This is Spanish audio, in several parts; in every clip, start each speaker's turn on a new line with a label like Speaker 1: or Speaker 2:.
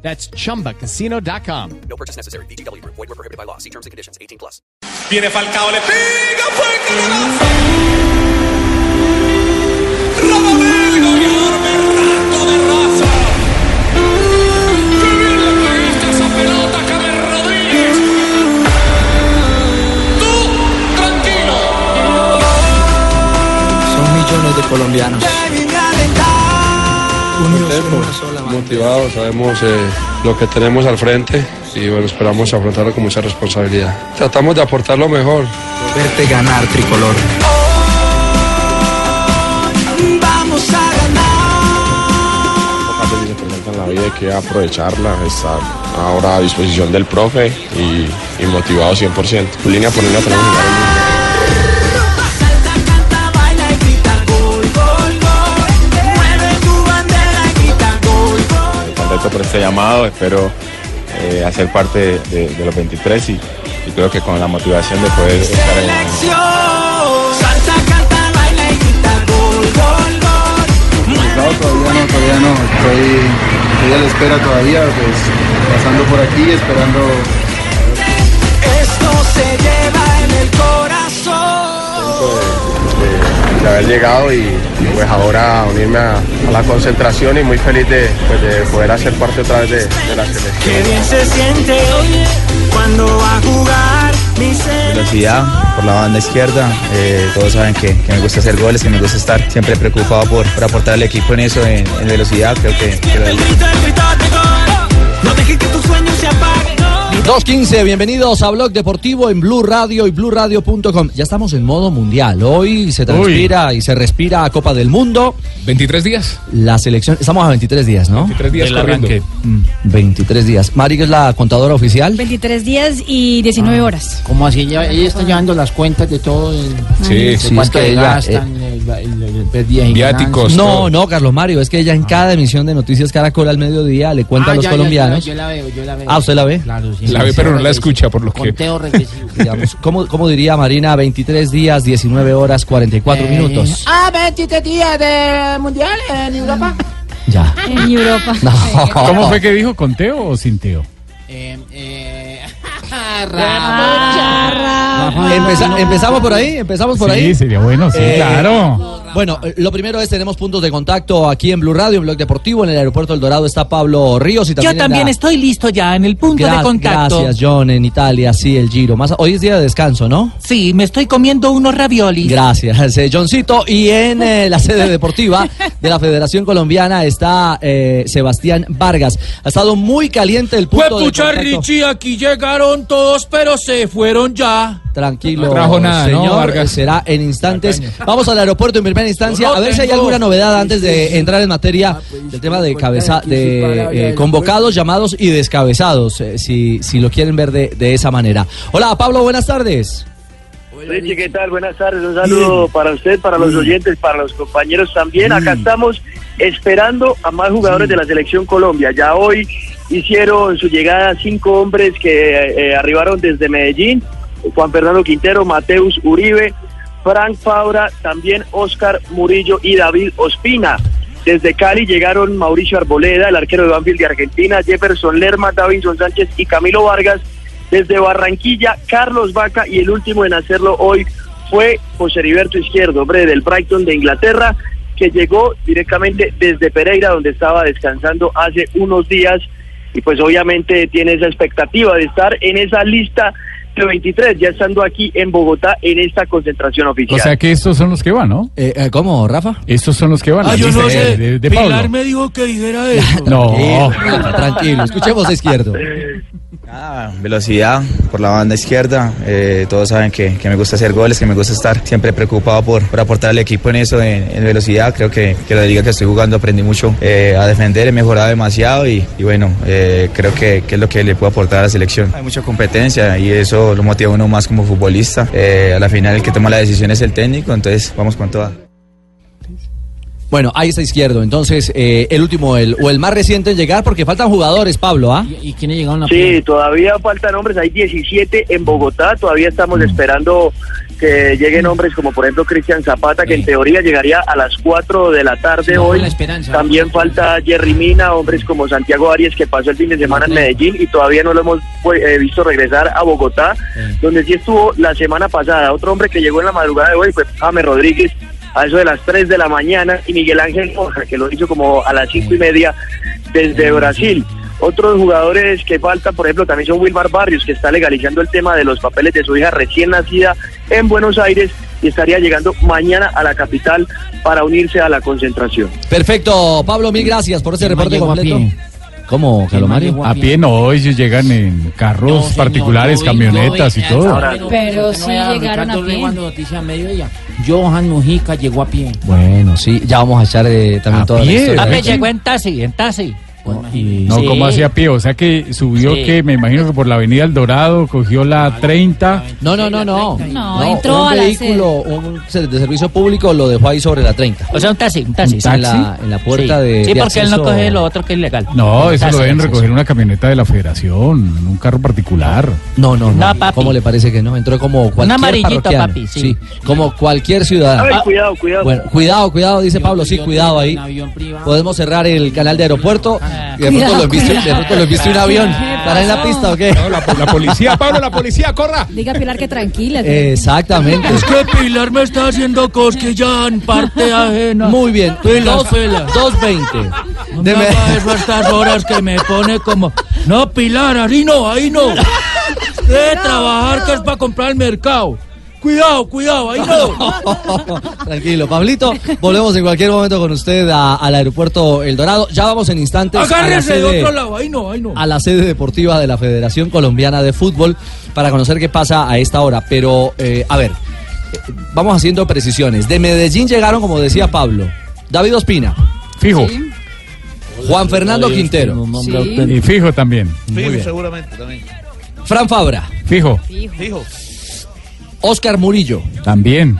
Speaker 1: That's chumbacasino.com.
Speaker 2: No purchase necessary. BGW. Void were prohibited by law. See terms and conditions. 18 plus.
Speaker 3: Viene Falcao, le pega, fuerte golazo. Radamel, goleador berraco de raza. ¡Qué bien le pegaste esa pelota, James Rodríguez! Tú, tranquilo.
Speaker 4: Son millones de colombianos. Unidos en una sola bandera.
Speaker 5: pues, motivados, sabemos eh, lo que tenemos al frente y bueno, esperamos afrontarlo con mucha responsabilidad. Tratamos de aportar lo mejor.
Speaker 4: Verte ganar, tricolor.
Speaker 6: Vamos a ganar.
Speaker 7: Cada vez que se presenta en la vida hay que aprovecharla, estar ahora a disposición del profe y, y motivado 100%. Línea por línea tenemos que jugar el mismo.
Speaker 6: Canta, canta, baila y grita gol, gol, gol. Mueve tu bandera y grita gol, gol.
Speaker 7: Contento por este llamado, espero eh, hacer parte de, de los 23 y, y creo que con la motivación de poder estar en la...
Speaker 6: Selección. Salta, canta, baila y grita gol, gol, gol. Mueve
Speaker 8: todavía no, todavía no. Estoy, estoy a la espera todavía, pues pasando por aquí, esperando.
Speaker 6: Esto se lleva en el corazón.
Speaker 7: de, de haber llegado y pues ahora unirme a, a la concentración y muy feliz de, pues, de poder hacer parte otra vez de, de la selección.
Speaker 6: Qué bien se siente oye, cuando va a jugar mi
Speaker 4: Velocidad por la banda izquierda. Eh, todos saben que, que me gusta hacer goles, que me gusta estar siempre preocupado por, por aportar al equipo en eso, en, en velocidad. Creo que. que lo-
Speaker 6: El grito, el grito de gol. No dejes que tus sueños se apaguen.
Speaker 9: 2.15, bienvenidos a Blog Deportivo en Blue Radio y BluRadio.com. Ya estamos en modo mundial. Hoy se transpira y se respira a Copa del Mundo.
Speaker 10: 23 días.
Speaker 9: La selección. Estamos a 23 días, ¿no?
Speaker 10: 3 días corriendo.
Speaker 9: 23 días. Mari, que es la contadora oficial.
Speaker 11: 23 días y
Speaker 9: Ah.
Speaker 11: 19 horas.
Speaker 9: ¿Cómo así? Ella, está llevando las cuentas de todo.
Speaker 12: Ah,
Speaker 10: Sí,
Speaker 9: sí, es que ella, eh, Pues,
Speaker 10: viáticos. Ah.
Speaker 9: no, no, Carlos Mario, es que ella en cada emisión de Noticias Caracol al mediodía le
Speaker 8: Ah,
Speaker 9: cuenta a los colombianos.
Speaker 8: la veo, yo la veo.
Speaker 9: Ah, ¿usted la ve?
Speaker 8: Claro, sí.
Speaker 10: La ve, pero no la escucha, por lo que.
Speaker 8: Conteo regresivo.
Speaker 9: Digamos, ¿cómo, cómo diría Marina? 23 días, 19 horas, 44
Speaker 13: Eh,
Speaker 9: minutos.
Speaker 8: Ah,
Speaker 13: este
Speaker 8: 23 días de mundial en Europa.
Speaker 9: Ya.
Speaker 11: En Europa.
Speaker 9: No.
Speaker 10: ¿Cómo fue que dijo? ¿Con Teo o sin Teo?
Speaker 8: Eh, eh,
Speaker 12: Ah.
Speaker 9: Empeza- empezamos por ahí, empezamos por
Speaker 10: sí,
Speaker 9: ahí.
Speaker 10: sería bueno, sí,
Speaker 9: Eh,
Speaker 10: claro.
Speaker 9: Bueno, eh, lo primero es tenemos puntos de contacto aquí en Blue Radio, en Blog Deportivo, en el aeropuerto El Dorado está Pablo Ríos y también en la-
Speaker 6: estoy listo ya en el punto
Speaker 9: Gra- Gracias, John, en Italia, sí, el Giro. Más, hoy es día de descanso, ¿no?
Speaker 6: Sí, me estoy comiendo unos raviolis.
Speaker 9: Gracias, eh, Johncito. Y en eh, la sede deportiva de la Federación Colombiana está eh, Sebastián Vargas. Ha estado muy caliente el punto de
Speaker 3: pucha,
Speaker 9: contacto.
Speaker 3: Richie, aquí llegaron todos, pero se fueron ya.
Speaker 9: Tranquilo,
Speaker 10: No trajo nada, ¿no,
Speaker 9: señor. eh,
Speaker 10: Vargas?
Speaker 9: Será en instantes. Vamos al aeropuerto en primera instancia
Speaker 3: No, no
Speaker 9: a ver si hay
Speaker 3: tengo.
Speaker 9: alguna novedad antes de entrar en
Speaker 10: Ah,
Speaker 9: materia
Speaker 10: pues,
Speaker 9: del tema de cabeza de eh, convocados, llamados y descabezados, eh, si, si lo quieren ver de, de esa manera. Hola, Pablo, buenas tardes.
Speaker 8: Richie, ¿qué tal? Buenas tardes. Un saludo para usted, para los oyentes, para los compañeros también. Acá estamos esperando a más jugadores de la selección Colombia. Ya hoy hicieron su llegada cinco hombres que eh, arribaron desde Medellín. Juan Fernando Quintero, Mateus Uribe, Frank Faura, también Oscar Murillo y David Ospina. Desde Cali llegaron Mauricio Arboleda, el arquero de Banfield de Argentina, Jefferson Lerma, Davinson Sánchez y Camilo Vargas. Desde Barranquilla, Carlos Vaca y el último en hacerlo hoy fue José Heriberto Izquierdo, hombre del Brighton de Inglaterra, que llegó directamente desde Pereira, donde estaba descansando hace unos días y pues obviamente tiene esa expectativa de estar en esa lista de 23, ya estando aquí en Bogotá en esta concentración
Speaker 10: O
Speaker 8: oficial.
Speaker 10: sea que estos son los que van, ¿no?
Speaker 9: Eh, eh, ¿Cómo, Rafa?
Speaker 10: Estos son los que van.
Speaker 3: Ah, yo
Speaker 10: Dice
Speaker 3: no
Speaker 10: de,
Speaker 3: sé.
Speaker 10: de- de Pablo.
Speaker 3: Pilar me dijo que dijera eso.
Speaker 10: No.
Speaker 9: Tranquilo, Rafa, tranquilo. Escuchemos a izquierdo.
Speaker 4: Ah, velocidad por la banda izquierda. Eh, todos saben que, que me gusta hacer goles, que me gusta estar siempre preocupado por, por aportar al equipo en eso, en, en velocidad. Creo que, que la liga que estoy jugando aprendí mucho eh, a defender, he mejorado demasiado y, y bueno, eh, creo que, que es lo que le puedo aportar a la selección. Hay mucha competencia y eso eso lo motiva a uno más como futbolista. Eh, a la final el que toma la decisión es el técnico, entonces vamos con toda.
Speaker 9: Bueno, ahí está izquierdo. Entonces, eh, el último el, o el más reciente en llegar, porque faltan jugadores, Pablo, ¿ah? ¿Y, quiénes llegaron
Speaker 8: Sí, todavía faltan hombres, hay 17 en Bogotá, todavía estamos esperando que lleguen hombres como por ejemplo Cristian Zapata, que en teoría llegaría a las 4 de la tarde hoy. También falta Jerry Mina, hombres como Santiago Arias, que pasó el fin de semana en Medellín y todavía no lo hemos pues, eh, visto regresar a Bogotá, donde sí estuvo la semana pasada. Otro hombre que llegó en la madrugada de hoy fue James Rodríguez, a eso de las 3 de la mañana, y Miguel Ángel Borja, que lo hizo como a las 5 y media desde Brasil. Otros jugadores que faltan, por ejemplo, también son Wilmar Barrios, que está legalizando el tema de los papeles de su hija recién nacida en Buenos Aires y estaría llegando mañana a la capital para unirse a la concentración.
Speaker 9: Perfecto, Pablo, mil gracias por ese reporte completo. ¿Cómo, Calomario?
Speaker 10: A pie no, ellos llegan en carros particulares, camionetas y todo.
Speaker 12: Pero sí llegaron a pie.
Speaker 3: Johan Mujica llegó a pie.
Speaker 9: Bueno, sí, ya vamos a echar eh,
Speaker 11: Ah,
Speaker 9: también toda la historia.
Speaker 3: A pie llegó en taxi, en taxi.
Speaker 10: No,
Speaker 3: Sí.
Speaker 10: como hacía pie? O sea que subió
Speaker 3: Sí.
Speaker 10: que me imagino que por la avenida El Dorado cogió la 30.
Speaker 9: No, no, no, no.
Speaker 12: No, entró
Speaker 9: un
Speaker 12: a la
Speaker 9: vehículo un ser- de servicio público lo dejó ahí sobre la 30.
Speaker 3: O sea, un taxi, un taxi.
Speaker 9: ¿Un taxi? En la- en la puerta de-
Speaker 3: Sí,
Speaker 9: de
Speaker 3: porque él no
Speaker 9: acceso-
Speaker 3: coge lo otro que es ilegal.
Speaker 10: No, eso lo
Speaker 3: Taxi,
Speaker 10: deben
Speaker 3: taxi.
Speaker 10: recoger en una camioneta de la federación, en un carro particular.
Speaker 9: No, no, no. ¿Cómo le parece que no? Entró como cualquier
Speaker 3: amarillito,
Speaker 9: parroquiano.
Speaker 3: papi, sí.
Speaker 9: como cualquier ciudadano. Ah,
Speaker 3: Ay, cuidado, cuidado.
Speaker 9: Bueno, cuidado, cuidado, dice Pablo, sí, cuidado ahí. Podemos cerrar el canal de aeropuerto. y De pronto
Speaker 10: Cuidado,
Speaker 9: lo enviste, de
Speaker 10: cuidado.
Speaker 9: pronto lo enviste un avión.
Speaker 10: ¿Qué
Speaker 9: ¿Estará en la
Speaker 10: pasó?
Speaker 9: pista o qué?
Speaker 10: la, policía, Pablo, la policía, corra.
Speaker 12: Diga Pilar que tranquila.
Speaker 9: Exactamente.
Speaker 3: Es que Pilar me está haciendo cosquilla en parte ajena.
Speaker 9: Muy bien.
Speaker 3: Pilar,
Speaker 9: Dos-
Speaker 3: Pilar.
Speaker 9: 220.
Speaker 3: No me haga eso a estas horas que me pone como... No, Pilar, ahí no, ahí no. De trabajar que es para comprar el mercado. Cuidado, cuidado, ahí no.
Speaker 9: Tranquilo, Pablito. Volvemos en cualquier momento con usted a- al aeropuerto El Dorado. Ya vamos en instantes a la,
Speaker 3: Agárrese de
Speaker 9: sede,
Speaker 3: otro lado, ahí no, ahí no.
Speaker 9: a la sede deportiva de la Federación Colombiana de Fútbol para conocer qué pasa a esta hora. Pero, eh, a ver, eh, vamos haciendo precisiones. De Medellín llegaron, como decía Pablo, David Ospina.
Speaker 10: Fijo.
Speaker 9: Juan Fernando Quintero.
Speaker 10: Y fijo también.
Speaker 9: Muy bien.
Speaker 14: seguramente también.
Speaker 9: Fran Fabra.
Speaker 10: Fijo.
Speaker 14: Fijo.
Speaker 9: Oscar Murillo.
Speaker 10: También.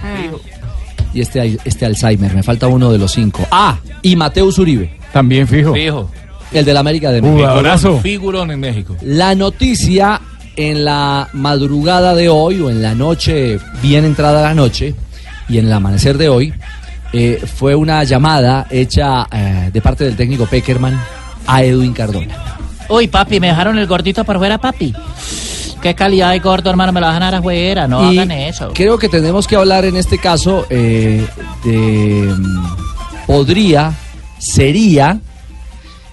Speaker 9: Y este, este Alzheimer, me falta uno de los cinco. Ah, y Mateus Uribe.
Speaker 10: También fijo.
Speaker 9: Fijo. El de la América de México.
Speaker 10: Jugadorazo.
Speaker 14: Figurón en México.
Speaker 9: La noticia en la madrugada de hoy o en la noche, bien entrada la noche, y en el amanecer de hoy, eh, fue una llamada hecha eh, de parte del técnico Peckerman a Edwin Cardona.
Speaker 3: Uy, papi, me dejaron el gordito por fuera, papi. Qué calidad de gordo, hermano, me lo dejan a la jueguera, no
Speaker 9: Y
Speaker 3: hagan eso.
Speaker 9: Creo que tenemos que hablar en este caso eh, de mm, podría, sería,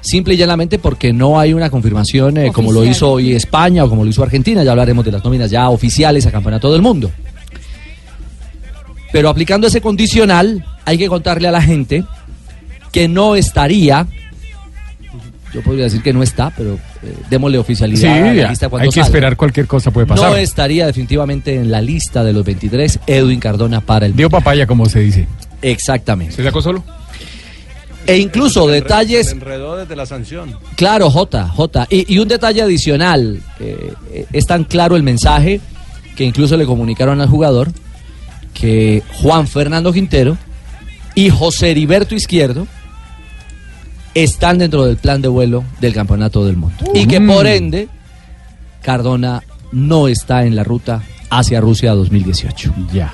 Speaker 9: simple y llanamente porque no hay una confirmación eh, como lo
Speaker 15: Oficial.
Speaker 9: hizo hoy España o como lo hizo Argentina, ya hablaremos de las nóminas ya oficiales a campeonato del mundo. Pero aplicando ese condicional, hay que contarle a la gente que no estaría, yo podría decir que no está, pero eh, démosle oficialidad
Speaker 10: Sí,
Speaker 9: a la
Speaker 10: ya.
Speaker 9: lista cuando
Speaker 10: hay que
Speaker 9: salga.
Speaker 10: esperar cualquier cosa puede pasar.
Speaker 9: No estaría definitivamente en la lista de los 23 Edwin Cardona para el
Speaker 10: Dio papaya, como se dice.
Speaker 9: Exactamente.
Speaker 10: ¿Se sacó solo?
Speaker 9: E incluso detalles,
Speaker 14: Enredó desde la sanción.
Speaker 9: claro, J, J. Y, y un detalle adicional, eh, eh, es tan claro el mensaje que incluso le comunicaron al jugador que Juan Fernando Quintero y José Heriberto Izquierdo están dentro del plan de vuelo del Campeonato del Mundo. Y que por ende, Cardona no está en la ruta hacia Rusia 2018.
Speaker 10: Ya.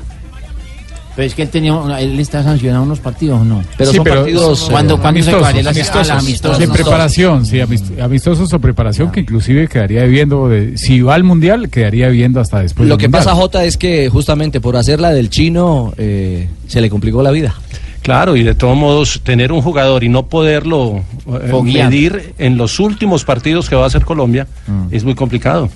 Speaker 3: Pero es que él tenía, él está sancionado unos partidos, ¿no?
Speaker 9: Pero Sí, son pero partidos,
Speaker 3: cuando
Speaker 10: eh,
Speaker 3: cuando se
Speaker 10: amistosos,
Speaker 3: cuadre
Speaker 9: ah,
Speaker 3: la-
Speaker 10: amistosos.
Speaker 3: a la amistosos.
Speaker 10: De preparación, sí, amist- amistosos o preparación que inclusive quedaría viendo, de, si va al mundial, quedaría viendo hasta después.
Speaker 9: Lo
Speaker 10: del
Speaker 9: que
Speaker 10: mundial.
Speaker 9: pasa, Jota, es que justamente por hacerla del chino eh, se le complicó la vida.
Speaker 14: Claro, y de todos modos, tener un jugador y no poderlo eh,
Speaker 9: Foguear. Mm.
Speaker 14: medir en los últimos partidos que va a hacer Colombia es muy complicado.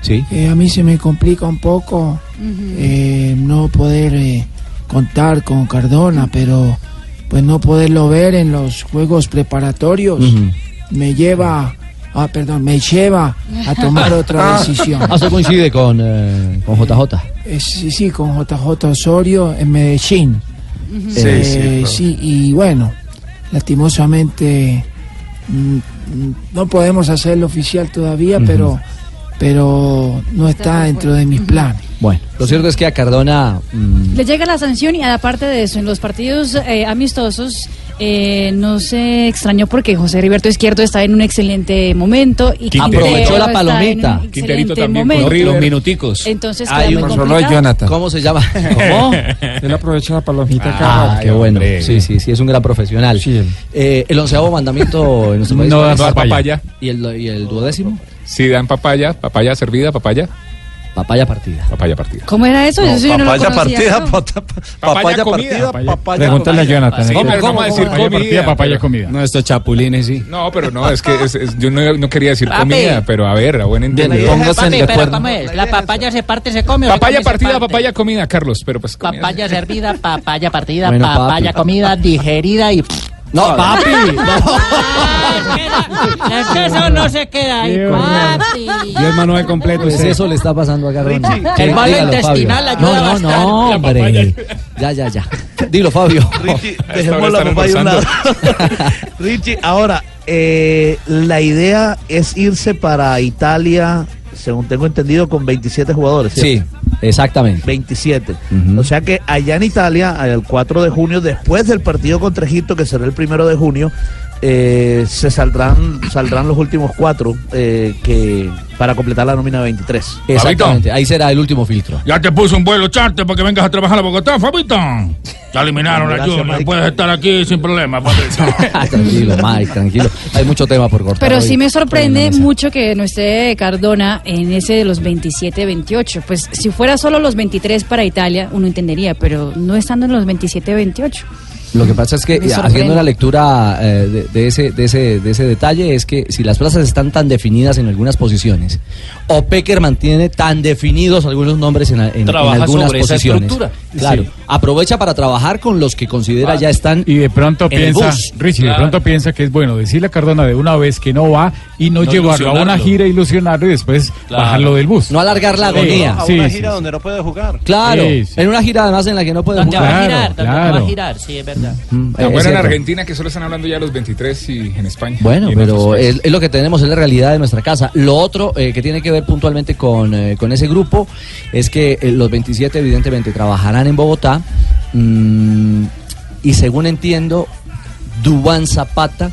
Speaker 9: Sí.
Speaker 13: Eh, a mí se me complica un poco eh, no poder eh, contar con Cardona, pero pues no poderlo ver en los juegos preparatorios me lleva, ah, perdón, me lleva a tomar otra decisión.
Speaker 9: Ah, se coincide con, eh, con JJ.
Speaker 13: Eh, sí, sí, con JJ Osorio en Medellín.
Speaker 8: Eh,
Speaker 9: Ujú.
Speaker 13: Sí,
Speaker 9: Sí, sí,
Speaker 13: sí,
Speaker 9: claro.
Speaker 13: y bueno, lastimosamente mm, mm, no podemos hacerlo oficial todavía, pero
Speaker 8: pero no está dentro de mis planes.
Speaker 9: Bueno, lo cierto es que a Cardona mm,
Speaker 12: Le llega la sanción y aparte de eso, en los partidos eh, amistosos eh, no se extrañó porque José Heriberto Izquierdo está en un excelente momento y Quintero
Speaker 9: aprovechó
Speaker 12: está
Speaker 9: la
Speaker 12: en
Speaker 9: palomita.
Speaker 12: un excelente momento. Entonces, queda muy complicado.
Speaker 9: ¿Cómo se llama? ¿Cómo? Él aprovecha la palomita. Ah,
Speaker 16: Ay,
Speaker 9: qué bueno.
Speaker 16: hombre.
Speaker 9: Sí, sí, sí, es un gran profesional. Eh, el onceavo mandamiento en nuestro país.
Speaker 17: No
Speaker 9: ¿cuál es?
Speaker 17: dar papaya.
Speaker 9: ¿Y el, y el duodécimo?
Speaker 17: Si dan papaya, papaya servida, papaya.
Speaker 9: Papaya partida.
Speaker 17: Papaya partida.
Speaker 12: ¿Cómo era eso?
Speaker 17: No,
Speaker 12: Eso yo no lo
Speaker 17: papaya
Speaker 12: conocía,
Speaker 17: partida,
Speaker 12: ¿no?
Speaker 17: Papaya comida.
Speaker 10: Pregúntale a Jonathan.
Speaker 17: Sí,
Speaker 10: ¿eh?
Speaker 17: pero ¿cómo decir
Speaker 10: Papaya
Speaker 17: comida?
Speaker 10: partida, papaya
Speaker 17: Pero-
Speaker 10: comida. No, estos chapulines, sí.
Speaker 17: No, pero no, es que es- es- yo no, no quería decir
Speaker 13: Papi.
Speaker 17: comida, pero a ver, a buen entender.
Speaker 13: Papi, pero ¿cómo es? La papaya se parte, se come. o se
Speaker 17: Papaya
Speaker 13: come, se
Speaker 17: partida,
Speaker 13: parte?
Speaker 17: papaya comida, Carlos, pero pues comida.
Speaker 13: Papaya servida, papaya partida,
Speaker 17: Bueno, papi.
Speaker 13: papaya comida, digerida y.
Speaker 9: No, papi.
Speaker 13: Es que eso no se queda ahí. Papi.
Speaker 9: Yo el manual completo. Pues eso le está pasando a Cardona.
Speaker 13: Richie,
Speaker 9: Sí,
Speaker 13: el malo
Speaker 9: dígalo,
Speaker 13: intestinal
Speaker 9: Fabio.
Speaker 13: ayuda
Speaker 9: No, no, no, hombre. Ya, ya, ya. Dilo, Fabio.
Speaker 18: Dejemos la papaya a un lado. Richie, ahora, eh, la idea es irse para Italia, según tengo entendido, con 27 jugadores.
Speaker 9: Sí, exactamente.
Speaker 18: 27. O sea que allá en Italia, el 4 de junio, después del partido contra Egipto, que será el primero de junio, eh, se saldrán, saldrán los últimos cuatro eh, que, para completar la nómina de 23.
Speaker 9: Exactamente. Ahí será el último filtro.
Speaker 3: Ya te puse un vuelo charter para que vengas a trabajar a Bogotá, Fabito. Te eliminaron la
Speaker 9: Gracias,
Speaker 3: Junior.
Speaker 9: Mike.
Speaker 3: Puedes estar aquí sin problema, Fabito.
Speaker 9: Tranquilo, Mike, tranquilo. Hay mucho tema por cortar.
Speaker 12: Pero
Speaker 9: hoy.
Speaker 12: sí me sorprende mucho que no esté Cardona en ese de los 27-28. Pues si fuera solo los 23 para Italia, uno entendería, pero no estando en los 27-28.
Speaker 9: Lo que pasa es que
Speaker 12: Me
Speaker 9: eh,
Speaker 12: sorprende.
Speaker 9: haciendo la lectura eh, de, de ese, de, ese, de ese detalle es que si las plazas están tan definidas en algunas posiciones o Pecker mantiene tan definidos algunos nombres en, a- en- en
Speaker 19: Trabaja
Speaker 9: algunas
Speaker 19: sobre esa
Speaker 9: posiciones.
Speaker 19: estructura.
Speaker 9: Claro,
Speaker 10: Sí. Ah.
Speaker 9: aprovecha para trabajar con los que considera ya están
Speaker 10: y de pronto
Speaker 9: en el
Speaker 10: piensa,
Speaker 9: bus.
Speaker 10: Richie, de pronto piensa que es bueno decirle a Cardona de una vez que no va y no,
Speaker 9: No
Speaker 10: llevarlo a una
Speaker 9: ilusionarlo.
Speaker 10: gira, ilusionarlo y después
Speaker 9: Claro.
Speaker 10: bajarlo del bus.
Speaker 9: No alargar la
Speaker 10: Sí,
Speaker 9: agonía.
Speaker 10: sí, sí, sí.
Speaker 9: donde no puede jugar. Claro,
Speaker 10: Sí, sí.
Speaker 9: en una gira además en la que no puede
Speaker 10: Donde
Speaker 9: jugar.
Speaker 10: va a Claro, girar, donde va a claro.
Speaker 13: girar, sí, es verdad.
Speaker 17: Tan
Speaker 9: Mm, es
Speaker 17: bueno en
Speaker 9: cierto.
Speaker 17: Argentina que solo están hablando ya los 23 y en España.
Speaker 9: Bueno,
Speaker 17: Y en otros
Speaker 9: pero
Speaker 17: países.
Speaker 9: es, es lo que tenemos, es la realidad de nuestra casa. Lo otro eh, que tiene que ver puntualmente con, eh, con ese grupo es que eh, los 27 evidentemente trabajarán en Bogotá mm, y según entiendo, Dubán Zapata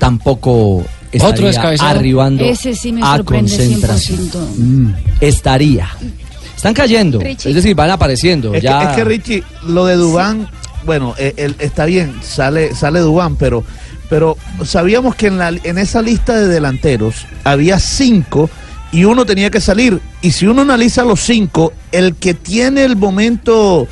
Speaker 9: tampoco
Speaker 12: Otro
Speaker 9: estaría
Speaker 12: descabezado.
Speaker 9: arribando
Speaker 12: Ese sí
Speaker 20: Ah,
Speaker 12: me
Speaker 9: a
Speaker 12: sorprende
Speaker 9: concentración.
Speaker 12: 100%.
Speaker 9: Estaría. Están cayendo,
Speaker 18: Richie.
Speaker 9: es decir, van apareciendo.
Speaker 18: Es,
Speaker 9: ya...
Speaker 18: que, es que, Richie, lo de Dubán, bueno, eh, él- está bien, sale, sale Dubán, pero, pero sabíamos que en, la, en esa lista de delanteros había cinco y uno tenía que salir. Y si uno analiza los cinco, el que tiene el momento,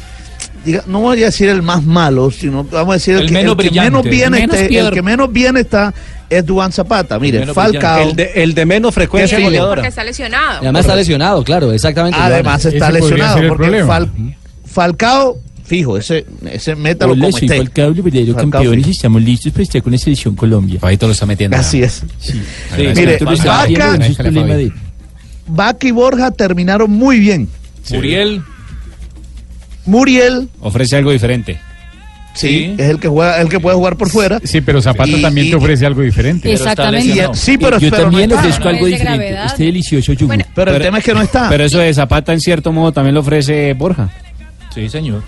Speaker 18: diga- no voy a decir el más malo, sino vamos a decir el,
Speaker 21: El
Speaker 18: que,
Speaker 21: menos
Speaker 18: el que
Speaker 21: brillante,
Speaker 18: menos bien
Speaker 21: el menos
Speaker 18: este-
Speaker 21: pier-
Speaker 18: el que menos bien está es Dubán Zapata. Mire,
Speaker 21: menos
Speaker 18: Falcao.
Speaker 21: brillante. El de-
Speaker 18: menos
Speaker 21: frecuencia goleadora. Porque está lesionado.
Speaker 9: Y además está lesionado, claro, exactamente.
Speaker 18: Además
Speaker 9: Joana.
Speaker 18: está lesionado porque Fal- Falcao, fijo, ese, ese métalo
Speaker 19: Hola,
Speaker 18: como
Speaker 19: soy
Speaker 18: esté.
Speaker 19: Falcao, el verdadero
Speaker 18: Falcao
Speaker 19: campeón
Speaker 18: Fri-
Speaker 19: y estamos listos para estar con la selección Colombia. Fabito lo está metiendo.
Speaker 18: Así es.
Speaker 19: Sí.
Speaker 18: Mire,
Speaker 19: Tú lo estás
Speaker 18: Vaca-
Speaker 19: metiendo, ese es el problema de-
Speaker 18: Vaca y Borja terminaron muy bien.
Speaker 17: Muriel
Speaker 18: Muriel,
Speaker 17: ofrece algo diferente.
Speaker 18: sí, es el que juega, el que puede jugar por fuera.
Speaker 10: Sí, pero Zapata
Speaker 18: Y-
Speaker 10: también
Speaker 18: y-
Speaker 10: te ofrece algo diferente.
Speaker 18: Pero está Exactamente. lesionado. Sí, pero-
Speaker 19: Yo
Speaker 18: pero no
Speaker 19: también
Speaker 18: está.
Speaker 19: ofrezco
Speaker 18: No
Speaker 19: algo
Speaker 18: es de
Speaker 19: diferente.
Speaker 18: gravedad.
Speaker 19: Este delicioso yogur.
Speaker 18: pero el tema es que no está.
Speaker 22: Pero eso de Zapata, en cierto modo, también lo ofrece Borja. Sí, señor.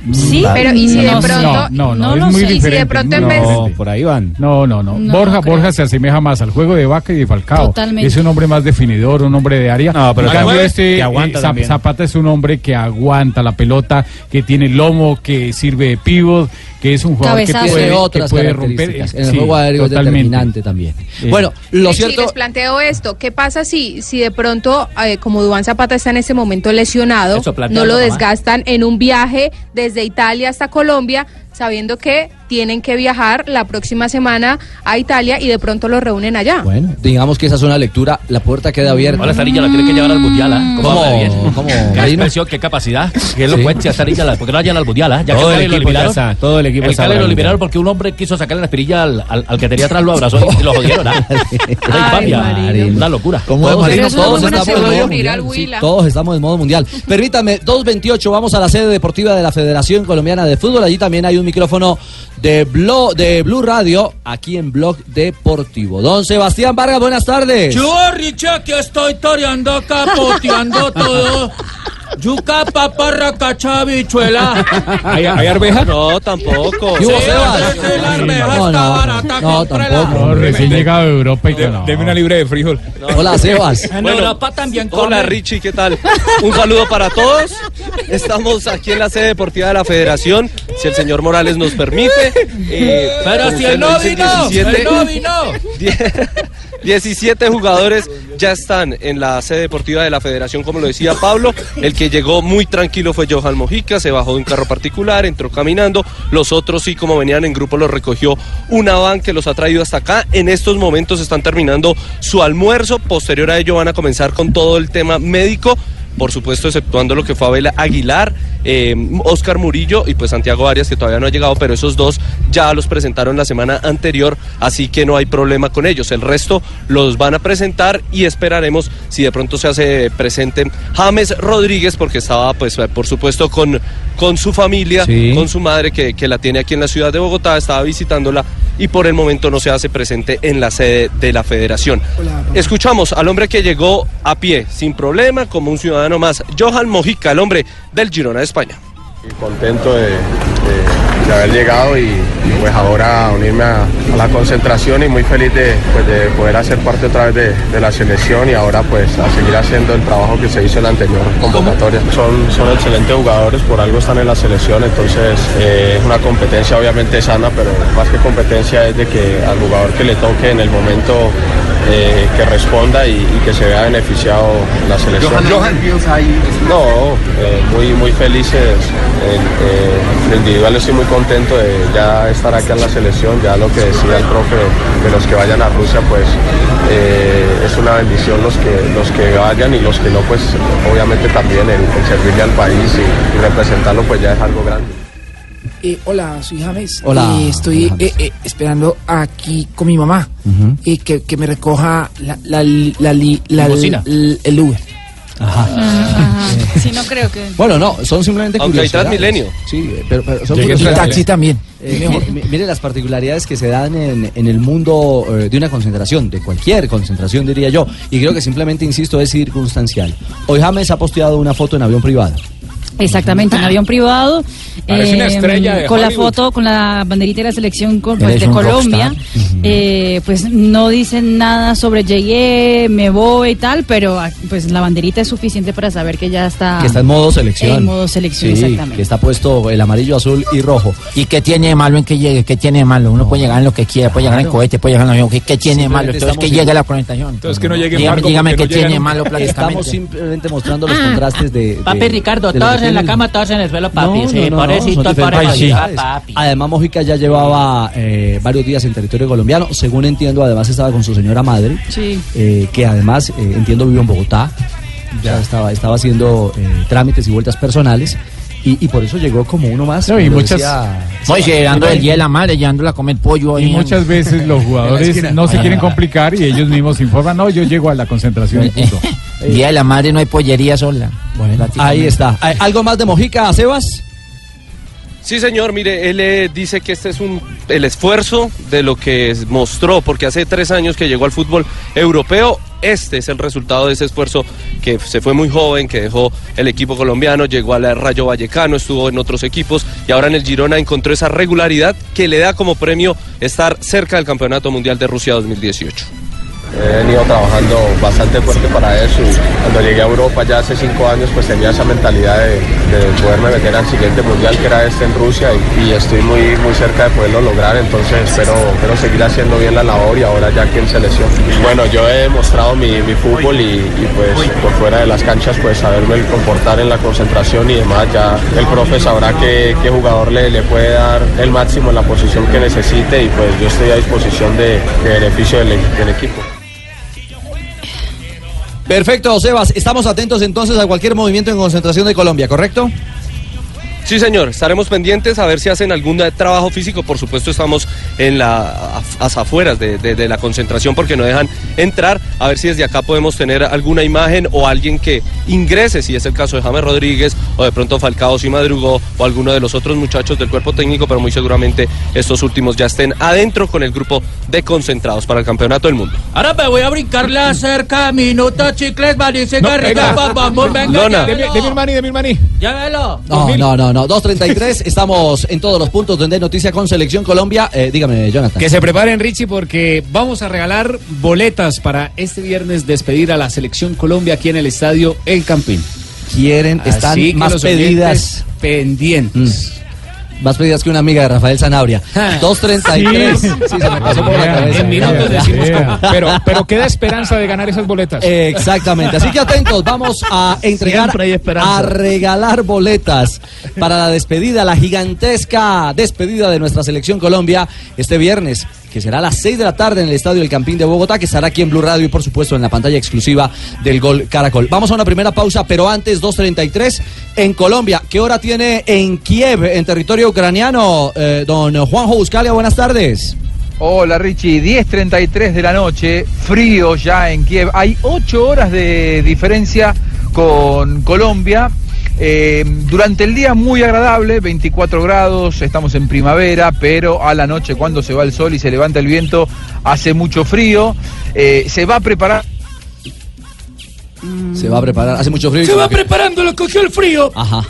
Speaker 18: Ah,
Speaker 10: Sí,
Speaker 22: pero
Speaker 10: ¿y si de
Speaker 22: No,
Speaker 10: pronto-
Speaker 22: no,
Speaker 10: no, no,
Speaker 22: no
Speaker 10: es
Speaker 22: lo
Speaker 10: muy
Speaker 22: sé. ¿Y si de
Speaker 10: diferente.
Speaker 22: pronto en
Speaker 10: no,
Speaker 22: vez-
Speaker 10: por ahí van. No, no, no. Borja, Borja se asemeja más al juego de Vaca y de Falcao.
Speaker 22: Totalmente.
Speaker 10: Es un hombre más definidor, un hombre de área. No,
Speaker 22: pero
Speaker 10: en
Speaker 22: que
Speaker 10: cambio
Speaker 22: aguanta-
Speaker 10: este
Speaker 22: que aguanta
Speaker 10: eh, Zap-
Speaker 22: también.
Speaker 10: Zapata es un hombre que aguanta la pelota, que tiene lomo, que sirve de pivot, que es un jugador que
Speaker 9: Cabezazo.
Speaker 10: puede,
Speaker 9: Tiene
Speaker 10: pues, que
Speaker 9: otras
Speaker 10: puede romper.
Speaker 9: características. En el
Speaker 10: Sí,
Speaker 9: juego aéreo es
Speaker 10: totalmente.
Speaker 9: determinante también.
Speaker 10: Eh,
Speaker 9: Bueno, lo
Speaker 22: Richie,
Speaker 9: cierto
Speaker 22: les planteo esto, ¿qué pasa si, si de pronto, eh, como Dubán Zapata está en ese momento lesionado,
Speaker 11: Eso, plantealo,
Speaker 22: no lo
Speaker 11: mamá.
Speaker 22: desgastan en un viaje desde Italia hasta Colombia, sabiendo que tienen que viajar la próxima semana a Italia y de pronto lo reúnen allá?
Speaker 9: Bueno, digamos que esa es una lectura, la puerta queda abierta.
Speaker 19: Ahora Sarilla la tiene que llevar al mundial, ¿ah? ¿Cómo
Speaker 9: ¿Cómo?
Speaker 19: habla bien?
Speaker 9: ¿Cómo?
Speaker 19: ¿Qué
Speaker 9: Marino?
Speaker 19: expresión, qué capacidad? ¿Qué elocuencia Sarilla? la- ¿Por qué no la llevan al mundial, ah? Ya
Speaker 9: Todo
Speaker 19: que
Speaker 9: el
Speaker 19: Cali lo
Speaker 9: equipo ya
Speaker 19: liberaron.
Speaker 9: está, todo el equipo
Speaker 19: El
Speaker 9: está
Speaker 19: Cali lo
Speaker 9: hablando.
Speaker 19: liberaron porque un hombre quiso sacarle la espirilla al, al- al que tenía atrás, lo abrazó y lo jodieron, ¿ah? Una infamia, una locura.
Speaker 9: Todos,
Speaker 19: Pero
Speaker 9: estamos-
Speaker 19: es una
Speaker 9: todos
Speaker 19: buena
Speaker 9: estamos en
Speaker 19: señal.
Speaker 9: modo mundial. Sí, todos estamos en modo mundial. Permítame, 228, vamos a la sede deportiva de la Federación Colombiana de Fútbol. Allí también hay un micrófono de, Blo- de Blue Radio aquí en Blog Deportivo. Don Sebastián Vargas, buenas tardes.
Speaker 16: Yo, Richa, que estoy toreando acá, poteando todo. Yuca, paparra, cachabichuela.
Speaker 17: ¿Hay, hay arveja?
Speaker 16: No, tampoco.
Speaker 17: ¿Y vos,
Speaker 16: Sí,
Speaker 17: Sebas?
Speaker 16: antes de la arveja
Speaker 17: No,
Speaker 16: está
Speaker 17: no,
Speaker 16: barata,
Speaker 17: no,
Speaker 16: cómprela.
Speaker 17: tampoco.
Speaker 10: No, recién llegado de Europa y
Speaker 17: De-
Speaker 10: no.
Speaker 17: Deme una libre de frijol.
Speaker 9: Hola,
Speaker 16: Ah,
Speaker 9: Sebas.
Speaker 23: En Europa también Hola, Richie, ¿qué tal? Un saludo para todos. Estamos aquí en la sede deportiva de la Federación, si el señor Morales nos permite. Eh,
Speaker 16: Pero
Speaker 23: como
Speaker 16: si
Speaker 23: usted
Speaker 16: el
Speaker 23: lo
Speaker 16: no
Speaker 23: dice,
Speaker 16: vino, el
Speaker 23: 17
Speaker 16: no vino.
Speaker 23: 17 jugadores ya están en la sede deportiva de la federación, como lo decía Pablo. El que llegó muy tranquilo fue Johan Mojica, se bajó de un carro particular, entró caminando. Los otros sí, como venían en grupo, los recogió una van que los ha traído hasta acá. En estos momentos están terminando su almuerzo. Posterior a ello van a comenzar con todo el tema médico. Por supuesto, exceptuando lo que fue Abel Aguilar, eh, Oscar Murillo y pues Santiago Arias, que todavía no ha llegado, pero esos dos ya los presentaron la semana anterior, así que no hay problema con ellos. El resto los van a presentar y esperaremos si de pronto se hace presente James Rodríguez, porque estaba, pues, eh, por supuesto, con, con su familia,
Speaker 9: Sí.
Speaker 23: con su madre, que, que la tiene aquí en la ciudad de Bogotá, estaba visitándola y por el momento no se hace presente en la sede de la federación. Escuchamos al hombre que llegó a pie, sin problema, como un ciudadano más, Johan Mojica, el hombre del Girona de España.
Speaker 7: Contento de, de- de haber llegado y, y pues ahora unirme a, a la concentración y muy feliz de, pues, de poder hacer parte otra vez de, de la selección y ahora pues a seguir haciendo el trabajo que se hizo en la anterior convocatoria. Son, son excelentes jugadores, por algo están en la selección, entonces eh, es una competencia obviamente sana, pero más que competencia es de que al jugador que le toque en el momento eh, que responda y, y que se vea beneficiado la selección. No, eh, muy, muy felices. En, eh, en lo individual estoy muy contento de ya estar acá en la selección, ya lo que decía el profe, de los que vayan a Rusia, pues eh, es una bendición los que, los que vayan y los que no, pues obviamente también el, el servirle al país y- y representarlo, pues ya es algo grande.
Speaker 8: Eh, hola, soy James.
Speaker 7: Hola,
Speaker 8: Eh, estoy eh, eh, esperando aquí con mi mamá y que, que me recoja la, la, la, li- la-
Speaker 9: Tu bocina.
Speaker 8: l- el Uber.
Speaker 12: Sí, no creo que.
Speaker 9: Bueno, no, son simplemente
Speaker 23: Aunque hay
Speaker 9: curiosidades.
Speaker 23: Transmilenio.
Speaker 9: Sí, eh, pero, pero son
Speaker 23: Llegué
Speaker 9: curiosidades.
Speaker 23: tarde. Y taxi
Speaker 8: también.
Speaker 9: Eh, mi- mi- mire las particularidades que se dan en, en el mundo eh, de una concentración, de cualquier concentración diría yo, y creo que simplemente, insisto, es circunstancial. Hoy James ha posteado una foto en avión privado.
Speaker 12: Exactamente, en avión privado. em,
Speaker 9: Parece una estrella de
Speaker 12: con la
Speaker 9: Hollywood.
Speaker 12: foto, con la banderita de la selección con- pues,
Speaker 9: Eres
Speaker 12: de
Speaker 9: un
Speaker 12: Colombia. Eh, pues no dicen nada sobre llegué, me voy y tal, pero ah, pues la banderita es suficiente para saber que ya está.
Speaker 9: que está en modo selección.
Speaker 12: Ah. En modo selección,
Speaker 9: Sí,
Speaker 12: exactamente.
Speaker 9: que está puesto el amarillo, azul y rojo.
Speaker 11: ¿Y qué tiene de malo en que llegue? ¿Qué tiene de malo? Uno puede llegar en lo que quiera, puede llegar en cohete, puede llegar en avión. ¿Qué, qué tiene de malo?
Speaker 9: Simplemente
Speaker 11: Entonces que
Speaker 9: estamos
Speaker 11: llegue
Speaker 9: en-
Speaker 11: la conectación.
Speaker 9: Entonces que no llegue en
Speaker 11: dígame,
Speaker 9: barco,
Speaker 11: dígame
Speaker 9: porque no
Speaker 11: qué tiene
Speaker 9: llegan-
Speaker 11: de malo
Speaker 9: Estamos
Speaker 11: prácticamente.
Speaker 9: simplemente mostrando los contrastes de... Eh, de-
Speaker 11: Ah, Papi Ricardo,
Speaker 9: de lo que
Speaker 11: todos en la
Speaker 9: tienen.
Speaker 11: cama, todos en el suelo,
Speaker 9: No,
Speaker 11: papi.
Speaker 9: no,
Speaker 11: sí,
Speaker 9: no, no,
Speaker 11: pobrecito,
Speaker 9: son
Speaker 11: el pobre
Speaker 9: diferentes
Speaker 11: Mojica,
Speaker 9: países.
Speaker 11: papi.
Speaker 9: Además, Mojica ya llevaba eh, varios días en territorio colombiano. Según entiendo, además estaba con su señora madre,
Speaker 12: Sí.
Speaker 9: eh, que además, eh, entiendo, vive en Bogotá. Ya estaba, estaba haciendo eh, trámites y vueltas personales. Y, y por eso llegó como uno más.
Speaker 11: No, y
Speaker 9: como lo
Speaker 11: muchas-
Speaker 9: decía-
Speaker 11: Oye, llegando el día de la madre, llevándola a comer pollo.
Speaker 10: Y
Speaker 11: ahí en-
Speaker 10: muchas veces los jugadores
Speaker 11: esquina.
Speaker 10: no
Speaker 3: Ah,
Speaker 10: se
Speaker 11: Ay,
Speaker 10: quieren
Speaker 11: no.
Speaker 10: complicar y ellos mismos informan, no, yo llego a la concentración
Speaker 9: Eh,
Speaker 10: y punto.
Speaker 11: Día de la madre no hay pollería sola.
Speaker 9: Ahí está. Ay, ¿Algo más de Mojica, Sebas?
Speaker 23: Sí, señor, mire, él eh, dice que este es un, el esfuerzo de lo que es- mostró, porque hace tres años que llegó al fútbol europeo. Este es el resultado de ese esfuerzo que se fue muy joven, que dejó el equipo colombiano, llegó al Rayo Vallecano, estuvo en otros equipos y ahora en el Girona encontró esa regularidad que le da como premio estar cerca del Campeonato Mundial de Rusia 2018.
Speaker 7: He venido trabajando bastante fuerte para eso. y Cuando llegué a Europa ya hace cinco años, pues tenía esa mentalidad de, de poderme meter al siguiente mundial que era este en Rusia y, y estoy muy, muy cerca de poderlo lograr. Entonces espero, espero seguir haciendo bien la labor y ahora ya aquí en selección. Bueno, yo he demostrado mi, mi fútbol y, y, pues por fuera de las canchas, pues saberme comportar en la concentración y demás. Ya el profe sabrá qué, qué jugador le, le puede dar el máximo en la posición que necesite y pues yo estoy a disposición de, de beneficio del- del equipo.
Speaker 9: Perfecto, Sebas. Estamos atentos entonces a cualquier movimiento en concentración de Colombia, ¿correcto?
Speaker 23: Sí, señor, estaremos pendientes a ver si hacen algún eh, trabajo físico. Por supuesto, estamos en la, a, las afueras de, de- de la concentración porque no dejan entrar. A ver si desde acá podemos tener alguna imagen o alguien que ingrese, si es el caso de James Rodríguez o de pronto Falcao si madrugó o alguno de los otros muchachos del cuerpo técnico, pero muy seguramente estos últimos ya estén adentro con el grupo de concentrados para el campeonato del mundo.
Speaker 16: Ahora me voy a brincar la cerca, minutos, chicles, maní, cigarrillos,
Speaker 9: venga.
Speaker 16: vamos, vamos, venga.
Speaker 9: Lona.
Speaker 16: llévelo.
Speaker 9: Deme- deme
Speaker 16: Llévelo.
Speaker 9: No, no, no, no. 2.33, estamos en todos los puntos donde hay noticia con Selección Colombia. Eh, dígame, Jonathan.
Speaker 17: Que se preparen, Richie, porque vamos a regalar boletas para este viernes despedir a la selección Colombia aquí en el estadio El Campín.
Speaker 9: Quieren, están
Speaker 17: Así que
Speaker 9: más
Speaker 17: los
Speaker 9: pedidas. Mm.
Speaker 17: oyentes Pendientes. Ah.
Speaker 9: Más pedidas que una amiga de Rafael Zanabria. 2.33.
Speaker 17: Sí, sí, se me pasó por la cabeza. En minutos decimos cómo. Pero, pero queda esperanza de ganar esas boletas.
Speaker 9: Exactamente. Así que atentos, vamos a entregar,
Speaker 17: Siempre hay esperanza.
Speaker 9: a regalar boletas para la despedida, la gigantesca despedida de nuestra selección Colombia este viernes, que será a las 6 de la tarde en el Estadio El Campín de Bogotá, que estará aquí en Blue Radio y por supuesto en la pantalla exclusiva del Gol Caracol. Vamos a una primera pausa, pero antes 2.33 en Colombia. ¿Qué hora tiene en Kiev, en territorio ucraniano? Eh, don Juanjo Buscalia, buenas tardes.
Speaker 24: Hola Richie, 10.33 de la noche, frío ya en Kiev. Hay 8 horas de diferencia con Colombia. Eh, durante el día muy agradable, 24 grados, estamos en primavera, pero a la noche cuando se va el sol y se levanta el viento hace mucho frío. Eh, se va a preparar...
Speaker 9: Se va a preparar, hace mucho frío.
Speaker 16: Se va preparando, lo cogió el frío.
Speaker 9: Ajá.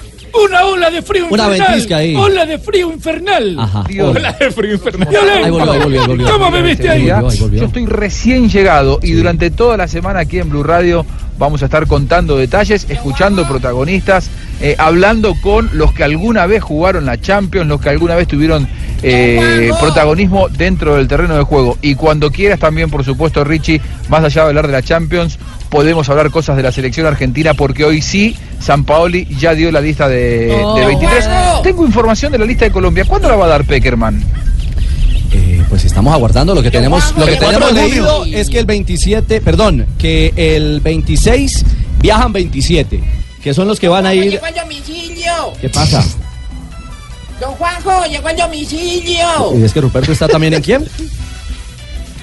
Speaker 16: Una ola de frío
Speaker 9: Una
Speaker 16: infernal.
Speaker 9: ventisca ahí.
Speaker 16: Ola de frío infernal.
Speaker 9: Ajá.
Speaker 16: Ola de frío infernal.
Speaker 9: Ahí volvió, ahí volvió, ahí volvió.
Speaker 16: ¿Cómo me viste ahí?
Speaker 24: Yo estoy recién llegado y durante toda la semana aquí en Blue Radio vamos a estar contando detalles, escuchando protagonistas, eh, hablando con los que alguna vez jugaron la Champions, los que alguna vez tuvieron eh, protagonismo dentro del terreno de juego. Y cuando quieras también, por supuesto, Richie, más allá de hablar de la Champions, podemos hablar cosas de la selección argentina porque hoy sí, San Paoli ya dio la lista de, de 23. Tengo información de la lista de Colombia. ¿Cuándo la va a dar Peckerman?
Speaker 9: Eh, pues estamos aguardando lo que tenemos, lo que
Speaker 24: Cuatro
Speaker 9: tenemos
Speaker 24: de
Speaker 9: leído es que el 27, perdón, que el 26 viajan 27, que son los que van a ir.
Speaker 13: Llegó el domicilio.
Speaker 9: ¿Qué pasa?
Speaker 13: Don Juanjo, llegó el domicilio.
Speaker 9: ¿Y es que Ruperto está también en quién? eh,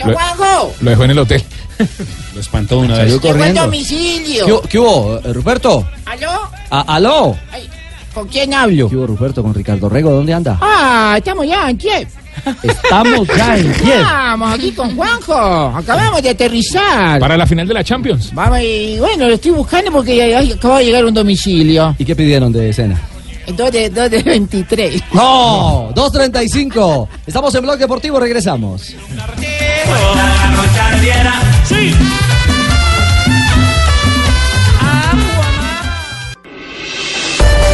Speaker 13: Don Juanjo,
Speaker 17: Lo dejó en el hotel. Lo espantó una vez.
Speaker 9: Salió
Speaker 13: llegó el
Speaker 9: corriendo. ¿Qué,
Speaker 13: domicilio.
Speaker 9: hu- qué hubo, eh, Ruperto?
Speaker 13: ¿Aló?
Speaker 9: A- ¿Aló?
Speaker 13: ¿Con quién hablo?
Speaker 9: ¿Qué hubo, Ruperto, con Ricardo Rego? ¿Dónde anda?
Speaker 13: Ah, estamos ya en Kiev.
Speaker 9: Estamos ya en Kiev.
Speaker 13: Estamos aquí con Juanjo. Acabamos de aterrizar.
Speaker 17: Para la final de la Champions.
Speaker 13: Vamos y bueno, lo estoy buscando porque ay, ay, acaba de llegar un domicilio.
Speaker 9: ¿Y qué pidieron de cena?
Speaker 13: 2 de, dos de 23.
Speaker 9: ¡No! 2.35. Estamos en Blog Deportivo, regresamos.
Speaker 25: Sí.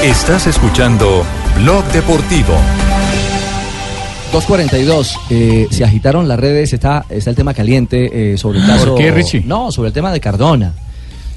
Speaker 26: Estás escuchando Blog Deportivo.
Speaker 9: 242, eh, se agitaron las redes, está, está el tema caliente eh, sobre el
Speaker 10: ¿Por
Speaker 9: caso...
Speaker 10: qué, Richie?
Speaker 9: No, sobre el tema de Cardona.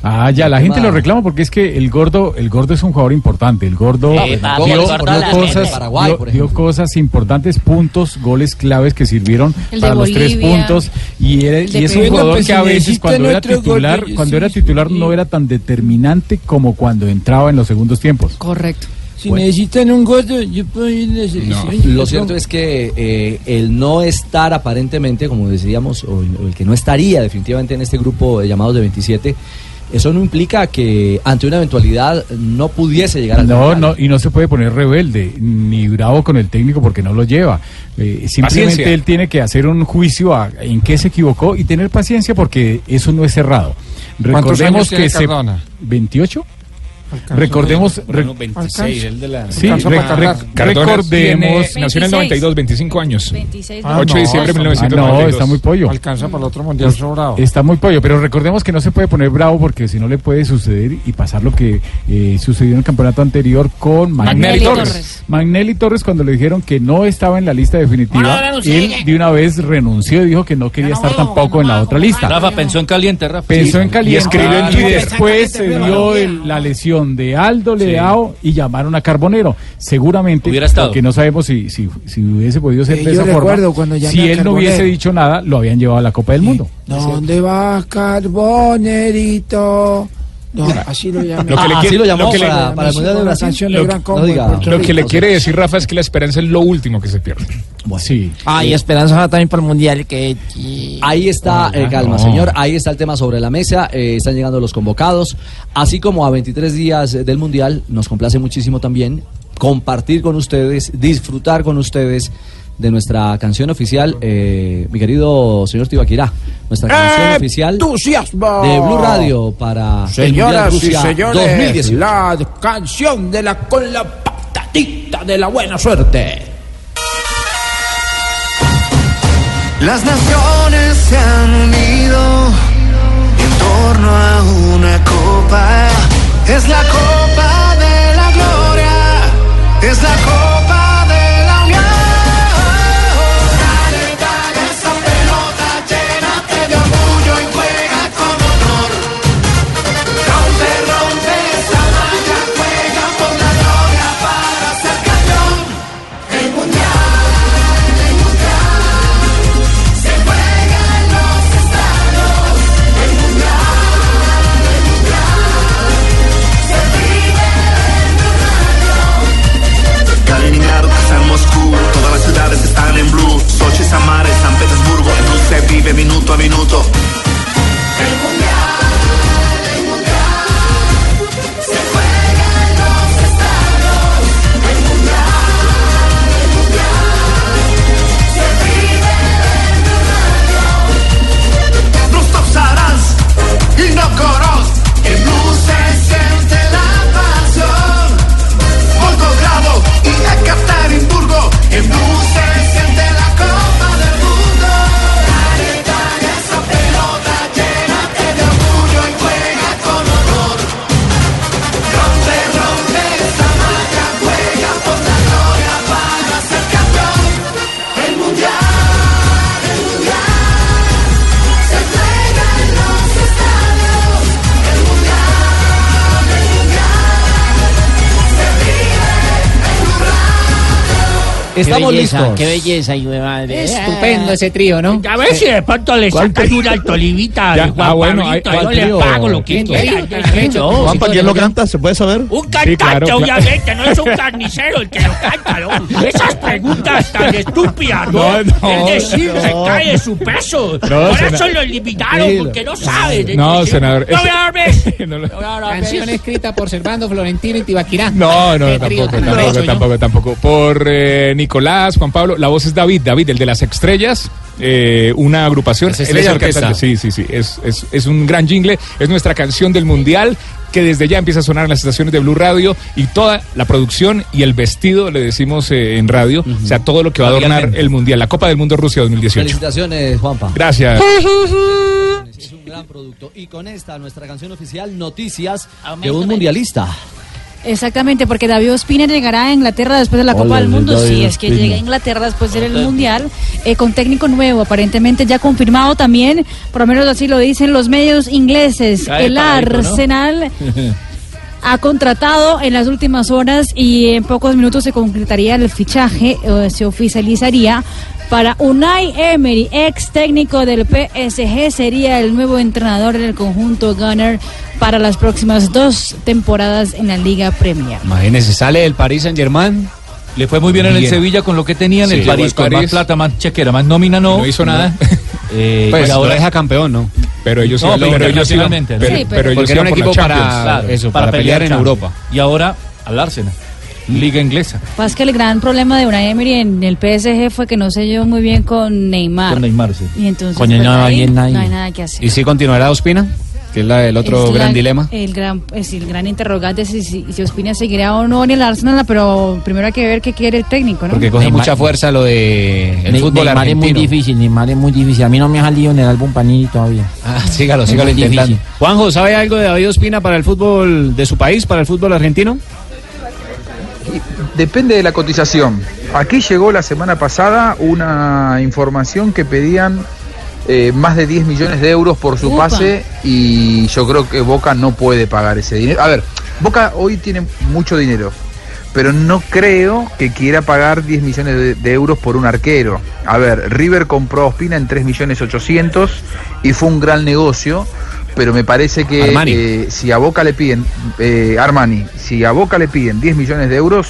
Speaker 10: Ah, ya, la
Speaker 9: El
Speaker 10: gente
Speaker 9: tema-
Speaker 10: lo reclama porque es que el gordo, el gordo es un jugador importante. El gordo
Speaker 9: Sí, va,
Speaker 10: dio,
Speaker 9: el
Speaker 10: dio
Speaker 9: gordo la gente.
Speaker 10: cosas,
Speaker 9: Paraguay,
Speaker 10: dio-
Speaker 9: por
Speaker 10: dio cosas importantes, puntos, goles claves que sirvieron
Speaker 9: El de
Speaker 10: para los tres
Speaker 9: Bolivia.
Speaker 10: puntos. Y, era-
Speaker 9: El de
Speaker 10: y es un
Speaker 9: Perú.
Speaker 10: jugador
Speaker 9: Bueno, pues,
Speaker 10: que a
Speaker 9: si
Speaker 10: veces
Speaker 9: necesita
Speaker 10: cuando era
Speaker 9: nuestro gol,
Speaker 10: titular,
Speaker 9: ellos
Speaker 10: cuando
Speaker 9: sí,
Speaker 10: era titular no era tan determinante como cuando entraba en los segundos tiempos.
Speaker 12: Correcto.
Speaker 10: Si
Speaker 16: necesitan un gordo, yo puedo ir a la
Speaker 9: Lo cierto es que eh, el no estar aparentemente, como decíamos, o el, o el que no estaría definitivamente en este grupo de llamados de 27, eso no implica que ante una eventualidad no pudiese llegar al
Speaker 10: No,
Speaker 9: Mundial.
Speaker 10: no, y no se puede poner rebelde ni bravo con el técnico porque no lo lleva. Eh, simplemente
Speaker 9: Paciencia.
Speaker 10: él tiene que hacer un juicio a- en qué se equivocó y tener paciencia porque eso no es cerrado.
Speaker 17: ¿Cuántos
Speaker 10: Recordemos
Speaker 17: años tiene
Speaker 10: que se,
Speaker 17: Cardona?
Speaker 10: 28. Recordemos,
Speaker 17: Bueno,
Speaker 10: rec-
Speaker 17: 26, el de la-
Speaker 10: Sí,
Speaker 17: Alcanzó
Speaker 10: rec-
Speaker 17: para tardar.
Speaker 10: rec-
Speaker 17: Cardona
Speaker 10: recordemos.
Speaker 17: tiene- nació en el 92, 25 años.
Speaker 12: 26
Speaker 10: Ah, no, está- Ah, No, está muy pollo.
Speaker 17: Alcanza para el otro
Speaker 10: mundial
Speaker 17: sobrado.
Speaker 10: Pues, Está muy pollo, pero recordemos que no se puede poner bravo porque si no le puede suceder y pasar lo que eh, sucedió en el campeonato anterior con Magnelli
Speaker 17: Magnelli
Speaker 10: Torres.
Speaker 17: Torres.
Speaker 10: Magnelli Torres cuando le dijeron que no estaba en la lista definitiva,
Speaker 17: Ahora renuncié.
Speaker 10: él de una vez renunció y dijo que no quería estar tampoco en la otra lista.
Speaker 19: Rafa pensó en caliente, Rafa.
Speaker 10: Pensó en
Speaker 19: Y
Speaker 10: caliente.
Speaker 19: escribió en
Speaker 10: Y
Speaker 19: Twitter.
Speaker 10: Después se dio el- la lesión de Aldo Leao y llamaron a Carbonero. Seguramente,
Speaker 19: Hubiera estado.
Speaker 10: porque no sabemos si, si, si hubiese podido ser
Speaker 8: Eh,
Speaker 10: de
Speaker 8: yo
Speaker 10: esa forma.
Speaker 8: recuerdo cuando llamé
Speaker 10: si
Speaker 8: a
Speaker 10: él no
Speaker 8: Carbonero.
Speaker 10: hubiese dicho nada, lo habían llevado a la Copa del Mundo.
Speaker 8: ¿Dónde vas, carbonerito?
Speaker 13: No, así Ah, lo
Speaker 27: Ah,
Speaker 13: llamé.
Speaker 19: Lo que le quiere, lo que le-
Speaker 13: Una canción de
Speaker 19: Lo-
Speaker 13: Gran Combo
Speaker 19: lo
Speaker 13: de
Speaker 19: diga.
Speaker 13: Puerto
Speaker 19: Lo
Speaker 13: Rico.
Speaker 19: que le quiere decir Rafa es que la esperanza es lo último que se pierde. Sí.
Speaker 3: Ay, Ah, esperanza ahora también para el mundial. Ah, Que...
Speaker 9: Ahí está, eh, calma, señor. Ahí está el tema sobre la mesa. eh, están llegando los convocados. Así como a 23 días eh, del Mundial, nos complace muchísimo también compartir con ustedes, disfrutar con ustedes de nuestra canción oficial, eh, mi querido señor Tibaquirá. Nuestra canción oficial de Blue Radio
Speaker 3: Ah,
Speaker 9: para el Mundial
Speaker 3: Señoras y
Speaker 9: Rusia
Speaker 3: señores,
Speaker 9: 2018.
Speaker 3: la canción de la con la patatita de la buena suerte.
Speaker 6: Las naciones se han unido en torno a una copa. Es la copa de la gloria. Es la copa de la unión. Dale, dale esa pelota, llénate de orgullo y juega con honor. Rompe, rompe esa malla, juega por la gloria para ser campeón. El mundial, el mundial. Se juega en los estados, el mundial, el mundial, se vive en Blue radio.
Speaker 28: Kaliningrado, Kazán, Moscú, todas las ciudades están en blue. Sochi, Samara, y San Petersburgo, en blue se vive minuto a minuto.
Speaker 6: El mundial, el mundial, se juega en los estados, el mundial, el mundial, se vive en Blue radio. Rostov Sarans y Novgorod, en Blue se siente la pasión. Volgogrado y Ekaterimburgo, en Blue se siente la copa del mundo. Dale, dale esa pelota, llénate de orgullo y juega con honor. Rompe, rompe esa malla, juega por la gloria para ser campeón. El mundial, el mundial, se juega en los estadios. El mundial, el mundial, se vive en un
Speaker 9: Estamos
Speaker 3: belleza,
Speaker 9: listos.
Speaker 3: Qué belleza, hijo de madre. Ah.
Speaker 17: Estupendo ese trío, ¿no?
Speaker 3: A ver si de pronto le
Speaker 17: ¿Cuál
Speaker 3: sacan
Speaker 17: trío?
Speaker 3: una al
Speaker 17: Tolivita,
Speaker 3: Ya,
Speaker 17: Juan
Speaker 3: ah, bueno,
Speaker 17: Pablito,
Speaker 3: ahí-
Speaker 17: yo
Speaker 3: ¿cuál
Speaker 17: le
Speaker 3: trío?
Speaker 17: pago lo que
Speaker 3: ¿Quién
Speaker 17: quiera,
Speaker 3: trío?
Speaker 17: yo le echo.
Speaker 18: Juanpa, ¿quién lo canta? ¿Se puede saber?
Speaker 17: Un cantante,
Speaker 18: claro, claro.
Speaker 17: obviamente, no es un carnicero el que lo canta, ¿no? Esas preguntas tan estúpidas, ¿no?
Speaker 27: No, no,
Speaker 17: es decir, se
Speaker 27: no.
Speaker 17: cae de su peso.
Speaker 27: No,
Speaker 17: Por
Speaker 27: sena-
Speaker 17: eso lo limitaron,
Speaker 27: Tranquilo.
Speaker 17: porque no sabe. de-
Speaker 27: No,
Speaker 17: de-
Speaker 27: senador,
Speaker 17: No,
Speaker 27: ese-
Speaker 17: vean, ve.
Speaker 3: Canción escrita por Servando Florentino y Tibaquirá.
Speaker 27: No, no,
Speaker 3: Qué
Speaker 27: no,
Speaker 3: trío
Speaker 27: tampoco,
Speaker 3: tan
Speaker 27: tampoco,
Speaker 3: bello, ¿no?
Speaker 27: tampoco, tampoco. Por eh, Nicolás, Juan Pablo, la voz es David, David, el de las estrellas, eh, una agrupación.
Speaker 17: Las
Speaker 27: Él es
Speaker 17: Estrellas
Speaker 27: el
Speaker 17: Orquesta.
Speaker 27: cantante, Sí, sí, sí, es, es, es un gran jingle, es nuestra canción del mundial que desde ya empieza a sonar en las estaciones de Blue Radio y toda la producción y el vestido, le decimos eh, en radio, o sea, todo lo que va a adornar el mundial, la Copa del Mundo Rusia 2018.
Speaker 9: Felicitaciones, Juanpa.
Speaker 27: Gracias.
Speaker 9: Es un gran producto. Y con esta, nuestra canción oficial, Noticias de
Speaker 12: Aumento
Speaker 9: un
Speaker 12: de-
Speaker 9: mundialista.
Speaker 12: Exactamente, porque David Ospina llegará a Inglaterra después de la Copa
Speaker 9: Hola,
Speaker 12: del Mundo.
Speaker 9: David
Speaker 12: Sí, es que
Speaker 9: Ospina.
Speaker 12: llega a Inglaterra después del Mundial eh, con técnico nuevo, aparentemente ya confirmado también, por lo menos así lo dicen los medios ingleses.
Speaker 29: Cae
Speaker 12: el
Speaker 29: paradito, ¿no?
Speaker 12: Arsenal ha contratado en las últimas horas y en pocos minutos se concretaría el fichaje, eh, se oficializaría para Unai Emery, ex técnico del PSG, sería el nuevo entrenador del conjunto Gunner para las próximas dos temporadas en la Liga Premier.
Speaker 17: Imagínense, sale del Paris Saint Germain.
Speaker 19: Le fue muy
Speaker 17: bien en el
Speaker 19: Sevilla
Speaker 17: con lo que tenía
Speaker 19: en el París, con más
Speaker 17: plata, más chequera, más nómina, no.
Speaker 19: No hizo nada.
Speaker 17: Eh,
Speaker 19: Pues,
Speaker 17: y ahora
Speaker 19: no.
Speaker 17: deja campeón, ¿no?
Speaker 27: Pero ellos
Speaker 17: No,
Speaker 27: iban-
Speaker 17: pero
Speaker 27: pero ellos iban-
Speaker 17: internacionalmente, ¿no?
Speaker 27: pero-
Speaker 17: Sí,
Speaker 27: pero
Speaker 17: pero-
Speaker 27: ellos
Speaker 17: Porque era un
Speaker 27: iban por la
Speaker 17: equipo para-
Speaker 27: Champions.
Speaker 17: eso, para pelear en
Speaker 19: Champions.
Speaker 17: Europa.
Speaker 19: Y ahora al Arsenal, Liga Inglesa.
Speaker 12: Pasa que el gran problema de Unai Emery en el PSG fue que no se llevó muy bien con Neymar.
Speaker 17: Con Neymar, sí.
Speaker 12: Y entonces
Speaker 17: Con Neymar
Speaker 12: pues, ahí
Speaker 17: bien
Speaker 12: no
Speaker 17: ahí.
Speaker 12: hay nada que hacer.
Speaker 17: ¿Y si continuará Ospina? Que es la, el otro
Speaker 12: Es la-
Speaker 17: gran dilema.
Speaker 12: El gran, es el gran interrogante es si, si, si Ospina seguirá o no en el Arsenal, pero primero hay que ver qué quiere el técnico, ¿no?
Speaker 17: Porque coge
Speaker 3: Neymar-
Speaker 17: mucha fuerza lo de el
Speaker 3: Ne-
Speaker 17: fútbol
Speaker 3: Neymar es
Speaker 17: argentino.
Speaker 3: muy difícil, Neymar es muy difícil. A mí no me ha salido en el álbum Panini todavía.
Speaker 17: Ah, sígalo,
Speaker 3: Es
Speaker 17: sígalo
Speaker 3: muy
Speaker 17: intentando.
Speaker 3: difícil.
Speaker 17: Juanjo, ¿sabe algo de David Ospina para el fútbol de su país, para el fútbol argentino?
Speaker 24: Depende de la cotización. Aquí llegó la semana pasada una información que pedían eh, más de 10 millones de euros por su
Speaker 30: Upa.
Speaker 24: pase y yo creo que Boca no puede pagar ese dinero. A ver, Boca hoy tiene mucho dinero, pero no creo que quiera pagar 10 millones de, de euros por un arquero. A ver, River compró a Ospina en 3 millones 800 y fue un gran negocio pero me parece que
Speaker 10: Armani.
Speaker 24: eh, si a Boca le piden, eh, Armani, si a Boca le piden 10 millones de euros,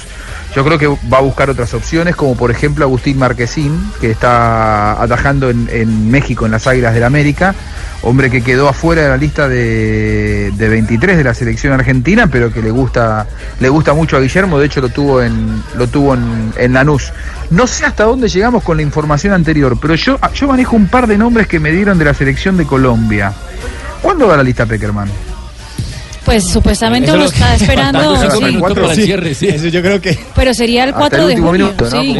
Speaker 24: yo creo que va a buscar otras opciones, como por ejemplo Agustín Marquesín, que está atajando en, en México en las Águilas del América, hombre que quedó afuera de la lista de, de 23 de la selección argentina, pero que le gusta, le gusta mucho a Guillermo, de hecho lo tuvo en, lo tuvo en, en Lanús. No sé hasta dónde llegamos con la información anterior, pero yo, yo manejo un par de nombres que me dieron de la selección de Colombia. ¿Cuándo va la lista Peckerman?
Speaker 12: Pues supuestamente uno está esperando, sí,
Speaker 17: Eso yo creo que
Speaker 12: pero sería el 4 de junio. sí.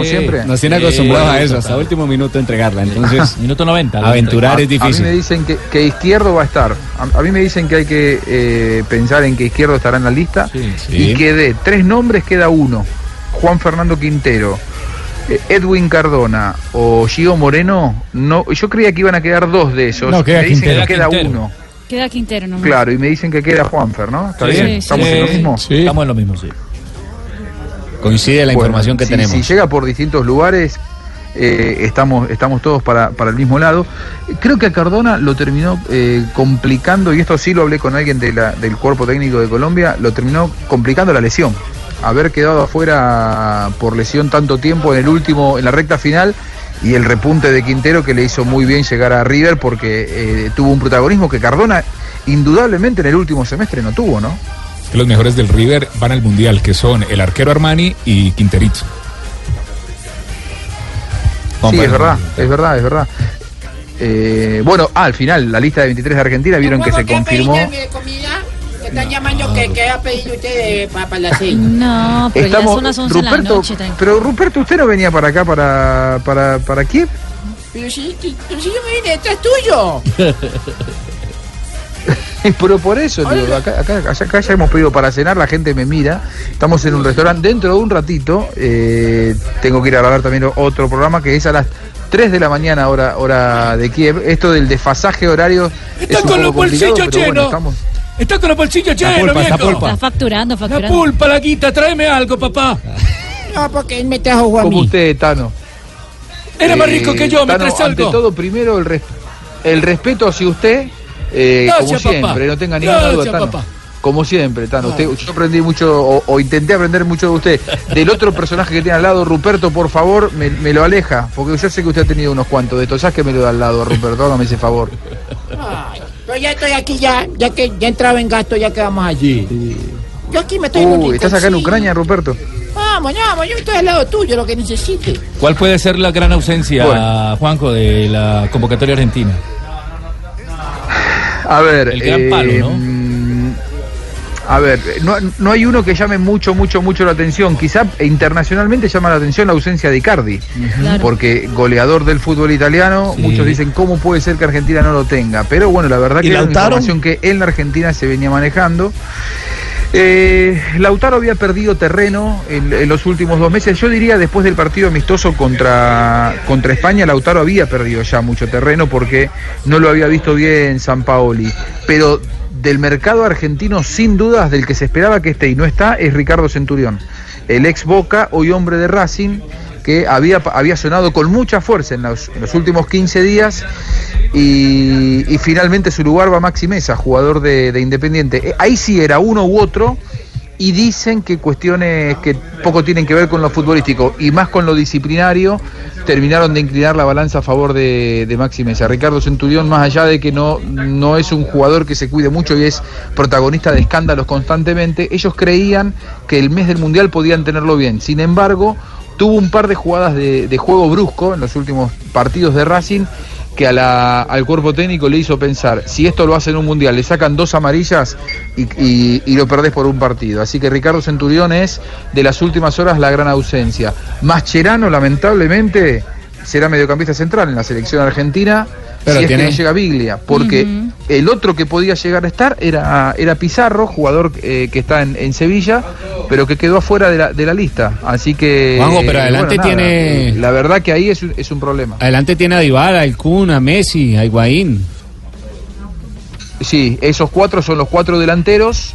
Speaker 17: Nos tienen
Speaker 12: Sí,
Speaker 17: acostumbrados a
Speaker 12: sí,
Speaker 17: eso,
Speaker 12: total.
Speaker 17: hasta último minuto entregarla. Entonces,
Speaker 19: minuto 90.
Speaker 17: aventurar
Speaker 24: A-
Speaker 17: es
Speaker 24: A mí me
Speaker 17: difícil.
Speaker 24: dicen que, que Izquierdo va a estar. A, a mí me dicen que hay que eh, pensar en que Izquierdo estará en la lista.
Speaker 17: sí.
Speaker 24: Y que de tres nombres queda uno. Juan Fernando Quintero, eh, Edwin Cardona o Gio Moreno. No, yo creía que iban a quedar dos de esos.
Speaker 12: No, queda
Speaker 24: me dicen
Speaker 12: Quintero.
Speaker 24: que queda
Speaker 12: Quintero.
Speaker 24: uno.
Speaker 12: Queda Quintero nomás.
Speaker 24: Claro, y me dicen que queda Juanfer, ¿no? ¿Está
Speaker 17: Sí,
Speaker 24: bien?
Speaker 17: sí,
Speaker 24: ¿Estamos en lo
Speaker 17: sí.
Speaker 24: mismo?
Speaker 17: Sí. Estamos en lo mismo, sí. Coincide la
Speaker 24: Bueno,
Speaker 17: información que
Speaker 24: si-
Speaker 17: tenemos.
Speaker 24: Si llega por distintos lugares, eh, estamos, estamos todos para, para el mismo lado. Creo que a Cardona lo terminó eh, complicando, y esto sí lo hablé con alguien de la- del cuerpo técnico de Colombia, lo terminó complicando la lesión. Haber quedado afuera por lesión tanto tiempo en el último, en la recta final. Y el repunte de Quintero que le hizo muy bien llegar a River porque eh, tuvo un protagonismo que Cardona indudablemente en el último semestre no tuvo, ¿no?
Speaker 10: Que los mejores del River van al Mundial, que son el arquero Armani y Quinterito.
Speaker 24: Sí, es verdad, es verdad, es verdad. Eh, bueno, ah, al final, la lista de 23 de Argentina, vieron que se confirmó.
Speaker 13: comida? ¿Te están llamando que qué ha pedido usted para, la cena?
Speaker 12: No, pero ya son las 11 de la
Speaker 24: Ruperto,
Speaker 12: noche. tranquilo.
Speaker 24: pero Ruperto, ¿usted no venía para acá, para, para, para Kiev?
Speaker 13: Pero si, que- pero si yo me vine, esto es tuyo.
Speaker 24: Pero por eso, digo, acá, acá, acá- acá ya hemos pedido para cenar, la gente me mira. Estamos en un restaurante dentro de un ratito. eh, tengo que ir a grabar también otro programa que es a las 3 de la mañana, hora, hora de Kiev. Esto del desfasaje horario.
Speaker 16: Está
Speaker 24: es un
Speaker 16: con
Speaker 24: poco complicado,
Speaker 16: los bolsillos
Speaker 24: pero bueno,
Speaker 16: llenos.
Speaker 24: estamos-
Speaker 16: Está con los bolsillos
Speaker 24: La
Speaker 16: llenos,
Speaker 24: pulpa, la
Speaker 16: viejo.
Speaker 24: pulpa.
Speaker 12: Está facturando,
Speaker 16: La
Speaker 12: facturando.
Speaker 16: pulpa, la guita, tráeme algo, papá.
Speaker 13: No, porque él me trajo a
Speaker 24: Como
Speaker 13: mí.
Speaker 24: usted, Este, Tano. Eh,
Speaker 16: Era más rico que yo, me
Speaker 24: Tano,
Speaker 16: traes
Speaker 24: ante
Speaker 16: algo.
Speaker 24: todo, primero el, res- el respeto hacia usted, eh, como
Speaker 16: Gracias, papá.
Speaker 24: siempre, no tenga ninguna duda,
Speaker 16: Gracias,
Speaker 24: Tano.
Speaker 16: papá. Ah.
Speaker 24: Como siempre, Tano, usted, yo aprendí mucho, o, o intenté aprender mucho de usted. Del otro personaje que tiene al lado, Ruperto, por favor, me, me lo aleja, porque yo sé que usted ha tenido unos cuantos de estos, ya que me lo da al lado, Ruperto, hágame ese favor.
Speaker 13: Pero ya estoy aquí, ya, ya que ya entraba en gasto, ya quedamos allí. Yo aquí me estoy en un
Speaker 24: Uy, ¿estás acá en
Speaker 13: rinconcillo.
Speaker 24: Ucrania, Ruperto?
Speaker 13: Vamos, vamos, yo estoy al lado tuyo, lo que necesites.
Speaker 19: ¿Cuál puede ser la gran ausencia, Juanco, de la convocatoria argentina?
Speaker 24: A ver.
Speaker 19: El gran palo, ¿no?
Speaker 24: mm, A ver, no, no hay uno que llame mucho, mucho, mucho la atención. Quizá internacionalmente llama la atención la ausencia de Icardi,
Speaker 20: Claro.
Speaker 24: porque goleador del fútbol italiano, muchos dicen cómo puede ser que Argentina no lo tenga. Pero bueno, la verdad que
Speaker 18: ¿Y
Speaker 24: era una
Speaker 18: Lautaro?
Speaker 24: información que en la Argentina se venía manejando. Eh, Lautaro había perdido terreno en, en los últimos dos meses. Yo diría después del partido amistoso contra, contra España, Lautaro había perdido ya mucho terreno porque no lo había visto bien San Paoli. Pero del mercado argentino, sin dudas, del que se esperaba que esté y no está, es Ricardo Centurión, el ex Boca, hoy hombre de Racing, que había, había sonado con mucha fuerza en los, en los últimos 15 días y, y finalmente su lugar va a Maxi Mesa, jugador de, de Independiente. Eh, Ahí sí era uno u otro y dicen que cuestiones que poco tienen que ver con lo futbolístico y más con lo disciplinario terminaron de inclinar la balanza a favor de, de Maxi Mesa. Ricardo Centurión, más allá de que no, no es un jugador que se cuide mucho y es protagonista de escándalos constantemente, ellos creían que el mes del Mundial podían tenerlo bien. Sin embargo, tuvo un par de jugadas de, de juego brusco en los últimos partidos de Racing que a la- al cuerpo técnico le hizo pensar, si esto lo hace en un mundial, le sacan dos amarillas y, y- y lo perdés por un partido. Así que Ricardo Centurión es de las últimas horas la gran ausencia. Mascherano, lamentablemente, será mediocampista central en la selección argentina,
Speaker 17: Pero
Speaker 24: si
Speaker 17: tiene-
Speaker 24: es que no llega Biglia, porque el otro que podía llegar a estar era, era Pizarro, jugador eh, que está en, en Sevilla, pero que quedó afuera de la, de la lista. Así que...
Speaker 17: Juanjo, pero adelante
Speaker 24: Eh, nada,
Speaker 17: tiene-
Speaker 24: La verdad que ahí es un- es un problema.
Speaker 17: Adelante tiene a Dybala, a El Kun, a Messi, a Higuaín.
Speaker 24: Sí, esos cuatro son los cuatro delanteros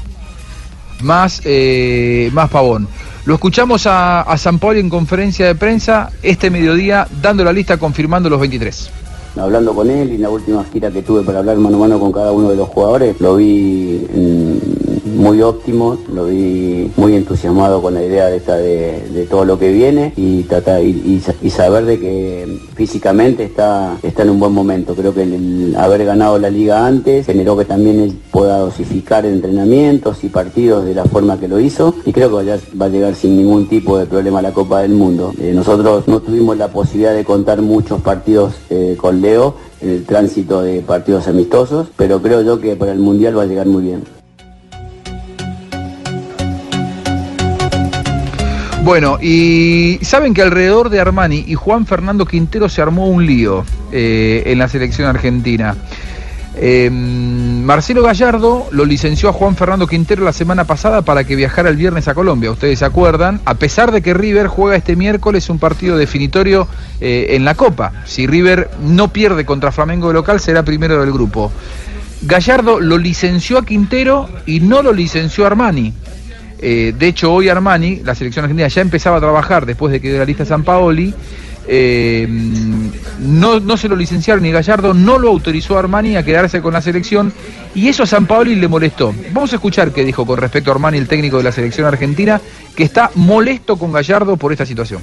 Speaker 24: más, eh, más Pavón. Lo escuchamos a, a San en conferencia de prensa este mediodía dando la lista confirmando los 23.
Speaker 20: hablando con él y en la última gira que tuve para hablar mano a mano con cada uno de los jugadores, lo vi mm, muy óptimo, lo vi muy entusiasmado con la idea de, esta de, de todo lo que viene y, tratar, y, y sa- y saber de que físicamente está, está en un buen momento. Creo que el, el haber ganado la liga antes generó que también él pueda dosificar entrenamientos y partidos de la forma que lo hizo y creo que ya va a llegar sin ningún tipo de problema a la Copa del Mundo. Eh, nosotros no tuvimos la posibilidad de contar muchos partidos eh, con Leo en el tránsito de partidos amistosos, pero creo yo que para el Mundial va a llegar muy bien.
Speaker 24: Bueno, y saben que alrededor de Armani y Juan Fernando Quintero se armó un lío eh, en la selección argentina. Eh, Marcelo Gallardo lo licenció a Juan Fernando Quintero la semana pasada para que viajara el viernes a Colombia, ustedes se acuerdan, a pesar de que River juega este miércoles un partido definitorio eh, en la Copa. Si River no pierde contra Flamengo de local, será primero del grupo. Gallardo lo licenció a Quintero y no lo licenció a Armani. Eh, de hecho, hoy Armani, la selección argentina, ya empezaba a trabajar después de que dio la lista San Paoli. Eh, no, no se lo licenciaron ni Gallardo, no lo autorizó Armani a quedarse con la selección y eso a San Paoli le molestó. Vamos a escuchar qué dijo con respecto a Armani, el técnico de la selección argentina, que está molesto con Gallardo por esta situación.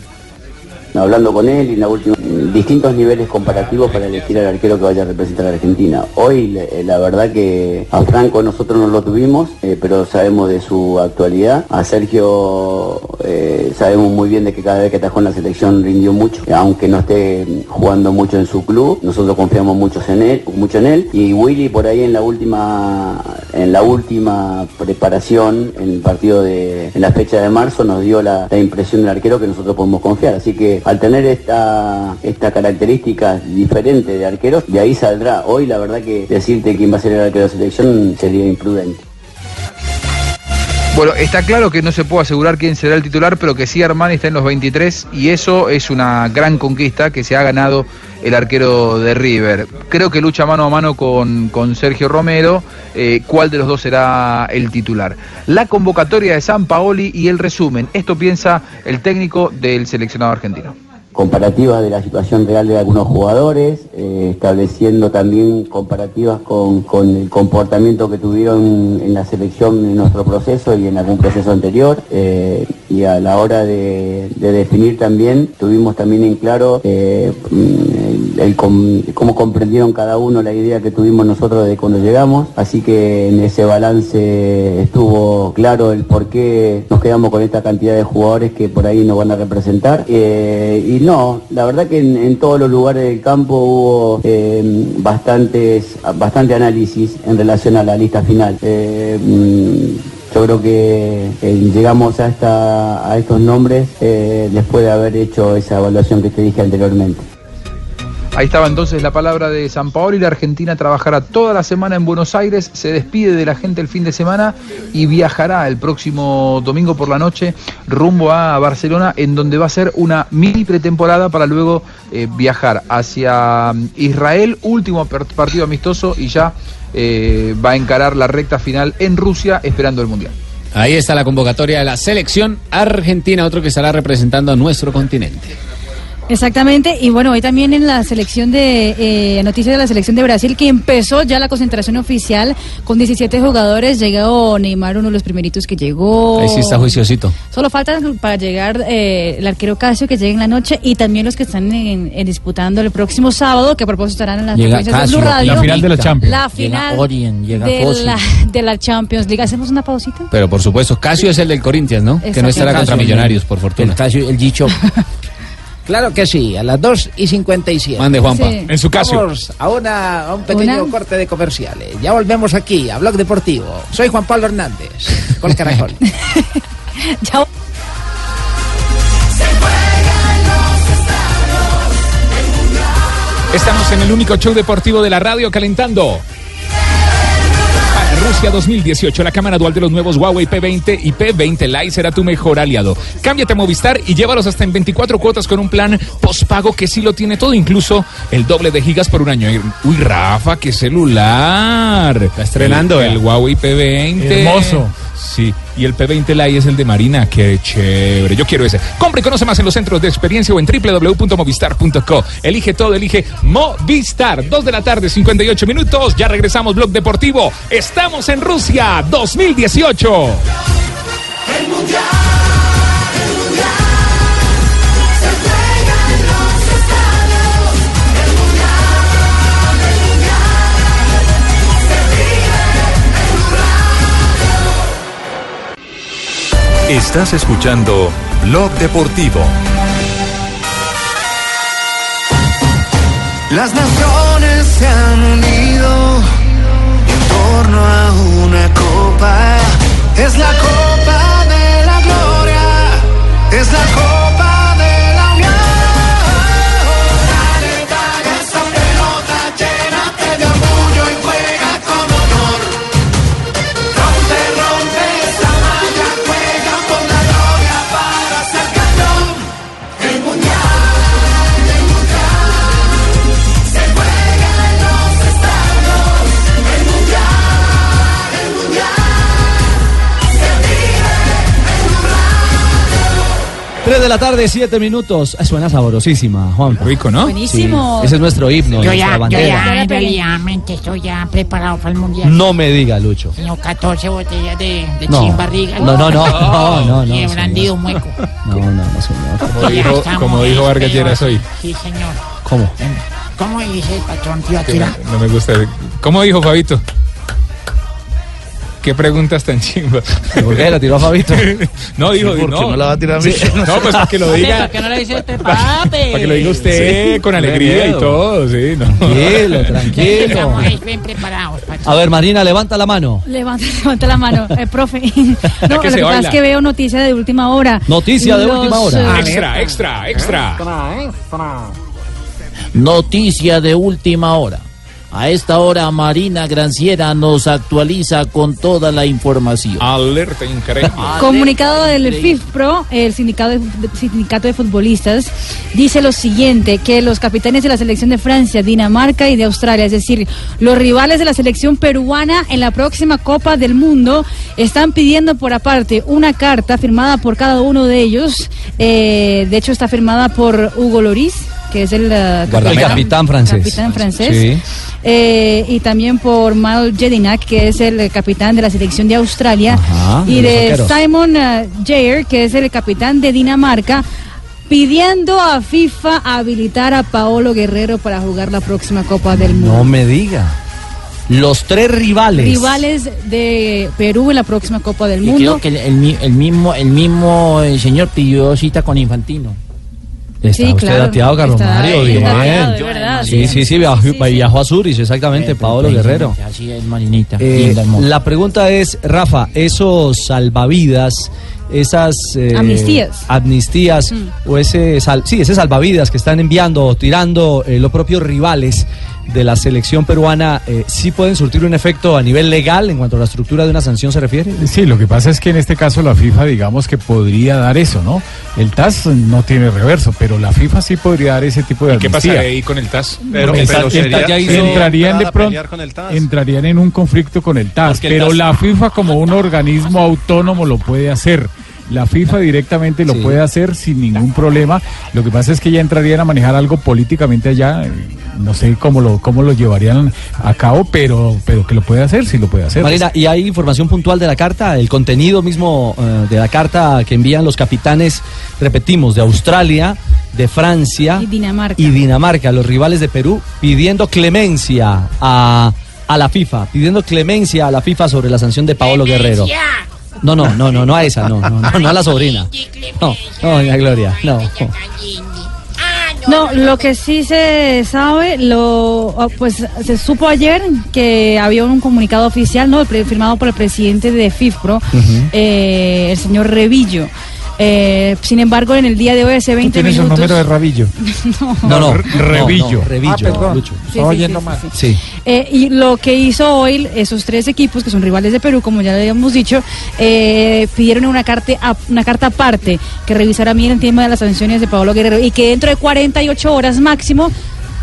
Speaker 20: hablando con él y en la última distintos niveles comparativos para elegir al arquero que vaya a representar a Argentina. Hoy le- eh, la verdad que a Franco nosotros no lo tuvimos, eh, pero sabemos de su actualidad. A Sergio eh, sabemos muy bien de que cada vez que atajó en la selección rindió mucho, aunque no esté mm, jugando mucho en su club, nosotros confiamos mucho en él, mucho en él. Y Willy por ahí en la última en la última preparación en el partido de en la fecha de marzo nos dio la, la impresión del arquero que nosotros podemos confiar así que al tener esta esta característica diferente de arqueros de ahí saldrá hoy la verdad que decirte quién va a ser el arquero de selección sería imprudente
Speaker 24: Bueno, está claro que no se puede asegurar quién será el titular, pero que sí Armani está en los 23 y eso es una gran conquista que se ha ganado el arquero de River. Creo que lucha mano a mano con, con Sergio Romero, eh, cuál de los dos será el titular. La convocatoria de San Paoli y el resumen, esto piensa el técnico del seleccionado argentino.
Speaker 20: comparativas de la situación real de algunos jugadores, eh, estableciendo también comparativas con, con el comportamiento que tuvieron en la selección en nuestro proceso y en algún proceso anterior. eh, y a la hora de, de definir también, tuvimos también en claro eh, mm, el- el com- cómo comprendieron cada uno la idea que tuvimos nosotros de cuando llegamos. Así que en ese balance estuvo claro el por qué nos quedamos con esta cantidad de jugadores que por ahí nos van a representar. Eh, y no, la verdad que en, en todos los lugares del campo hubo eh, bastantes, bastante análisis en relación a la lista final. Eh, mm, yo creo que eh, llegamos a, esta, a estos nombres eh, después de haber hecho esa evaluación que te dije anteriormente.
Speaker 24: Ahí estaba entonces la palabra de San Paolo y la Argentina trabajará toda la semana en Buenos Aires, se despide de la gente el fin de semana y viajará el próximo domingo por la noche rumbo a Barcelona, en donde va a ser una mini pretemporada para luego eh, viajar hacia mm, Israel, último per- partido amistoso y ya eh, va a encarar la recta final en Rusia esperando el Mundial.
Speaker 17: Ahí está la convocatoria de la selección argentina, otro que estará representando a nuestro continente.
Speaker 12: Exactamente, y bueno, hoy también en la selección de eh, noticias de la selección de Brasil, que empezó ya la concentración oficial con 17 jugadores, llegó Neymar, uno de los primeritos que llegó.
Speaker 9: Ahí sí está juiciosito.
Speaker 12: Solo faltan para llegar eh, el arquero Casio que llegue en la noche y también los que están en- en disputando el próximo sábado, que a propósito estarán en las
Speaker 11: Llega
Speaker 12: frecuencias de
Speaker 11: Casio,
Speaker 12: Blue Radio.
Speaker 11: la final de la Champions.
Speaker 12: La
Speaker 11: Llega
Speaker 12: final
Speaker 11: Orien, llega
Speaker 12: de,
Speaker 11: Fossi.
Speaker 12: la, de la Champions League. ¿Hacemos una pausita?
Speaker 17: Pero por supuesto, Casio es el del Corinthians, ¿no? Que no
Speaker 11: Exacto.
Speaker 17: estará contra
Speaker 11: Casio,
Speaker 17: Millonarios, por fortuna. Casio, el dicho.
Speaker 11: Claro que sí, a las 2 y 57.
Speaker 17: Mande, Juanpa. Sí. En su Casio.
Speaker 11: Vamos a, una- a un pequeño
Speaker 12: Una.
Speaker 11: corte de comerciales. Ya volvemos aquí a Blog Deportivo. Soy Juan Pablo Hernández, con Caracol.
Speaker 12: Chao.
Speaker 10: Estamos en el único show deportivo de la radio calentando. Para Rusia 2018, la cámara dual de los nuevos Huawei P20 y P20 Lite será tu mejor aliado. Cámbiate a Movistar y llévalos hasta en 24 cuotas con un plan postpago que sí lo tiene todo, incluso el doble de gigas por un año. Uy, Rafa, qué celular. Está
Speaker 17: estrenando,
Speaker 10: el, el Huawei P20.
Speaker 17: Hermoso.
Speaker 27: Sí, y el P20 Lite es el de Marina, qué chévere. Yo quiero ese. Compra y conoce más en los centros de experiencia o en www.movistar.co. Elige todo, elige Movistar. 2 de la tarde, 58 minutos. Ya regresamos, Blog Deportivo. Estamos en Rusia 2018.
Speaker 26: Estás escuchando Blog Deportivo.
Speaker 16: Las naciones se han unido en torno a una copa. Es la copa de la gloria. Es la copa de la unión. Dale, dale esa pelota, llénate de orgullo y juega con honor. Rompe, rompe esa malla, juega por la gloria para ser campeón. El mundial.
Speaker 9: Tres de la tarde, siete minutos. Ah, Suena sabrosísima, Juan.
Speaker 27: Rico, ¿no?
Speaker 11: Buenísimo.
Speaker 9: Ese es nuestro himno,
Speaker 11: Yo
Speaker 9: nuestra
Speaker 11: ya, yo
Speaker 9: bandera.
Speaker 11: ya, la peleé. realmente estoy ya preparado para el mundial.
Speaker 9: No me diga, Lucho.
Speaker 11: Tengo 14 botellas de, de
Speaker 9: No.
Speaker 11: chimbarriga.
Speaker 9: No, no, no, no, no, no,
Speaker 11: Y he
Speaker 9: señor.
Speaker 11: brandido un hueco.
Speaker 9: No, no, no, señor.
Speaker 11: Ya estamos, es
Speaker 27: Lleras
Speaker 11: peor.
Speaker 27: hoy.
Speaker 11: Sí, señor.
Speaker 9: ¿Cómo?
Speaker 11: ¿Cómo dice el patrón, tío
Speaker 27: Que
Speaker 11: Akira?
Speaker 27: No, no me gusta. ¿Cómo dijo Fabito? ¿Qué preguntas tan chimbas?
Speaker 9: ¿Por qué la tiró a Fabito?
Speaker 27: no, dijo,
Speaker 31: Sí, porque
Speaker 27: no.
Speaker 31: no la va a tirar a mí.
Speaker 27: Sí, No, pues para que lo diga.
Speaker 11: ¿Qué no le dice este
Speaker 27: Para que lo diga usted
Speaker 9: Sí,
Speaker 27: con
Speaker 9: no hay
Speaker 27: alegría y
Speaker 9: miedo.
Speaker 27: todo, sí, no.
Speaker 9: Tranquilo, tranquilo.
Speaker 11: Estamos ahí bien preparados.
Speaker 9: A ver, Marina, levanta la mano.
Speaker 12: Levanta, levanta la mano, eh, profe. No, lo
Speaker 9: que
Speaker 12: que
Speaker 9: se
Speaker 12: pasa
Speaker 9: baila.
Speaker 12: es que veo noticia de última hora.
Speaker 9: Noticia de
Speaker 12: Los,
Speaker 9: última hora.
Speaker 12: eh,
Speaker 27: Extra, extra, extra.
Speaker 9: Ah,
Speaker 11: Noticia de última hora. A esta hora Marina Granciera nos actualiza con toda la información.
Speaker 27: Alerta increíble.
Speaker 11: Ah,
Speaker 12: Comunicado del FIFPRO, el sindicato de, sindicato de futbolistas, dice lo siguiente, que los capitanes de la selección de Francia, Dinamarca y de Australia, es decir, los rivales de la selección peruana en la próxima Copa del Mundo, están pidiendo por aparte una carta firmada por cada uno de ellos. Eh, de hecho, está firmada por Hugo Loris, que es el, eh,
Speaker 9: El capitán francés.
Speaker 12: Capitán francés.
Speaker 9: Sí.
Speaker 12: Eh, y también por Mal Jedinak, que es el eh, capitán de la selección de Australia,
Speaker 9: Ajá, de
Speaker 12: y
Speaker 9: los
Speaker 12: de
Speaker 9: arqueros.
Speaker 12: Simon eh, Jair, que es el capitán de Dinamarca, pidiendo a FIFA habilitar a Paolo Guerrero para jugar la próxima Copa del Mundo.
Speaker 9: No me diga. Los tres rivales.
Speaker 12: Rivales de Perú en la próxima Copa del
Speaker 11: Y creo
Speaker 12: Mundo.
Speaker 11: que el, el mi- el mismo, el mismo eh, señor pidió cita con Infantino.
Speaker 9: Está
Speaker 12: Sí,
Speaker 9: usted
Speaker 12: claro,
Speaker 9: dateado, Carlos
Speaker 11: está-
Speaker 9: Mario.
Speaker 11: está
Speaker 9: Bien.
Speaker 11: dateado, de verdad,
Speaker 9: Sí,
Speaker 11: sí.
Speaker 9: sí, sí, viajó, viajó a Zurich, exactamente, Paolo Guerrero.
Speaker 11: Así es, Marinita.
Speaker 9: Eh,
Speaker 11: linda, hermosa.
Speaker 9: la pregunta es, Rafa, esos salvavidas, esas eh,
Speaker 11: Amnistías.
Speaker 9: amnistías, o ese sal- sí, ese salvavidas que están enviando o tirando eh, los propios rivales de la selección peruana, eh, ¿sí pueden surtir un efecto a nivel legal en cuanto a la estructura de una sanción se refiere?
Speaker 10: Sí, lo que pasa es que en este caso la FIFA, digamos que podría dar eso, ¿no? El TAS no tiene reverso, pero la FIFA sí podría dar ese tipo de
Speaker 27: ¿Qué
Speaker 10: amnistía.
Speaker 27: pasaría ahí con el TAS?
Speaker 10: Pero, pero sería- entrarían de pronto, entrarían en un conflicto con el TAS,
Speaker 27: Porque el
Speaker 10: pero
Speaker 27: TAS-
Speaker 10: la FIFA como un organismo autónomo lo puede hacer. La FIFA directamente lo puede hacer sin ningún problema. Lo que pasa es que ya entrarían a manejar algo políticamente allá. eh, No sé cómo lo cómo lo llevarían a cabo, pero pero que lo puede hacer, sí lo puede hacer.
Speaker 9: Marina, ¿y hay información puntual de la carta? El contenido mismo eh, de la carta que envían los capitanes, repetimos, de Australia, de Francia
Speaker 12: Y Dinamarca.
Speaker 9: y Dinamarca, los rivales de Perú, pidiendo clemencia a, a la FIFA, pidiendo clemencia a la FIFA sobre la sanción de Paolo Guerrero. No, no, no, no, no a esa, no, no, no, no a la sobrina. No, no, doña Gloria, no.
Speaker 12: No, lo que sí se sabe, lo ah, pues se supo ayer que había un comunicado oficial, ¿no? El pre- firmado por el presidente de FIFPRO, eh, el señor Revillo. Eh, sin embargo, en el día de hoy, hace 20
Speaker 10: Tienes un
Speaker 12: minutos.
Speaker 10: número de rabillo.
Speaker 9: No, no,
Speaker 10: Revillo.
Speaker 9: no, Revillo,
Speaker 10: Ah, perdón.
Speaker 9: Lucho.
Speaker 12: Sí, sí, sí, sí, sí.
Speaker 9: Sí.
Speaker 12: Eh, y lo que hizo hoy esos tres equipos, que son rivales de Perú, como ya le habíamos dicho, eh, pidieron una carta, a- una carta aparte que revisara bien el tema de las sanciones de Pablo Guerrero y que dentro de 48 horas máximo